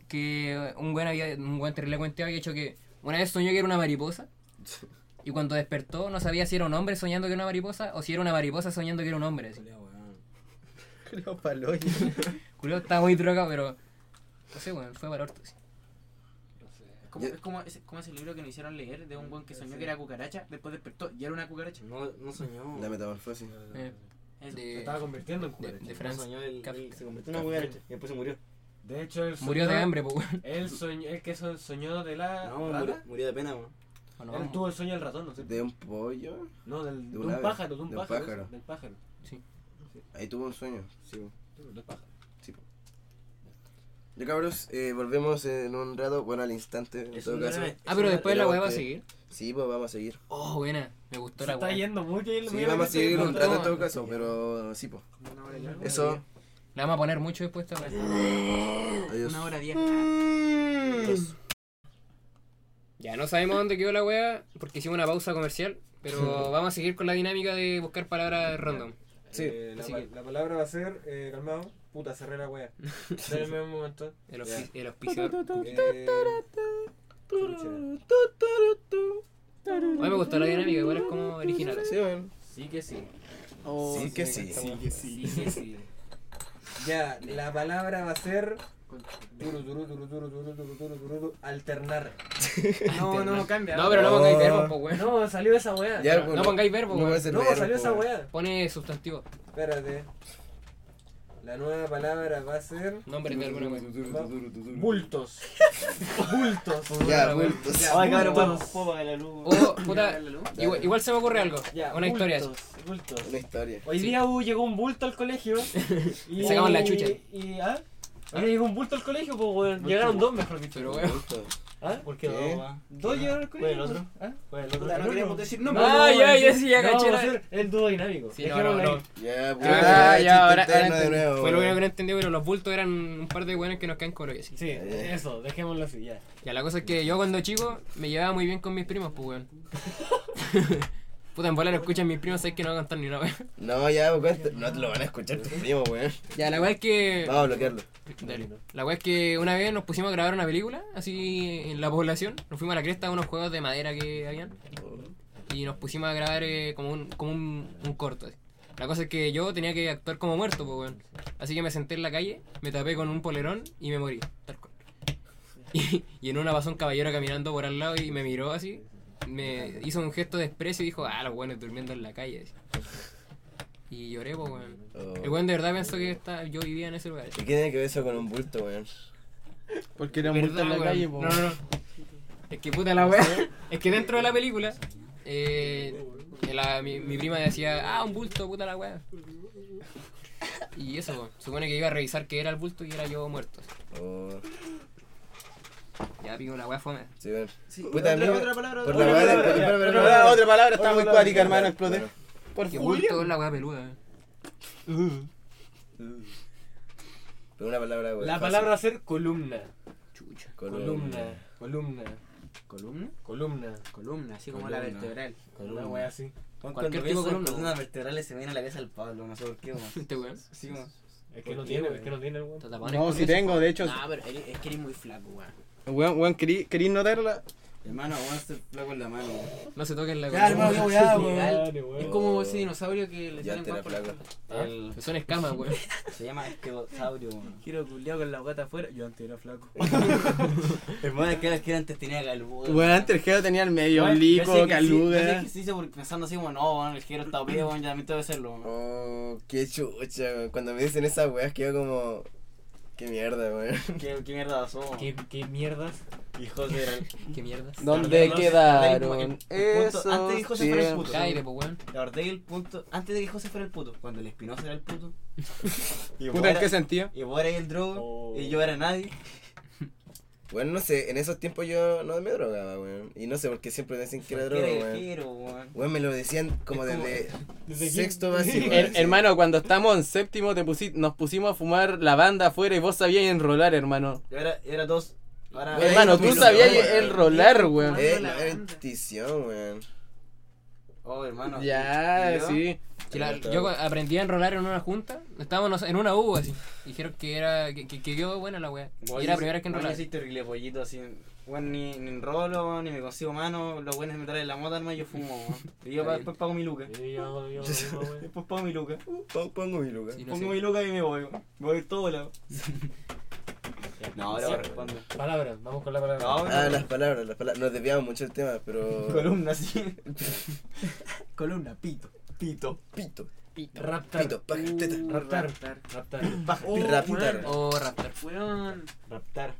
B: que un buen había, un buen terrible cuenteado había hecho que una vez soñó que era una mariposa y cuando despertó no sabía si era un hombre soñando que era una mariposa o si era una mariposa soñando que era un hombre. así.
D: Creo paloyo.
B: Julio estaba muy drogado, pero no sé, bueno, fue para el orto. así.
E: Es como, es como ese, como ese libro que nos hicieron leer de un buen que soñó que era cucaracha, después despertó y era una cucaracha.
P: No, no soñó.
D: La metamorfosis.
B: Eh,
E: Eso.
M: Se
B: de,
M: estaba convirtiendo en
B: de,
M: cucaracha.
B: de
P: No
B: Franz.
P: soñó, él,
B: Kafka.
P: él se convirtió en una cucaracha y después se murió.
M: De hecho, él
B: Murió de
M: soñó-
B: hambre, pues, weón.
M: Él soñó, él que so- soñó de la.
P: No,
M: rata.
P: murió, murió de pena, weón.
B: Bueno,
M: Él
B: vamos.
M: tuvo el sueño del ratón, ¿no sé.
D: De un pollo.
M: no, del, de
D: un
M: un
D: ave.
M: pájaro, de un
D: De un
M: pájaro.
D: pájaro.
M: eso, Del pájaro.
D: Ahí tuvo un sueño. Sí.
M: Del pájaro.
D: Ya cabros, eh, volvemos en un rato, bueno al instante en todo caso.
B: Ah, pero después la weá va a seguir.
D: Sí, pues vamos a seguir.
B: Oh, buena, me gustó
M: Se
B: la
M: está
B: weá.
M: yendo mucho y él
D: Sí,
M: mira,
D: vamos a
M: dice,
D: seguir un
B: no,
D: rato en
B: no.
D: todo caso, pero sí, pues. Eso,
B: La vamos a poner mucho después esta weá.
D: adiós.
E: Una hora diez.
B: Ya no sabemos dónde quedó la wea porque hicimos una pausa comercial, pero vamos a seguir con la dinámica de buscar palabras random.
M: Eh, la,
B: así
M: pa-
B: que-
M: la palabra va a ser, eh, calmado, puta, cerré la wea. Dame un momento.
B: El, auspici- el auspiciador.
M: Eh,
B: A mí me gustó la dinámica, igual es como original.
D: Sí, bueno.
M: sí que sí.
D: sí que sí.
M: Sí que sí. Ya, la palabra va a ser. Turu, turu, turu, turu, turu, turu, turu, turu, turu, alternar.
E: No, Ah, no, cambia.
B: No, pero no pongáis verbos, po weón.
M: No, salió esa wea.
D: Ya, pues,
B: No
D: bueno,
B: pongáis verbos,
D: no va a
B: weón.
D: ser
M: No,
D: verbo,
M: salió esa
D: po.
M: wea.
B: Pone sustantivo,
M: Espérate. La nueva palabra va a ser.
B: nombre de alguna wea.
M: Bultos. Bultos.
D: Ya, pues, bultos.
A: Ay, cabrón, vamos, puedo apagar la luz.
B: O, Oh, puta, igual, igual se me ocurre algo,
M: Ya,
B: una historia. así.
M: bultos, Bultos.
D: Una historia.
M: Hoy día uh, llegó un bulto al colegio. y,
B: Sacamos la chucha.
M: Y, ¿ah? Hoy día llegó un bulto al colegio, pues, weón. Llegaron dos, mejor dicho.
B: Pero weón.
D: Bultos.
M: ¿Ah?
A: ¿Por qué
D: ¿Qué?
A: no, va?
M: Dos llegaron al colegio.
A: ¿Cuál es el otro?
M: ¿Ah? ¿Cuál es el otro?
E: No queremos decir no, pero
B: Ah, ya, ya, sí, ya
M: No,
B: caché.
M: vamos a
B: la-
M: hacer el dúo dinámico.
B: Sí, no, no,
M: Dejémoslo
B: no.
M: ahí.
D: Ya, pues.
B: Ah, ya, ahora, ahora
D: interno de
B: entendí.
D: nuevo.
B: Fue lo único que
D: bueno.
B: no entendí, pero los bultos eran un par de weones que nos caen con lo que sí.
M: Sí, eso, dejémoslo así, ya.
B: Ya, la cosa es que yo cuando chico me llevaba muy bien con mis primos, pues weón. Puta, en bola no escuchan mis primos, sabes que no van a cantar ni una weón.
D: No, ya, pues, cuenta. No te lo van a escuchar tus primos, weón.
B: Ya, la weá es que.
D: Vamos a bloquearlo.
B: Dale. La weá es que una vez nos pusimos a grabar una película, así en la población. Nos fuimos a la cresta a unos juegos de madera que habían. Y nos pusimos a grabar eh, como un, como un, un corto. así. La cosa es que yo tenía que actuar como muerto, pues weón. Así que me senté en la calle, me tapé con un polerón y me morí. Tal cual. Y, y en una pasó un caballero caminando por al lado y me miró así. Me hizo un gesto de desprecio y dijo, ah, los weones durmiendo en la calle. así. Y lloré, pues weón. El weón de verdad pensó que esta- yo vivía en ese lugar.
D: Oh, ¿Y qué tiene que ver eso con un bulto, weón?
C: Porque era
B: Verdad,
C: multa en la
B: weón.
C: calle, po.
B: No, no, no. Es que puta la weá. Es que dentro de la película, eh, la- mi, mi prima decía, ah, un bulto, puta la weá. Y eso, po. supone que iba a revisar que era el bulto y era yo muerto.
D: Oh,
B: Ya pico la weá fome.
D: sí, weón.
E: Sí,
D: Puta,
E: otra,
D: amigo,
E: otra palabra,
D: Por
E: otra
D: la weá
E: palabra.
D: de- espera, espera, espera.
C: Ah, Otra palabra está
M: Otra
C: muy
M: palabra.
C: cuática, hermano, exploté. Por
B: Que
C: favor.
B: bulto es la weá peluda. eh.
D: Pero una palabra, weón.
M: La
D: fácil.
M: palabra va a ser columna.
B: Chucha.
M: Columna. Columna.
E: ¿Columna?
M: Columna.
E: Columna, así como la
A: Columna.
E: vertebral.
M: Una wea así.
B: Cualquier
A: Cualquier
B: tipo
A: tipo
B: de
A: de
B: columna.
A: columnas vertebrales se me viene a la cabeza al Pablo, no sé por qué, weón.
B: Este weón.
A: Sí, weón.
M: Es que no tiene, es que no tiene, weón.
B: Te tapones
C: No,
B: con
C: sí
B: eso.
C: tengo, de hecho.
E: Ah, pero eres- es que eres muy flaco, weón.
C: Weón, weón, querí- querí notarla?
A: Hermano, weón, estoy flaco en la mano, weón.
B: No se toquen la
A: Ya, hermano,
B: columna.
A: yo voy a, weón.
M: Dale,
E: Es
A: Oh.
M: weón.
E: como ese dinosaurio que le
D: Ya
E: salen
D: te la
E: guas por la
D: flaco.
E: espalda.
A: El-
B: Son escamas, weón.
P: ¿Ah?
A: Se llama esqueosaurio, weón.
E: Quiero culiao con la guata afuera. Yo antes era flaco.
A: Hermano, es que era- que antes tenía calvudo.
C: Weón, antes el Jero tenía el medio
A: Weón, yo sé
C: lico,
A: que Sí, yo sé
C: caluga.
A: que sí, porque pensando así, bueno, no, weón, el giro está bien, weón, ya me tengo que hacerlo, weón.
D: Oh, qué chucha, weón. Cuando me dicen esas weas quedo como. Qué mierda, weón.
P: ¿Qué, qué mierda somos?
B: ¿Qué, qué mierdas?
P: Hijos de la...
B: ¿Qué mierdas?
A: ¿Dónde
P: ¿Dónde
A: quedaron
P: quedaron
A: esos antes de José Ferrer
B: Puto,
A: Puto?
B: Caire, pues, weón.
A: La verdad que el punto, antes de que José fuera el puto, cuando el Espinosa era el puto, y vos
C: Puta, ¿en
A: eras
C: qué sentido?
A: y vos eras el drogo,
P: Oh.
A: y yo era nadie,
D: Bueno, no sé, en esos tiempos yo no me drogaba, weón. Y no sé por qué siempre me dicen que era droga,
A: era
D: weón.
A: viajero, weón.
D: Weón, me lo decían como desde sexto básico.
C: Her-
D: así.
C: hermano, cuando estamos en séptimo te pusi- nos pusimos a fumar la banda afuera y vos sabías enrolar, hermano.
A: Yo era, era dos, ahora...
D: Güey,
C: hermano, tú
D: tú
C: sabías
D: no, güey.
C: enrolar, weón.
D: Eh, no, era tición, weón.
A: Oh, hermano.
C: Ya, sí.
B: Sí, la- yo cu- aprendí a enrolar en una junta, estábamos no sé, en una U así. Dijeron que era que, que, que quedó buena la wea. Y era la primera vez que
A: enrolar.
B: enrolaba.
A: Yo soy terrible pollito, así, weón, ni, ni enrolo, ni me consigo mano, los buenos me traen la mota, hermano, yo fumo, weón. Y yo pa-
B: Está bien.
A: después pago mi luca, después pago mi luca,
D: Pon- Pongo mi lugar.
B: Sí, no
A: pongo
B: sé.
A: mi luca y me voy, weón. Me voy a todo lado. No, ahora respondo.
Q: Palabras, vamos con la palabra.
A: No,
D: Ah,
A: no.
D: las palabras, las palabras. Nos desviamos mucho del tema, pero.
A: Columna, sí. Columna, pito. Pito.
D: Pito,
Q: Raptar.
D: pito, paja, teta.
Q: Raptar. Raptar. Ah,
A: Baja.
D: Raptar.
B: O raptar.
E: Oh, Weón.
A: Raptar.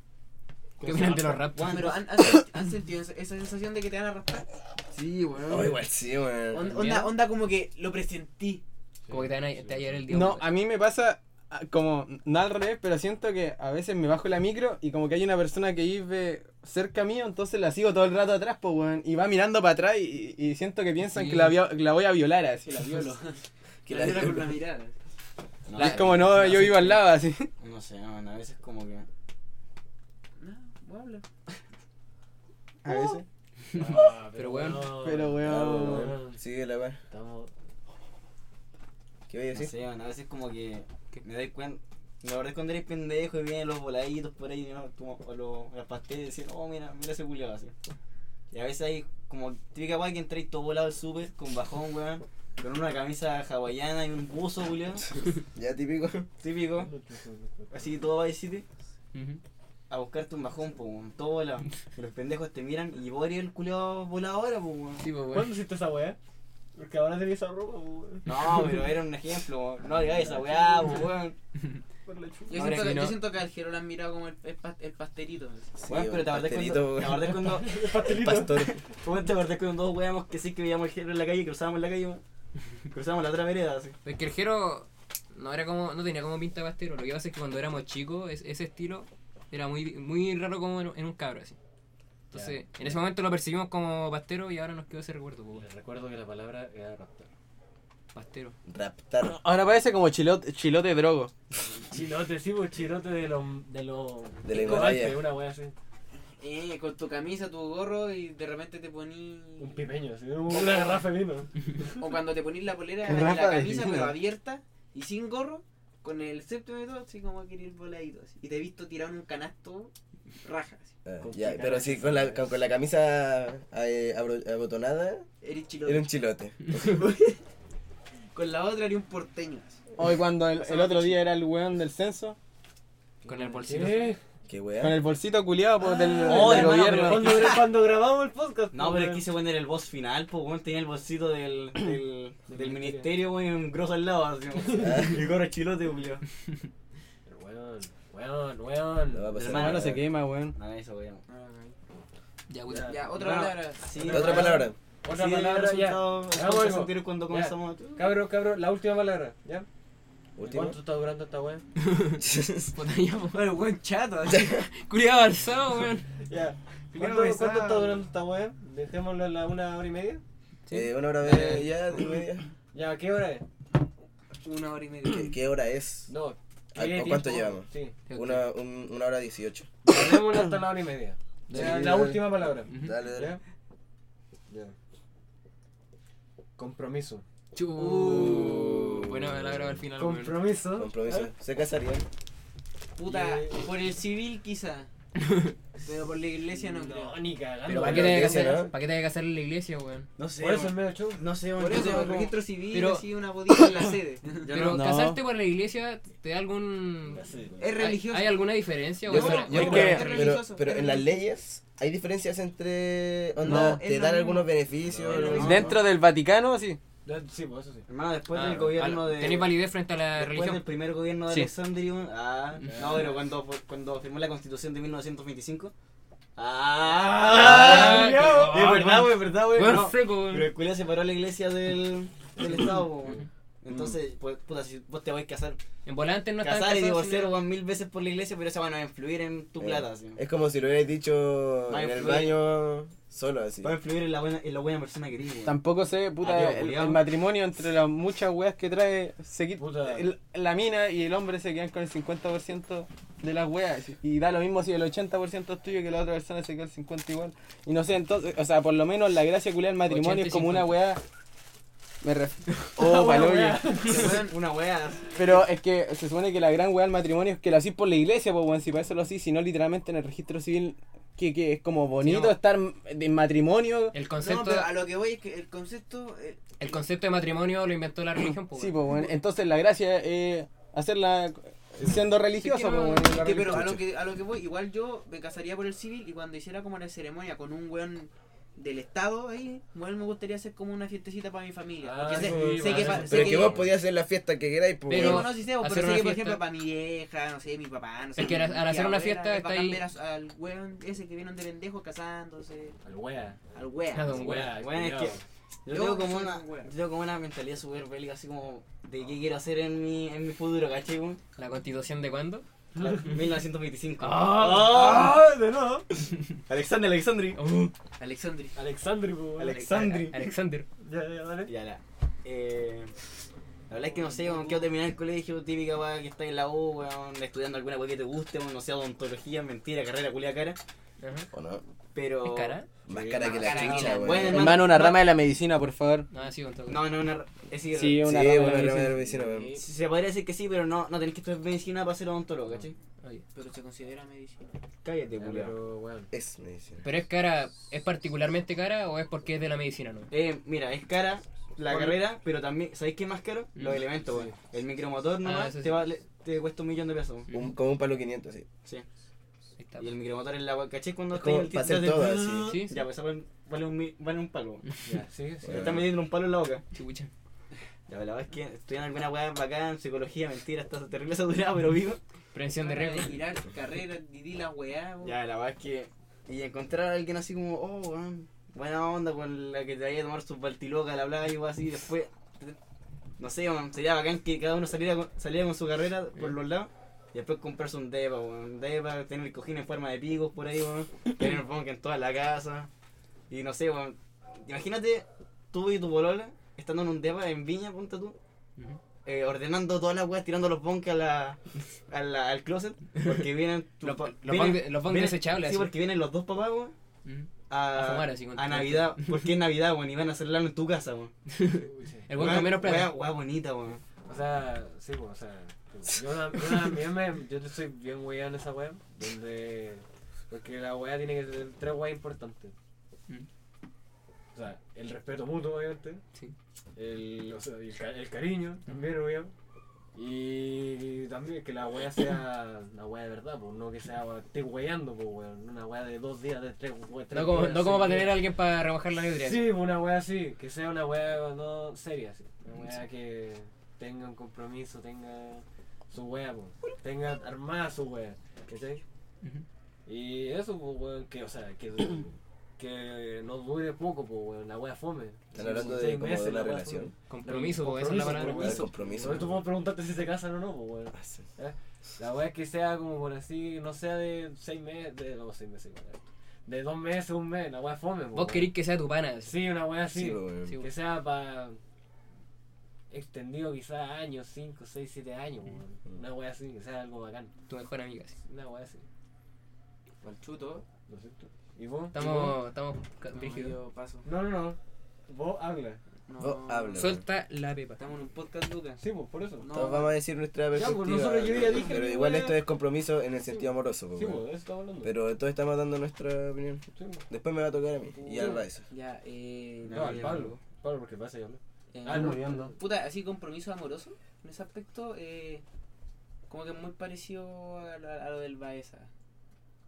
B: ¿Qué opinan de los raptors?
E: Pero han, han sent- han sentido esa esa sensación de que te van a raspar.
C: Sí,
D: Oh, igual sí, weón.
E: On- onda, onda como que lo presentí.
B: Como que te van a, te va a llevar el día.
C: No, a mí me pasa ah, como, no al revés, pero siento que a veces me bajo la micro y como que hay una persona que vive cerca mío, entonces la sigo todo el rato atrás, pues, weón. Y va mirando para atrás y, y siento que piensan
B: Sí.
C: que la, vio- que la voy a violar, así.
E: La violo.
D: Que
E: Que
D: la
E: la viola
D: violo.
E: con la mirada.
C: es como, no, yo vivo al lado, así.
A: No sé, man, a veces como que.
E: No, vos habla.
C: A veces.
Q: Ah,
B: Pero, weón.
C: Pero, weón.
D: Ah, weón. Sigue la weón.
Q: Estamos.
D: ¿Qué voy a
A: No
D: decir?
A: sé, man, a veces como que. que me doy cuenta. La verdad es cuando eres pendejo y vienen los voladitos por ahí, ¿no? Como- o los, las pastillas y decían, oh, mira, mira ese culiado así. Y a veces hay como típica weá que entráis todo volado al súper con bajón, weón, con una camisa hawaiana y un buzo, culiado.
D: Ya típico.
A: Típico, así todo Vice City.
B: Ujú.
A: a buscarte un bajón, po, weón. Todo volado. Y los pendejos te miran y vos eres el culiado volado ahora, po, weón.
B: Sí, pues, weón.
Q: ¿Cuándo hiciste esa weá? Porque ahora tenés esa ropa, weón.
A: No, pero era un ejemplo, weón. No digáis esa weá, po, weón.
Q: Por la chupa.
E: Yo,
B: Ahora
E: siento
B: sí,
E: que,
B: ¿no?
E: yo siento que al Jero lo han mirado como el, el, pas- el pastelito.
D: Sí,
A: Weón, pero te acordás cuando.
D: pastelito,
A: Te acordás cuando.
D: weón. Pastor.
A: weón, te acordás cuando dos weamos que sí que veíamos el género en la calle y cruzábamos la calle, weón. Cruzábamos la otra vereda, así.
B: Es que el Jero no era como, no tenía como pinta de pastero. Lo que pasa es que cuando éramos chicos, es- ese estilo era muy, muy raro como en, en un cabro así. Entonces, en ese momento lo percibimos como pastero y ahora nos quedó ese recuerdo, pues, weón.
Q: Les recuerdo que la palabra era raptar.
B: Pastero.
D: Raptar.
C: Ahora parece como chilote, chilote drogo.
Q: Chilote, sí, pues chilote de los. De los.
D: De la Himalaya.
Q: Una weá así.
E: Eh, con tu camisa, tu gorro y de repente te poní.
Q: Un pipeño, así. Una garrafa de vino.
E: O cuando te ponís la polera,
C: Un
E: la, la
C: rafa de
E: camisa
C: vino.
E: pero abierta y sin gorro, con el séptimo y todo, así como querer voladito. Así. Y te he visto tirado en un canasto raja. Así.
D: Ah, ya, pero sí, con la, con, con la camisa eh, abro- abotonada,
E: Eres chilote.
D: era un chilote.
E: Con la otra eres un porteño. así.
C: Hoy cuando el, el otro día era el weón del censo,
B: Con el bolsito.
Q: ¿Qué?
D: Qué
C: con
D: weón.
C: el bolsito culiado por del,
A: Oh,
C: del
A: hermano,
C: gobierno.
Q: Cuando, cuando grabamos el podcast. pues,
A: No, pero
Q: weón.
A: aquí se weón era el boss final, po, weón. Tenía el bossito del. del, del Ah. ministerio, weón, grosso al lado, así. weón. Y corre chilote, culiao.
Q: Pero, Weón, weón,
D: No pues, va a
Q: weón.
D: pasar
C: Hermano
D: nada.
C: se quema, weón.
A: Nada, eso, weón.
B: Ya, puta.
E: Ya, otra
A: Bueno,
E: palabra.
A: Sí,
D: Otra palabra.
Q: Otra
A: sí, el
Q: palabra ya.
A: resultado el
Q: Hagamos algo.
A: sentir cuando
Q: Ya.
A: comenzamos.
Q: Cabro, cabro, la última palabra, ¿ya?
D: Último.
Q: ¿Cuánto está durando esta weá?
B: Puta, ya, pues.
E: Bueno, buen chato.
B: Culiado avanzado, weón.
Q: Ya.
M: Primero
Q: ¿Cuánto,
M: besar.
Q: cuánto está durando esta weá? Dejémoslo a la una hora y media.
D: Eh, una hora ve- ya, y media.
Q: ¿Ya qué hora es?
E: Una hora y
D: ¿Qué,
E: media.
D: qué hora es?
Q: No.
D: Ah,
Q: ¿qué
D: ¿o cuánto
Q: tiempo?
D: llevamos?
Q: Sí.
D: Una, un- una hora dieciocho.
Q: Dejémoslo hasta la hora y media. Ya, la
D: dale.
Q: última palabra.
D: Dale, dale.
Q: ¿Ya? Ya. Compromiso.
B: Chu. Buena palabra al final, weón.
Q: Compromiso.
D: Compromiso. ¿Se casarían?
E: Puta,
Q: Yeah.
E: por el civil quizá. Pero por la iglesia no creo.
Q: No, ni
B: Pero
Q: cagando.
B: ¿para
D: Pero
B: qué
D: la
B: tenía que
D: iglesia,
B: hacer?
D: ¿no?
B: ¿Para qué tenía que hacer en la iglesia, weón?
A: No sé,
Q: Por eso es medio show.
A: No sé,
E: Por eso, el registro civil,
B: Pero-
E: así una bodita en la sede.
B: Pero
C: no.
B: casarte por la iglesia te da algún.
D: Eh.
E: Es
B: ¿Hay-
E: religioso.
B: ¿Hay, alguna diferencia?
D: Yo
B: weón?
D: creo- yo
B: Bueno,
D: creo-
E: es
B: bueno,
D: pero,
E: religioso,
D: pero
E: es
D: en las
E: religioso.
D: leyes hay diferencias entre onda,
E: No,
D: te
E: es lo
D: dan
E: mismo.
D: algunos beneficios.
E: No, es lo
D: ¿no?
E: mismo.
C: Dentro del Vaticano, sí.
R: De- Sí, pues eso sí.
A: Hermano, después
B: Ah,
A: del gobierno
B: al-
A: de.
B: ¿Tenéis validez frente a la
A: Después del
B: religión?
A: primer gobierno de
B: Sí.
A: Alexandria. Ah, no, pero cuando, cuando firmó la constitución de 1925. Ah,
B: Ah,
A: es verdad, güey, es verdad, güey.
B: Weón
A: no.
B: seco, weón.
A: Pero el culia separó la iglesia del, del Estado, po, weón. Entonces,
E: Mm.
A: pues, puta, si vos te vais a casar,
B: En volantes no están
A: casar y
B: casados,
A: divorciar,
B: sino-
A: weón, mil veces por la iglesia, pero esa van a influir en tu
D: Eh,
A: plata, así.
D: Es como si lo hubierais dicho
A: Va a
D: en el
A: influir.
D: baño solo así.
A: Va a influir en la buena, en la buena persona que eres, weón.
C: Tampoco sé, puta,
A: Adiós,
C: el,
A: culiao.
C: el matrimonio entre las muchas weas que trae, se quita-
R: Puta.
C: el- la mina y el hombre se quedan con el 50% de las weas. Y da lo mismo si el 80% es tuyo que la otra persona se queda el 50% igual. Y no sé, entonces, o sea, por lo menos la gracia culia del matrimonio
B: 80 y
C: es como una
B: 50.
C: wea... Me refiero... Oh, paloyo.
A: Una wea.
C: Pero es que se supone que la gran weá del matrimonio es que lo hacís por la iglesia, pues weón, si para eso lo hacís, si no literalmente en el registro civil, que, que es como bonito
B: no.
C: estar en matrimonio.
B: El
E: No,
B: concepto,
E: pero a lo que voy es que el concepto. eh,
B: el concepto de matrimonio lo inventó la religión, po,
C: Sí,
B: weón.
C: pues weón. Entonces la gracia es hacerla siendo religioso,
B: no-
C: pues weón, la
E: que, pero
C: religión.
E: a lo que, a lo que voy, igual yo me casaría por el civil y cuando hiciera como la ceremonia con un weón del estado ahí, igual me gustaría hacer como una fiestecita para mi familia.
M: Ah,
E: Porque sé,
M: sí,
E: sé
M: bueno,
E: que
M: eso
E: pa-
M: sí.
E: sé
D: Pero es
E: que-
D: que vos podías hacer la fiesta que queráis, pues.
B: Pero-
E: Sí,
D: weón.
E: bueno, sí sé, pues,
B: hacer
E: pero
B: una
E: sé que, por
B: fiesta-
E: ejemplo, para mi vieja, no sé, mi papá, no sé.
B: Es que
E: mi
B: al- al
E: tía
B: hacer una
E: abuela,
B: fiesta
E: es bacán
B: está ahí-
E: ver a- al weón ese que vieron de pendejo casándose,
M: Al wea.
E: al weón.
B: Ah, don
E: así.
B: weón.
A: Weón, es
M: culiao.
A: que- Yo
E: Yo
A: tengo como
E: soy
A: una,
E: una wea.
A: yo tengo como una mentalidad súper bélica, así como de qué quiero hacer en mi, en mi futuro, ¿cachai? weón?
B: ¿La constitución de cuándo?
A: La- 1925.
R: ¡Ah! De nuevo.
A: Alexander, Alexandri.
E: Alexandri.
R: Alexandri, pues.
A: Alexandri.
B: Uh, Alexander.
R: Ya, ya, dale.
A: Ya la. Eh, la verdad es que no sé, weón, quiero terminar el colegio, típica weón, que está en la U, weón, estudiando alguna weón que te guste, weón, no sea odontología, mentira, carrera culia cara.
B: Ajá.
D: ¿O no?
A: Pero.
B: ¿Es cara?
D: Más cara que
E: cara
D: la
E: que la
D: chucha,
A: buena,
D: weón.
A: hermano.
C: Hermano, una rama de la medicina, por favor.
B: No, sí, con todo.
A: No, no, una. Es decir,
C: Sí,
D: Sí,
C: una
D: bueno,
C: rama de la
D: la
C: medicina.
D: medicina, weón.
A: se- se podría decir que sí, pero no, no tenés que estudiar medicina para ser odontólogo, ¿cachai?
B: Oye.
E: Pero se considera medicina.
A: Cállate, culia.
R: Pero, weón.
D: Es medicina.
B: Pero es cara, ¿es particularmente cara o es porque es de la medicina, no?
A: Eh, mira, es cara la
R: Por-
A: carrera, pero también, ¿sabéis qué es más caro? Los
B: Mm.
A: elementos, weón. El
D: Ah,
A: micromotor nomás
B: eso
A: te,
B: sí.
A: vale- te cuesta un millón de pesos. weón.
D: Un- como un palo 500, sí.
A: Sí.
B: Ahí está.
A: Y el micromotor es la weón, ¿cachai? Cuando
D: Es como
A: estáis
D: para
A: al
D: hacer
A: tiempo-
D: todo así.
B: Sí, sí.
A: Ya, pues esa vale, vale un, mi- vale un palo. weón.
R: Ya, sí, sí.
A: Te están metiendo un palo en la boca.
B: Chucha.
A: Ya, pero la verdad es que estudian alguna weá bacán, psicología, mentira, está terrible saturado, pero vivo.
B: Prevención de
E: Para
A: Ah,
B: riesgo.
E: girar carrera, Didi la weá. bo.
A: Ya, la verdad es que. Y encontrar a alguien así como, oh, weón, buena onda con la que te vaya a tomar sus baltilocas a la playa y weá así, después. No sé, weón, sería bacán que cada uno saliera con, saliera con su carrera por los lados. Y después comprarse un depa, weón. Un depa, tener el cojín en forma de picos por ahí, weón. Tener un punk en toda la casa. Y no sé, weón. Imagínate tú y tu polola estando en un depa en Viña, ponte tú.
B: Ujú.
A: eh, ordenando todas las weas, tirando los bonks a la, a la- al closet, porque vienen tu
B: Los
A: pa-
B: pon- los
A: vienen-
B: bonk de- los bonk
A: vienen-
B: desechables,
A: Sí,
B: así.
A: porque vienen los dos papás, weón,
B: Mm.
A: a,
B: A fumar así con-
A: a Navidad, porque es Navidad, weón, y van a hacerlo en tu casa, weón.
B: El buen con menos
A: Wea,
B: plata.
A: wea bonita, weón.
M: O sea, sí, pues, o sea, yo, tam- yo también me, yo estoy bien weón en esa wea, donde, porque la wea tiene que tener tres weas importantes.
B: Mm.
M: O sea, el respeto mutuo, obviamente,
B: Sí.
M: el, o sea, el, ca- el cariño, también, obviamente, y también que la wea sea una wea de verdad, pues, no que sea, esté weando, pues, weón, una wea de dos días, de tres, we- tres
B: No como,
M: weas,
B: no como
M: sí,
B: para
M: que-
B: tener a alguien para rebajar la vidriera.
M: Sí, una wea así, que sea una wea no seria, así. Una wea que tenga un compromiso, tenga su wea, po. tenga armada su wea, ¿cachai?
B: Ujú.
M: Y eso, pues, weón, que, o sea, que, que no dure poco, pues, weón, la wea fome.
D: Están hablando de
M: Seis
D: como de
M: meses,
D: una
M: la wea
D: relación.
M: fome.
B: Compromiso, po, esa es la palabra.
D: Ah, el compromiso.
M: Entonces tú puedes preguntarte si se casan o no, pues, weón.
D: Ah, sí.
M: La wea es que sea como por así, no sea de seis meses, de no, seis meses, igual, De dos meses, un mes, la wea fome, po,
B: Vos
M: weón.
B: querís que sea tu pana. así.
M: Sí, una wea así.
D: Sí, weón.
B: Sí,
M: Que sea para extendido quizás años, 5, 6, 7 años, weón. Una wea así, que sea algo bacán.
B: tu mejor amiga. así.
M: Una wea así,
E: Guanchuto.
M: ¿no es cierto? ¿Y vos?
B: Estamos, estamos ca-
E: No,
B: brígidos.
E: yo paso.
M: No, no, no. Vos habla.
E: No.
D: Vos Oh, habla.
B: Suelta la pepa.
E: Estamos en un podcast, Lucas.
M: Sí, pues, por eso.
E: No,
D: Todos vamos a decir nuestra
M: pues,
D: perspectiva.
M: nosotros yo ya dije
D: pero
M: mi
D: igual
M: wea.
D: esto es compromiso en el sentido amoroso, po,
M: Sí, pues,
D: weón.
M: de eso estamos hablando.
D: Pero todos estamos dando nuestra opinión.
M: Sí, pues.
D: Después me va a tocar a mí y al
E: Puta.
D: Raizo.
E: Ya, eh.
M: No, al
E: ya,
M: Pablo. Pablo, porque pasa y habla.
E: eh,
M: Ah, no,
E: Puta, así compromiso amoroso. En ese aspecto, eh, como que muy parecido a lo, a lo del Baeza.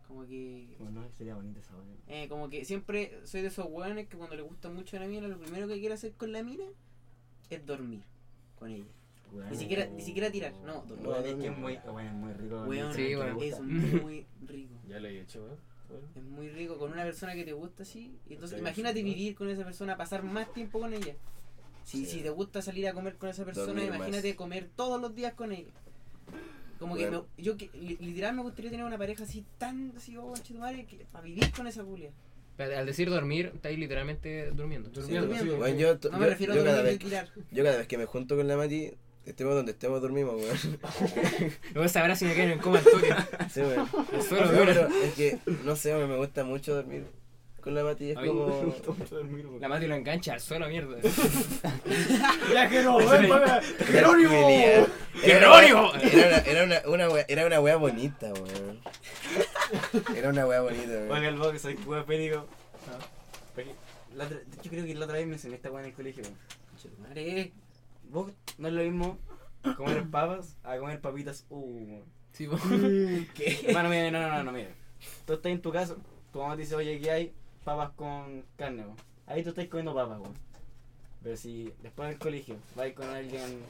E: Como que.
A: Bueno, sería bonita esa weón.
E: eh, como que siempre soy de esos hueones que cuando le gusta mucho a la mina, lo primero que quiere hacer con la mina es dormir con ella. Ni siquiera, ni siquiera tirar, no, dormir.
S: Weón, es que es muy, weón, es muy rico.
E: Weón,
B: Sí, weón.
E: es muy rico.
M: Ya lo he hecho, weón. Bueno.
E: Es muy rico con una persona que te gusta así. Y entonces imagínate vivir con esa persona, pasar más tiempo con ella.
D: Sí.
E: Si, si te gusta salir a comer con esa persona,
D: Dormir más.
E: imagínate comer todos los días con ella. Como
D: Bueno.
E: que me- yo que- li- literal me gustaría tener una pareja así tan así, oh, conchetumare, que para vivir con esa culia.
B: Espérate, Al decir dormir, estáis literalmente durmiendo.
M: Durmiendo,
E: durmiendo.
M: sí,
D: Bueno, yo, to-
E: No me
D: yo-
E: refiero
D: yo
E: a
D: cada
E: dormir
D: vez,
E: y tirar.
D: yo cada vez que me junto con la Mati, estemos donde estemos, dormimos, weón.
B: Lo voy a saber si me quedan en coma al toque.
D: Sí, weón.
B: Al suelo,
D: No,
B: weón.
D: pero es que, no sé, weón, me gusta mucho dormir con la Mati, es
B: A mí me
D: como...
B: La Mati lo engancha al suelo, mierda.
T: Ya que no, ven para
D: Jerónimo.
B: ¡Jerónimo!
D: Era una, era una, una wea, era una wea bonita, weón. Era una wea bonita, weón.
A: Oiga, el box, soy cuba perico.
B: Ah.
A: Porque la otra- Yo creo que la otra vez mencioné esta weá en el colegio. weón.
E: Conchetumare.
A: Vos no es lo mismo comer papas a comer papitas. Uh,
B: Sí, po.
A: Hermano, mire, no, no, no, no, mire. Tú estás en tu casa, tu mamá te dice, oye, aquí hay papas con carne, weón. Ahí tú estás comiendo papas, weón. Pero si después del colegio vais con alguien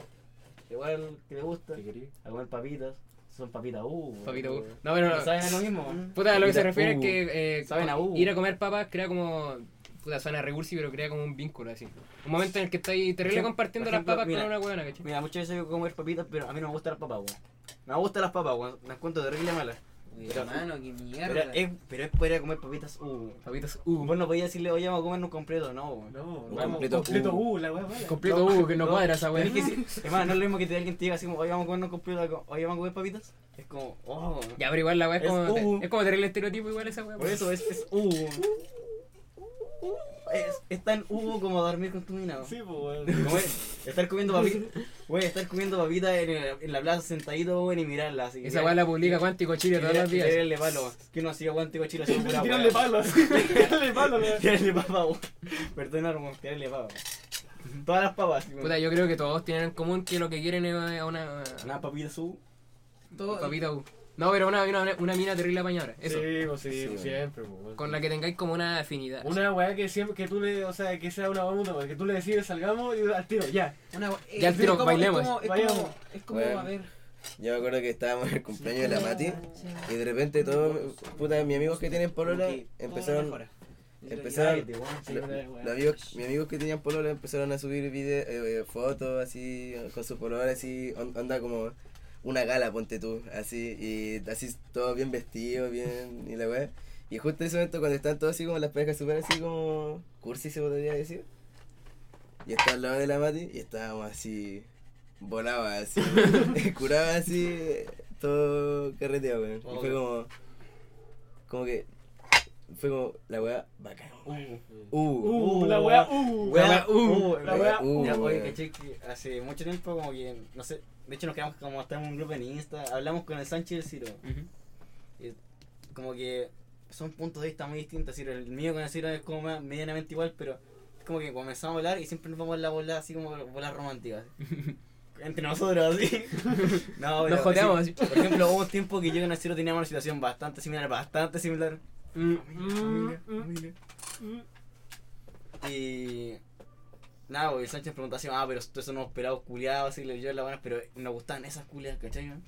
A: igual que te gusta,
M: ¿Qué querí?
A: a comer papitas, son papitas, uh. weón.
B: Papito, uh. No, pero
A: No
B: no.
A: saben a lo mismo, weón.
B: Puta, a lo que se
A: Mira, uh.
B: refiere es que eh,
A: Saben a
B: co-
A: uh.
B: ir a comer papas crea como. Puta, suena recursi, pero crea como un vínculo así. Un momento en el que estáis terrible
A: Sí,
B: compartiendo
A: por
B: las
A: ejemplo,
B: papas
A: mira.
B: con una huevona, ¿cachai?
A: Mira, muchas veces yo comer papitas, pero a mí no me gustan las papas, weón. Me gustan las papas, weón. Las cuento terrible malas.
E: Oye,
A: Pero-
E: hermano, qué
A: Pero
E: mierda.
D: eh,
A: es, pero es poder comer papitas, uh.
B: Papitas
A: Uh,
B: U.
A: vos no podías decirle, oye, vamos a comernos completo, no, weón.
M: No,
D: Un
M: vamos,
D: completo
M: completo
D: U.
M: U, la wea mala.
B: Completo U, que no cuadra esa wea.
A: Es que sí, es más, no es lo mismo que te, alguien te diga así como, oye, vamos a comernos completo, oye, vamos a comer papitas. Es como, oh,
B: Ya, pero igual la wea es
A: Es
B: como.
A: U.
B: Es como terrible estereotipo igual esa wea.
A: por eso es, es uh. Es, es tan uh como dormir con tu mina, weón.
M: Sí, po, weón.
A: Como es- estar comiendo papitas, güey, estar comiendo papitas en, el- en la plaza sentadito, güey, y mirarla así.
B: Esa wea la publica Cuántico Chile todos los días.
A: Tirarle palo, que uno así aguante cochilo así pura
M: Tirarle
A: weá.
M: palos. Tirarle palos, weón.
A: Tirarle papa, weón. Perdón, Armón, tirarle papa. weón. Todas las papas, así, weón.
B: Puta, yo creo que todos tienen en común que lo que quieren es una, una
A: Una papita su.
E: Todo-
B: papita U. No, pero una, una, una mina terrible apañadora. Eso.
M: Sí, po, sí,
D: Sí,
M: po,
D: weón.
M: siempre, po, weón.
B: Con la que tengáis como una afinidad.
M: Una weá que siempre, que tú le, o sea, que sea una onda, weón, que tú le decides salgamos y al tiro, ya.
E: una- es-
B: al
E: es
B: tiro
E: como-
B: bailemos.
E: Es como, es
M: Bailemos.
E: como, es como,
D: Bueno.
E: a ver.
D: Yo me acuerdo que estábamos en el cumpleaños de la Mati y de repente todos, puta, mis amigos que tienen polola empezaron... Empezaron,
A: Cállate, weón, sí,
D: Lo-
A: una weá.
D: los
E: pues.
D: amigos, mis amigos que tenían polola empezaron a subir vide- eh, eh, fotos así, con su polola así, on- onda como una gala, ponte tú, así, y así todo bien vestido, bien, y la weá. Y justo en ese momento cuando están todos así como las parejas super así como cursi se podría decir. Y estaba al lado de la Mati y estábamos así, volaba así, curaba así, todo carreteado, weón. Y fue como, como que, fue como la weá bacán.
A: Uh.
D: Uh,
M: Uh, la weá, uh.
A: Wea,
B: La wea, uh,
A: la
D: la
A: wea,
D: wea, uh,
A: Ya, oye,
D: wea.
A: caché que hace mucho tiempo como que, no sé, de hecho nos quedamos como hasta en un grupo en Insta, hablamos con el Sánchez y el Ciro,
B: Ujú.
A: como que son puntos de vista muy distintos, Ciro, el mío con el Ciro es como más- medianamente igual, pero es como que comenzamos a hablar y siempre nos vamos a la bola así como bolas románticas. así. Entre nosotros, así. No, pero
B: Nos joteamos
A: así,
B: así.
A: Por ejemplo, hubo un tiempo que yo con el Ciro teníamos una situación bastante similar, bastante similar.
B: Mm.
E: mm.
A: Y. Nada, porque Sánchez preguntó así, ah, pero todos son unos pelados culiados, así le yo la buena, pero nos gustaban esas culias, ¿cachai? weón?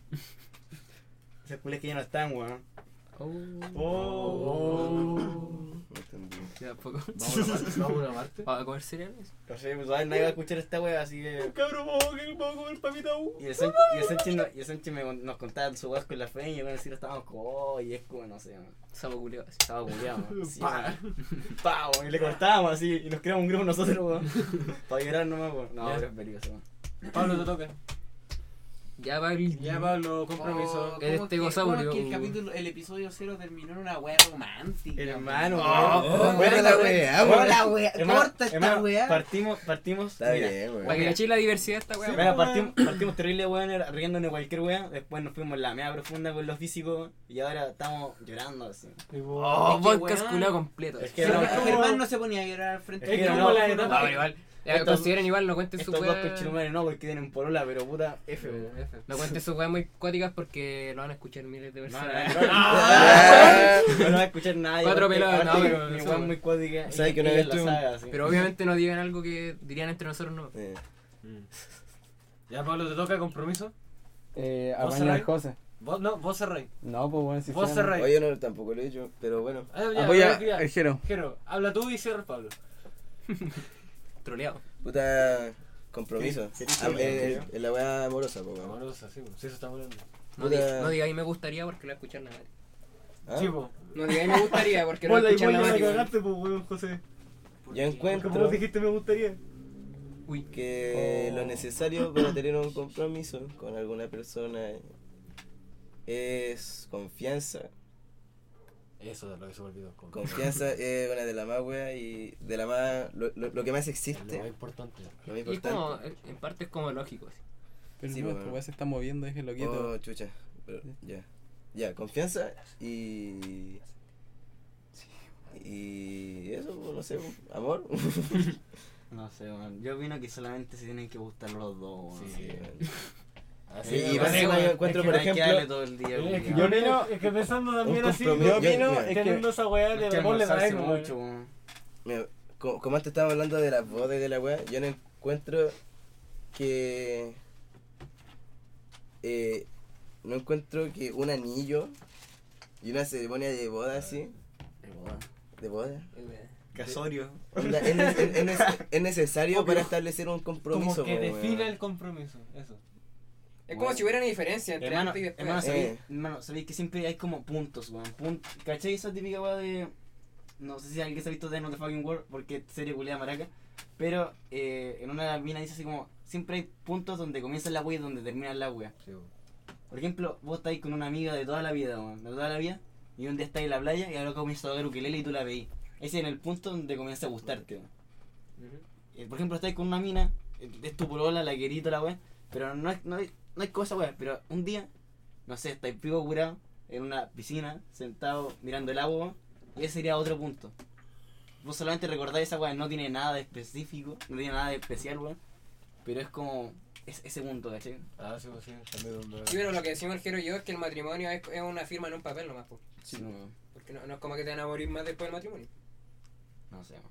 A: esas culias que ya no están, weón.
B: Oh.
M: mm.
A: Oh.
M: Oh.
D: No entendí.
B: Ya, poco.
M: Vamos a Marte, vamos a Marte.
B: ¿Para comer cereales?
A: No sé, pues a nadie va a escuchar esta wea, así que.
M: Cabrón, vamos a- vamos a comer papita U.
A: Y el Sánchez, y el Sánchez, no- y el Sánchez me con- nos contaba su weas con la fe y yo con el Ciro estábamos como, oh, y es como, no sé, weón.
B: Sapo culiao, así.
A: Estaba culiado, weón. Sí, weón. Pa, weón, Y le cortábamos así, y nos creamos un grupo nosotros, weón. Para llorar nomás, weón. No,
M: Ya.
A: pero es peligroso, weón.
M: Pablo, te toca.
B: Ya, Pablo.
M: Ya, Pablo,
E: Oh,
M: compromiso.
E: ¿cómo es que-
B: estegosaurio.
E: cómo es que el capítulo, el episodio cero terminó en una wea romántica.
A: Hermano,
D: Oh,
A: weón.
D: corta la wea,
A: Weón,
D: weón.
E: La wea,
A: Hermano,
E: corta esta
A: hermano,
E: wea.
A: Partimos, partimos.
D: Está
A: mira,
D: bien,
B: Para que
D: weón.
B: cachéis la diversidad de esta wea.
A: mira, partimos, partimos terrible, weón, riéndonos de cualquier weón. Después nos fuimos la media profunda con los físicos. Y ahora estamos llorando así.
B: Oh,
E: Es que,
B: podcast
E: weón.
B: culiao completo.
A: Es que
E: Pero
A: no,
M: es como-
E: Germán no se ponía a llorar al frente
A: Es que
E: de
A: no,
E: la
M: no,
B: No, pero igual. Ya,
A: Estos-
B: consideren igual, no cuenten su
A: estos dos
B: wea.
A: cochinumares no, porque tienen polola, pero puta, F, weón.
B: No cuenten sus weas muy cuáticas porque lo van a escuchar miles de
A: No,
B: personas.
A: no, no, no,
D: Ah,
A: no lo va a escuchar nadie.
B: Cuatro
A: porque
B: pelados,
A: aparte
B: no,
A: que
B: pero
A: Mi
B: eso,
A: weón
B: weón.
A: muy cuática.
D: Sabes
A: y-
D: que una
A: y
D: vez
A: ella la
D: tuve un-
A: sabe, así.
B: Pero obviamente no digan algo que dirían entre nosotros, no.
D: Eh,
M: Mm. Ya, Pablo, ¿te toca compromiso?
C: Eh,
M: ¿Vos
C: apaña
M: cerráis?
C: las cosas.
M: Vos, no, vos cerráis.
C: No, pues bueno, si
M: Vos
C: fuera-
M: cerráis.
D: Oye, no, tampoco lo he hecho, pero bueno.
M: Ah, ya,
C: Apoya
M: ya, ya.
C: al Jero.
M: Jero, habla tú y cierra Pablo.
B: Troleado.
D: Puta compromiso.
A: Sí, sí,
D: Ah,
A: sí,
D: eh,
A: sí.
D: eh, la weá amorosa, po, weón.
M: Amorosa, sí, pues, sí, eso estamos hablando.
B: No, di-
D: Puta.
B: no digáis me gustaría porque lo va a escuchar la Mati.
D: ¿Ah?
M: Sí, pues. po.
B: No digáis me gustaría porque lo va a escuchar la Mati. weón.
M: pues, weón, José.
D: Yo encuentro
M: dijiste me gustaría.
D: que lo necesario para tener un compromiso con alguna persona es confianza.
M: Eso es lo que se me olvidó. con-
D: Confianza es una de las más weas y de la más. Lo, lo- lo que más
M: Lo más
D: existe.
M: importante.
D: Lo más
B: Y es como,
D: importante.
B: en parte es como lógico. así.
C: Pero
D: Sí,
C: no,
D: pues,
C: esta
D: bueno.
C: weá se está moviendo, déjenlo quieto.
D: Oh, chucha. Pero, ya. Ya, confianza y. Y eso, pues, no sé, amor.
A: No sé, weón. Yo opino que solamente se tienen que gustar los dos, weón.
D: Sí, weón.
M: Así
D: Y
M: es,
D: más
M: sí,
D: encima
M: weón.
D: yo encuentro,
M: Es
D: por
M: que-
A: Hay que darle
D: ejemplo,
A: todo el día,
M: es que
A: weón.
C: yo
M: Eh, yo
C: opino-
M: es que pensando también
D: un
M: así,
D: compromiso-
M: yo-
D: yo-
C: opino
D: mira,
C: es que-
M: teniendo esa weá
A: Hay
M: de
A: que
M: amor le
A: almorzarse
M: traen,
A: mucho,
M: weón.
A: weón.
D: mira, como, como antes estábamos hablando de las bodas y de la weá, yo no encuentro que. eh, no encuentro que un anillo y una ceremonia de boda así. De boda.
A: Casorio.
D: onda, es, ne- es ne- es necesario para establecer un compromiso.
M: Como que
D: po, weón.
M: defina el compromiso, eso.
B: Es como si hubiera una diferencia entre
A: Hermano,
B: antes y después.
A: hermano, sabéis,
D: Eh.
A: hermano, sabéis que siempre hay como puntos, weón. Punt ¿Cachai esa típica weá de. No sé si alguien se ha visto Death of the Fucking World, porque serie culea maraca. Pero eh, en una mina dice así como: siempre hay puntos donde comienza la wea y donde termina la wea. Por ejemplo, vos estáis con una amiga de toda la vida, weón, de toda la vida, y un día estáis en la playa y ahora comienza a tocar ukelele y tú la veís. Ese es en el punto donde comienza a gustarte, weón. Eh, Por ejemplo, estáis con una mina, eh, es tu polola, la querida, la weá, pero no es, no es, no es cosa, weá, pero un día, no sé, estáis pico curado en una piscina, sentado mirando el agua, weón, y ese sería otro punto. Vos solamente recordáis esa weá, no tiene nada de específico, no tiene nada de especial, weón, pero es como es- ese punto, ¿cachai?
M: Ah, sí, pues, sí, también donde-
B: Sí, pero lo que decimos el Jero y yo es que el matrimonio es, es una firma en un papel nomás. po.
A: Sí, no,
B: Porque no, no es como que te van a morir más después del matrimonio.
A: no sé, weón.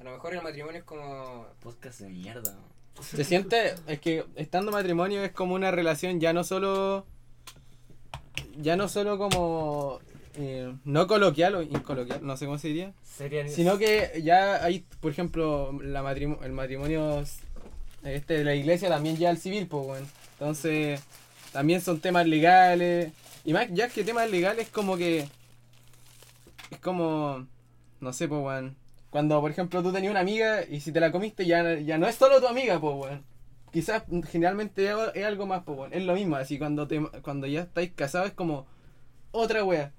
B: A lo mejor el matrimonio es como.
A: Podcast de mierda, weón.
C: Se siente, es que estando matrimonio es como una relación ya no solo, ya no solo como, eh, no coloquial o incoloquial, no sé cómo se diría,
M: Sería
C: sino que ya hay, por ejemplo, la matrimo- el matrimonio este de la iglesia también ya al civil, pues, bueno. Entonces, también son temas legales. Y más, ya que temas legales como que, es como, no sé, pues, bueno. Cuando, por ejemplo, tú tenías una amiga y si te la comiste ya, ya no es solo tu amiga, pues, bueno. Quizás mm, generalmente es es algo más, pues, bueno. Es lo mismo, así, cuando, te, cuando ya estáis casados es como otra wea.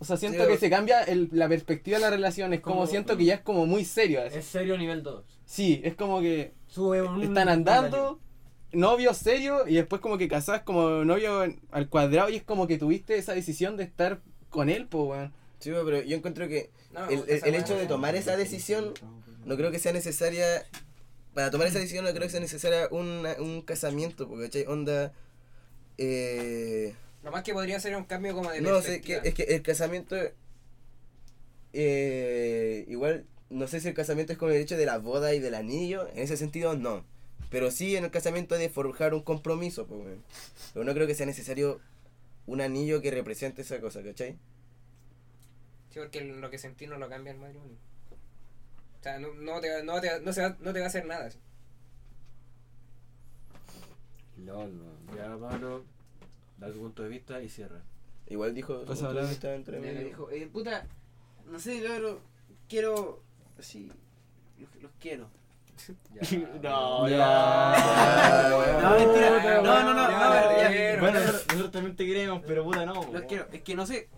C: O sea, siento
D: Sí,
C: que
D: o-
C: se cambia el- la perspectiva de la relación, es como
M: Como-
C: siento que ya es como muy serio. así.
M: Es serio nivel 2.
C: Sí, es como que
M: Sube un.
C: están andando, novios serios, y después como que casás como novio en- al cuadrado, y es como que tuviste esa decisión de estar con él, pues, weón.
D: Sí, weón, pero yo encuentro que
B: No,
D: el, el-
B: esa
D: el
B: weá
D: hecho
B: no
D: de
B: es.
D: tomar esa decisión no creo que sea necesaria. Para tomar esa decisión no creo que sea necesaria una- un casamiento, porque ¿cachai? Onda. Eh,
B: Lo más que podría ser un cambio como de.
D: no sé, que,
B: perspectiva.
D: es que el casamiento. eh, igual, no sé si el casamiento es como el hecho de la boda y del anillo, en ese sentido no. Pero sí en el casamiento de forjar un compromiso, pues, weón. Pero no creo que sea necesario un anillo que represente esa cosa, ¿cachai?
B: Sí, porque el- lo que sentís no lo cambia el matrimonio. O sea, no, no, te, va- no, te, va- no, se va, no te va a hacer nada. así.
A: LOL, weón.
M: Ya, Pablo, da tu punto de vista y cierra.
D: Igual dijo.
C: Pues
D: tú
C: hablaba.
D: estás entre
E: Ya,
D: medio.
E: dijo, eh, puta, no sé, claro, quiero, así, los, los quiero.
A: No,
D: Ya,
E: No,
B: Ah,
E: mentira, no, no, no, no,
B: Ya,
E: no, ya,
B: ya,
A: Bueno,
B: ya.
A: nosotros, nosotros también te queremos, pero puta no.
E: los
A: weón.
E: quiero. Es que no sé,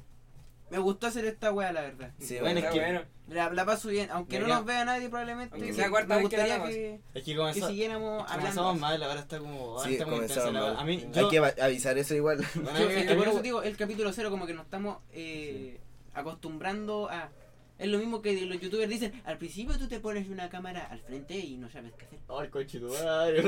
E: me gustó hacer esta wea, la verdad.
D: Sí,
A: Bueno,
B: Está
A: es que-
B: bueno.
E: La, la paso bien, aunque no
B: Debería-
E: nos vea nadie probablemente.
B: Aunque
E: que-
B: sea cuarta
E: me
B: vez que
E: gustaría
B: hablamos.
E: que,
A: Es que
E: que
A: comenzó,
E: siguiéramos
A: comenzamos
E: hablando.
A: mal, ahora está como. Ahora
D: Sí,
A: está muy intensa
D: comenzamos
A: la
D: mal.
A: A mí,
D: Hay
A: yo,
D: que va- avisar eso igual.
A: bueno,
E: Sí,
A: a mí- a
E: es que
A: mí-
E: eh, por eso digo, el capítulo cero, como que nos estamos eh, acostumbrando a. Es lo mismo que los youtubers dicen: al principio tú te pones una cámara al frente y no sabes qué hacer.
A: Ay, coche tu madre.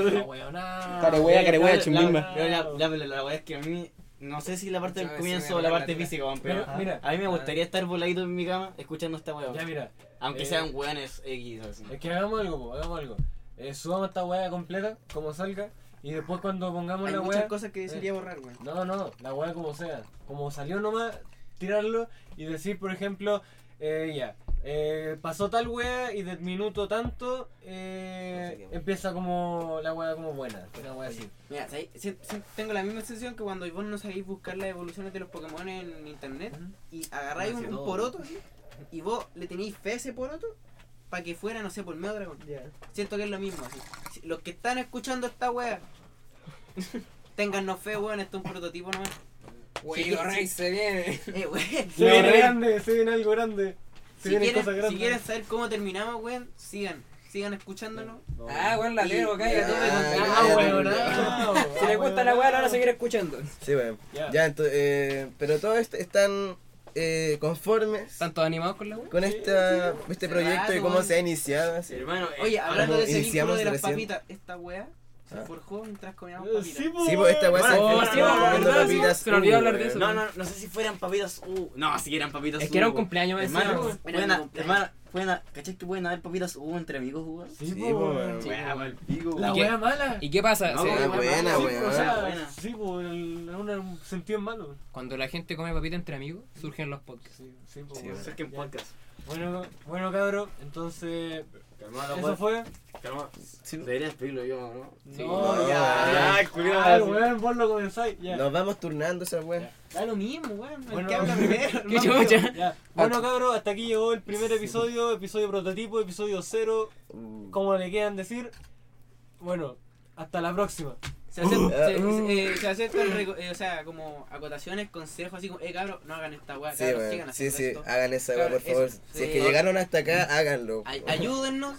C: Carewea, carewea,
A: La-
C: chimbimba.
A: Pero la, la, la, la weá es que a mí, no sé si la parte
B: Yo
A: del
B: sí
A: comienzo
B: me
A: o la
B: voy a
A: parte
B: la tela.
A: física, weón, pero
M: Pero, mira.
A: a mí me gustaría estar voladito en mi cama escuchando esta weá.
M: Ya, mira,
A: Aunque
M: eh,
A: sean weones X, así.
M: es que hagamos algo, po, hagamos algo. eh, subamos esta weá completa, como salga, y después cuando pongamos
E: Hay
M: la
E: muchas
M: weá. Eh.
E: cosas que desearía borrar, weón.
M: No, no, la weá como sea. Como salió nomás, tirarlo y decir, por ejemplo, eh, ya, eh, pasó tal weá y del minuto tanto eh,
D: No sé qué weá.
M: empieza como la weá como buena. Una weá así.
E: Mira, ¿sabéis? Sie- sie- tengo la misma sensación que cuando vos no sabéis buscar las evoluciones de los Pokémon en internet y agarráis un, un poroto así, y vos le tenéis fe a ese poroto para que fuera, no sé, por medio dragón. Siento que es lo mismo. así. Si- Los que están escuchando esta wea, téngannos fe, weón, esto es un prototipo nomás.
B: Wey, Rey se viene.
E: Eh, weón.
M: Se viene grande, se viene algo grande. Se
E: Si
M: vienen
E: quieren,
M: cosas
E: si
M: grandes.
E: quieren saber cómo terminamos, weón, sigan, sigan escuchándonos.
B: Ah, weón, la leo, cállate.
E: Ah,
M: Ah,
E: weón,
M: weón, ah,
B: Si le gusta la weá, la van a seguir escuchando.
D: Sí, weón.
M: Ya.
D: Ya, entonces, eh, pero todos est- están eh, conformes
B: ¿Están todos animados con la weá?
D: con esta, este proyecto y cómo se ha iniciado. así.
A: Hermano, eh,
E: Oye, hablando
D: Como
E: de ese vínculo
D: iniciamos
E: de las
D: recién.
E: papitas, esta wea se
D: Ah.
E: forjó mientras comíamos
M: Eh,
E: papitas.
M: Sí, po,
D: Sí, pues esta weá se
B: Bueno,
D: ha
B: bueno, sí, bueno,
D: comiendo
B: verdad, sí,
D: papitas,
B: se me olvidó
D: uh,
B: hablar de
D: weón.
B: eso.
A: No, no, no sé si fueran papitas U. No, si eran papitas uh, U.
B: Es que era un
A: weón.
B: cumpleaños, me
A: Hermano,
B: decía.
E: Era
A: pueden
E: mi
A: a-
E: cumpleaños.
A: hermano, pueden a- ¿cachai que pueden haber papitas U entre amigos, weón?
M: pues".
D: Sí,
M: Sí, po,
D: po,
M: weón.
D: weón.
A: Weá, weón, pico,
M: La
B: ¿Y qué?
M: weá mala.
B: ¿Y qué pasa?
A: No,
B: Se-
D: Era Ah, buena,
M: Sí,
D: weón.
M: po, o
A: Era
M: sea,
A: buena.
M: sí, po, el- en un sentido malo.
B: Cuando la gente come papita entre amigos, surgen los podcasts.
M: Sí, sí, po,
A: Sí,
M: weón.
A: Saquen
M: Ya.
A: podcast.
M: Bueno, bueno, cabro, entonces.
A: Calmado,
M: Eso
A: weón,
M: fue.
A: calmado.
D: Sí.
A: Deberías pedirlo yo, ¿no?
M: No,
D: no,
M: ya.
A: ya,
M: Ah,
A: cuidado.
M: weón, vos lo comenzáis. Ya.
D: Nos vamos turnando esa weá.
E: Da lo mismo, weón. El
M: Bueno.
E: que habla primero.
B: ¿Qué
E: hermano.
B: chucha?
M: Ya. Bueno, cabros, hasta aquí llegó el primer episodio, episodio prototipo, episodio cero,
D: Uh.
M: como le quieran decir. Bueno, hasta la próxima.
E: Se aceptan,
D: Uh.
E: se, eh, se aceptan reco- eh, o sea, como acotaciones, consejos, así como, eh, cabrón, no hagan esta weá,
D: Sí,
E: cabros,
D: weón.
E: sigan
D: Sí,
E: haciendo
D: sí,
E: esto.
D: hagan esa weá,
E: Claro,
D: por favor.
E: eso.
D: Si es
E: Sí.
D: que llegaron hasta acá, háganlo.
E: Ay- ayúdennos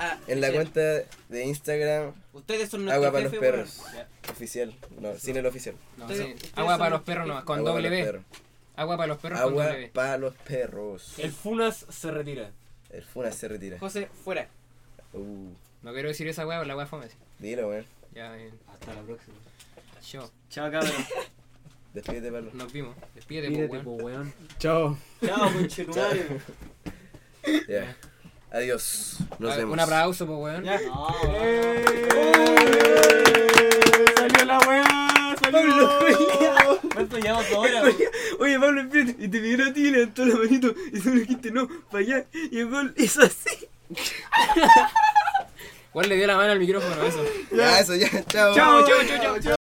E: a...
D: En la
E: sí,
D: cuenta de Instagram,
E: Ustedes son nuestros
D: Agua para los
E: jefes, weón.
D: perros. Oficial. No, sin el oficial.
B: No,
E: Ustedes-
B: sí.
E: ustedes
B: Agua
E: son
B: para
E: los
B: los perros nomás, con
D: Agua para
B: doble
D: los
B: B.
D: perros.
B: Agua para los perros con
D: Agua
B: doble B.
D: para los perros.
M: El Funas se retira.
D: El Funa se retira.
E: José, fuera.
D: Uh,
B: No quiero decir esa weá, la weá fome. así.
D: dilo, weón.
B: Ya, bien.
U: Hasta la próxima.
B: Yo,
A: Chao, cabrón.
D: Despídete, Pablo.
B: nos vimos. Despídete, po, weón.
M: weón.
C: Chao.
A: Chao, conchetumare.
D: Ya. Adiós. Nos
B: Ah,
D: vemos.
B: Un aplauso, po, weón.
A: No,
M: ¡Eh! ¡Salió la weá! ¡Salió! ¿Cuánto llevamos ahora?
A: Oye, Pablo, espérate, y te pidieron a ti y levantó la manito y tú le dijiste no, para allá, y el gol es así.
B: Weón le dio la mano al micrófono, eso.
D: Ya, eso ya. Chao.
A: Chao, chao, chao, chao.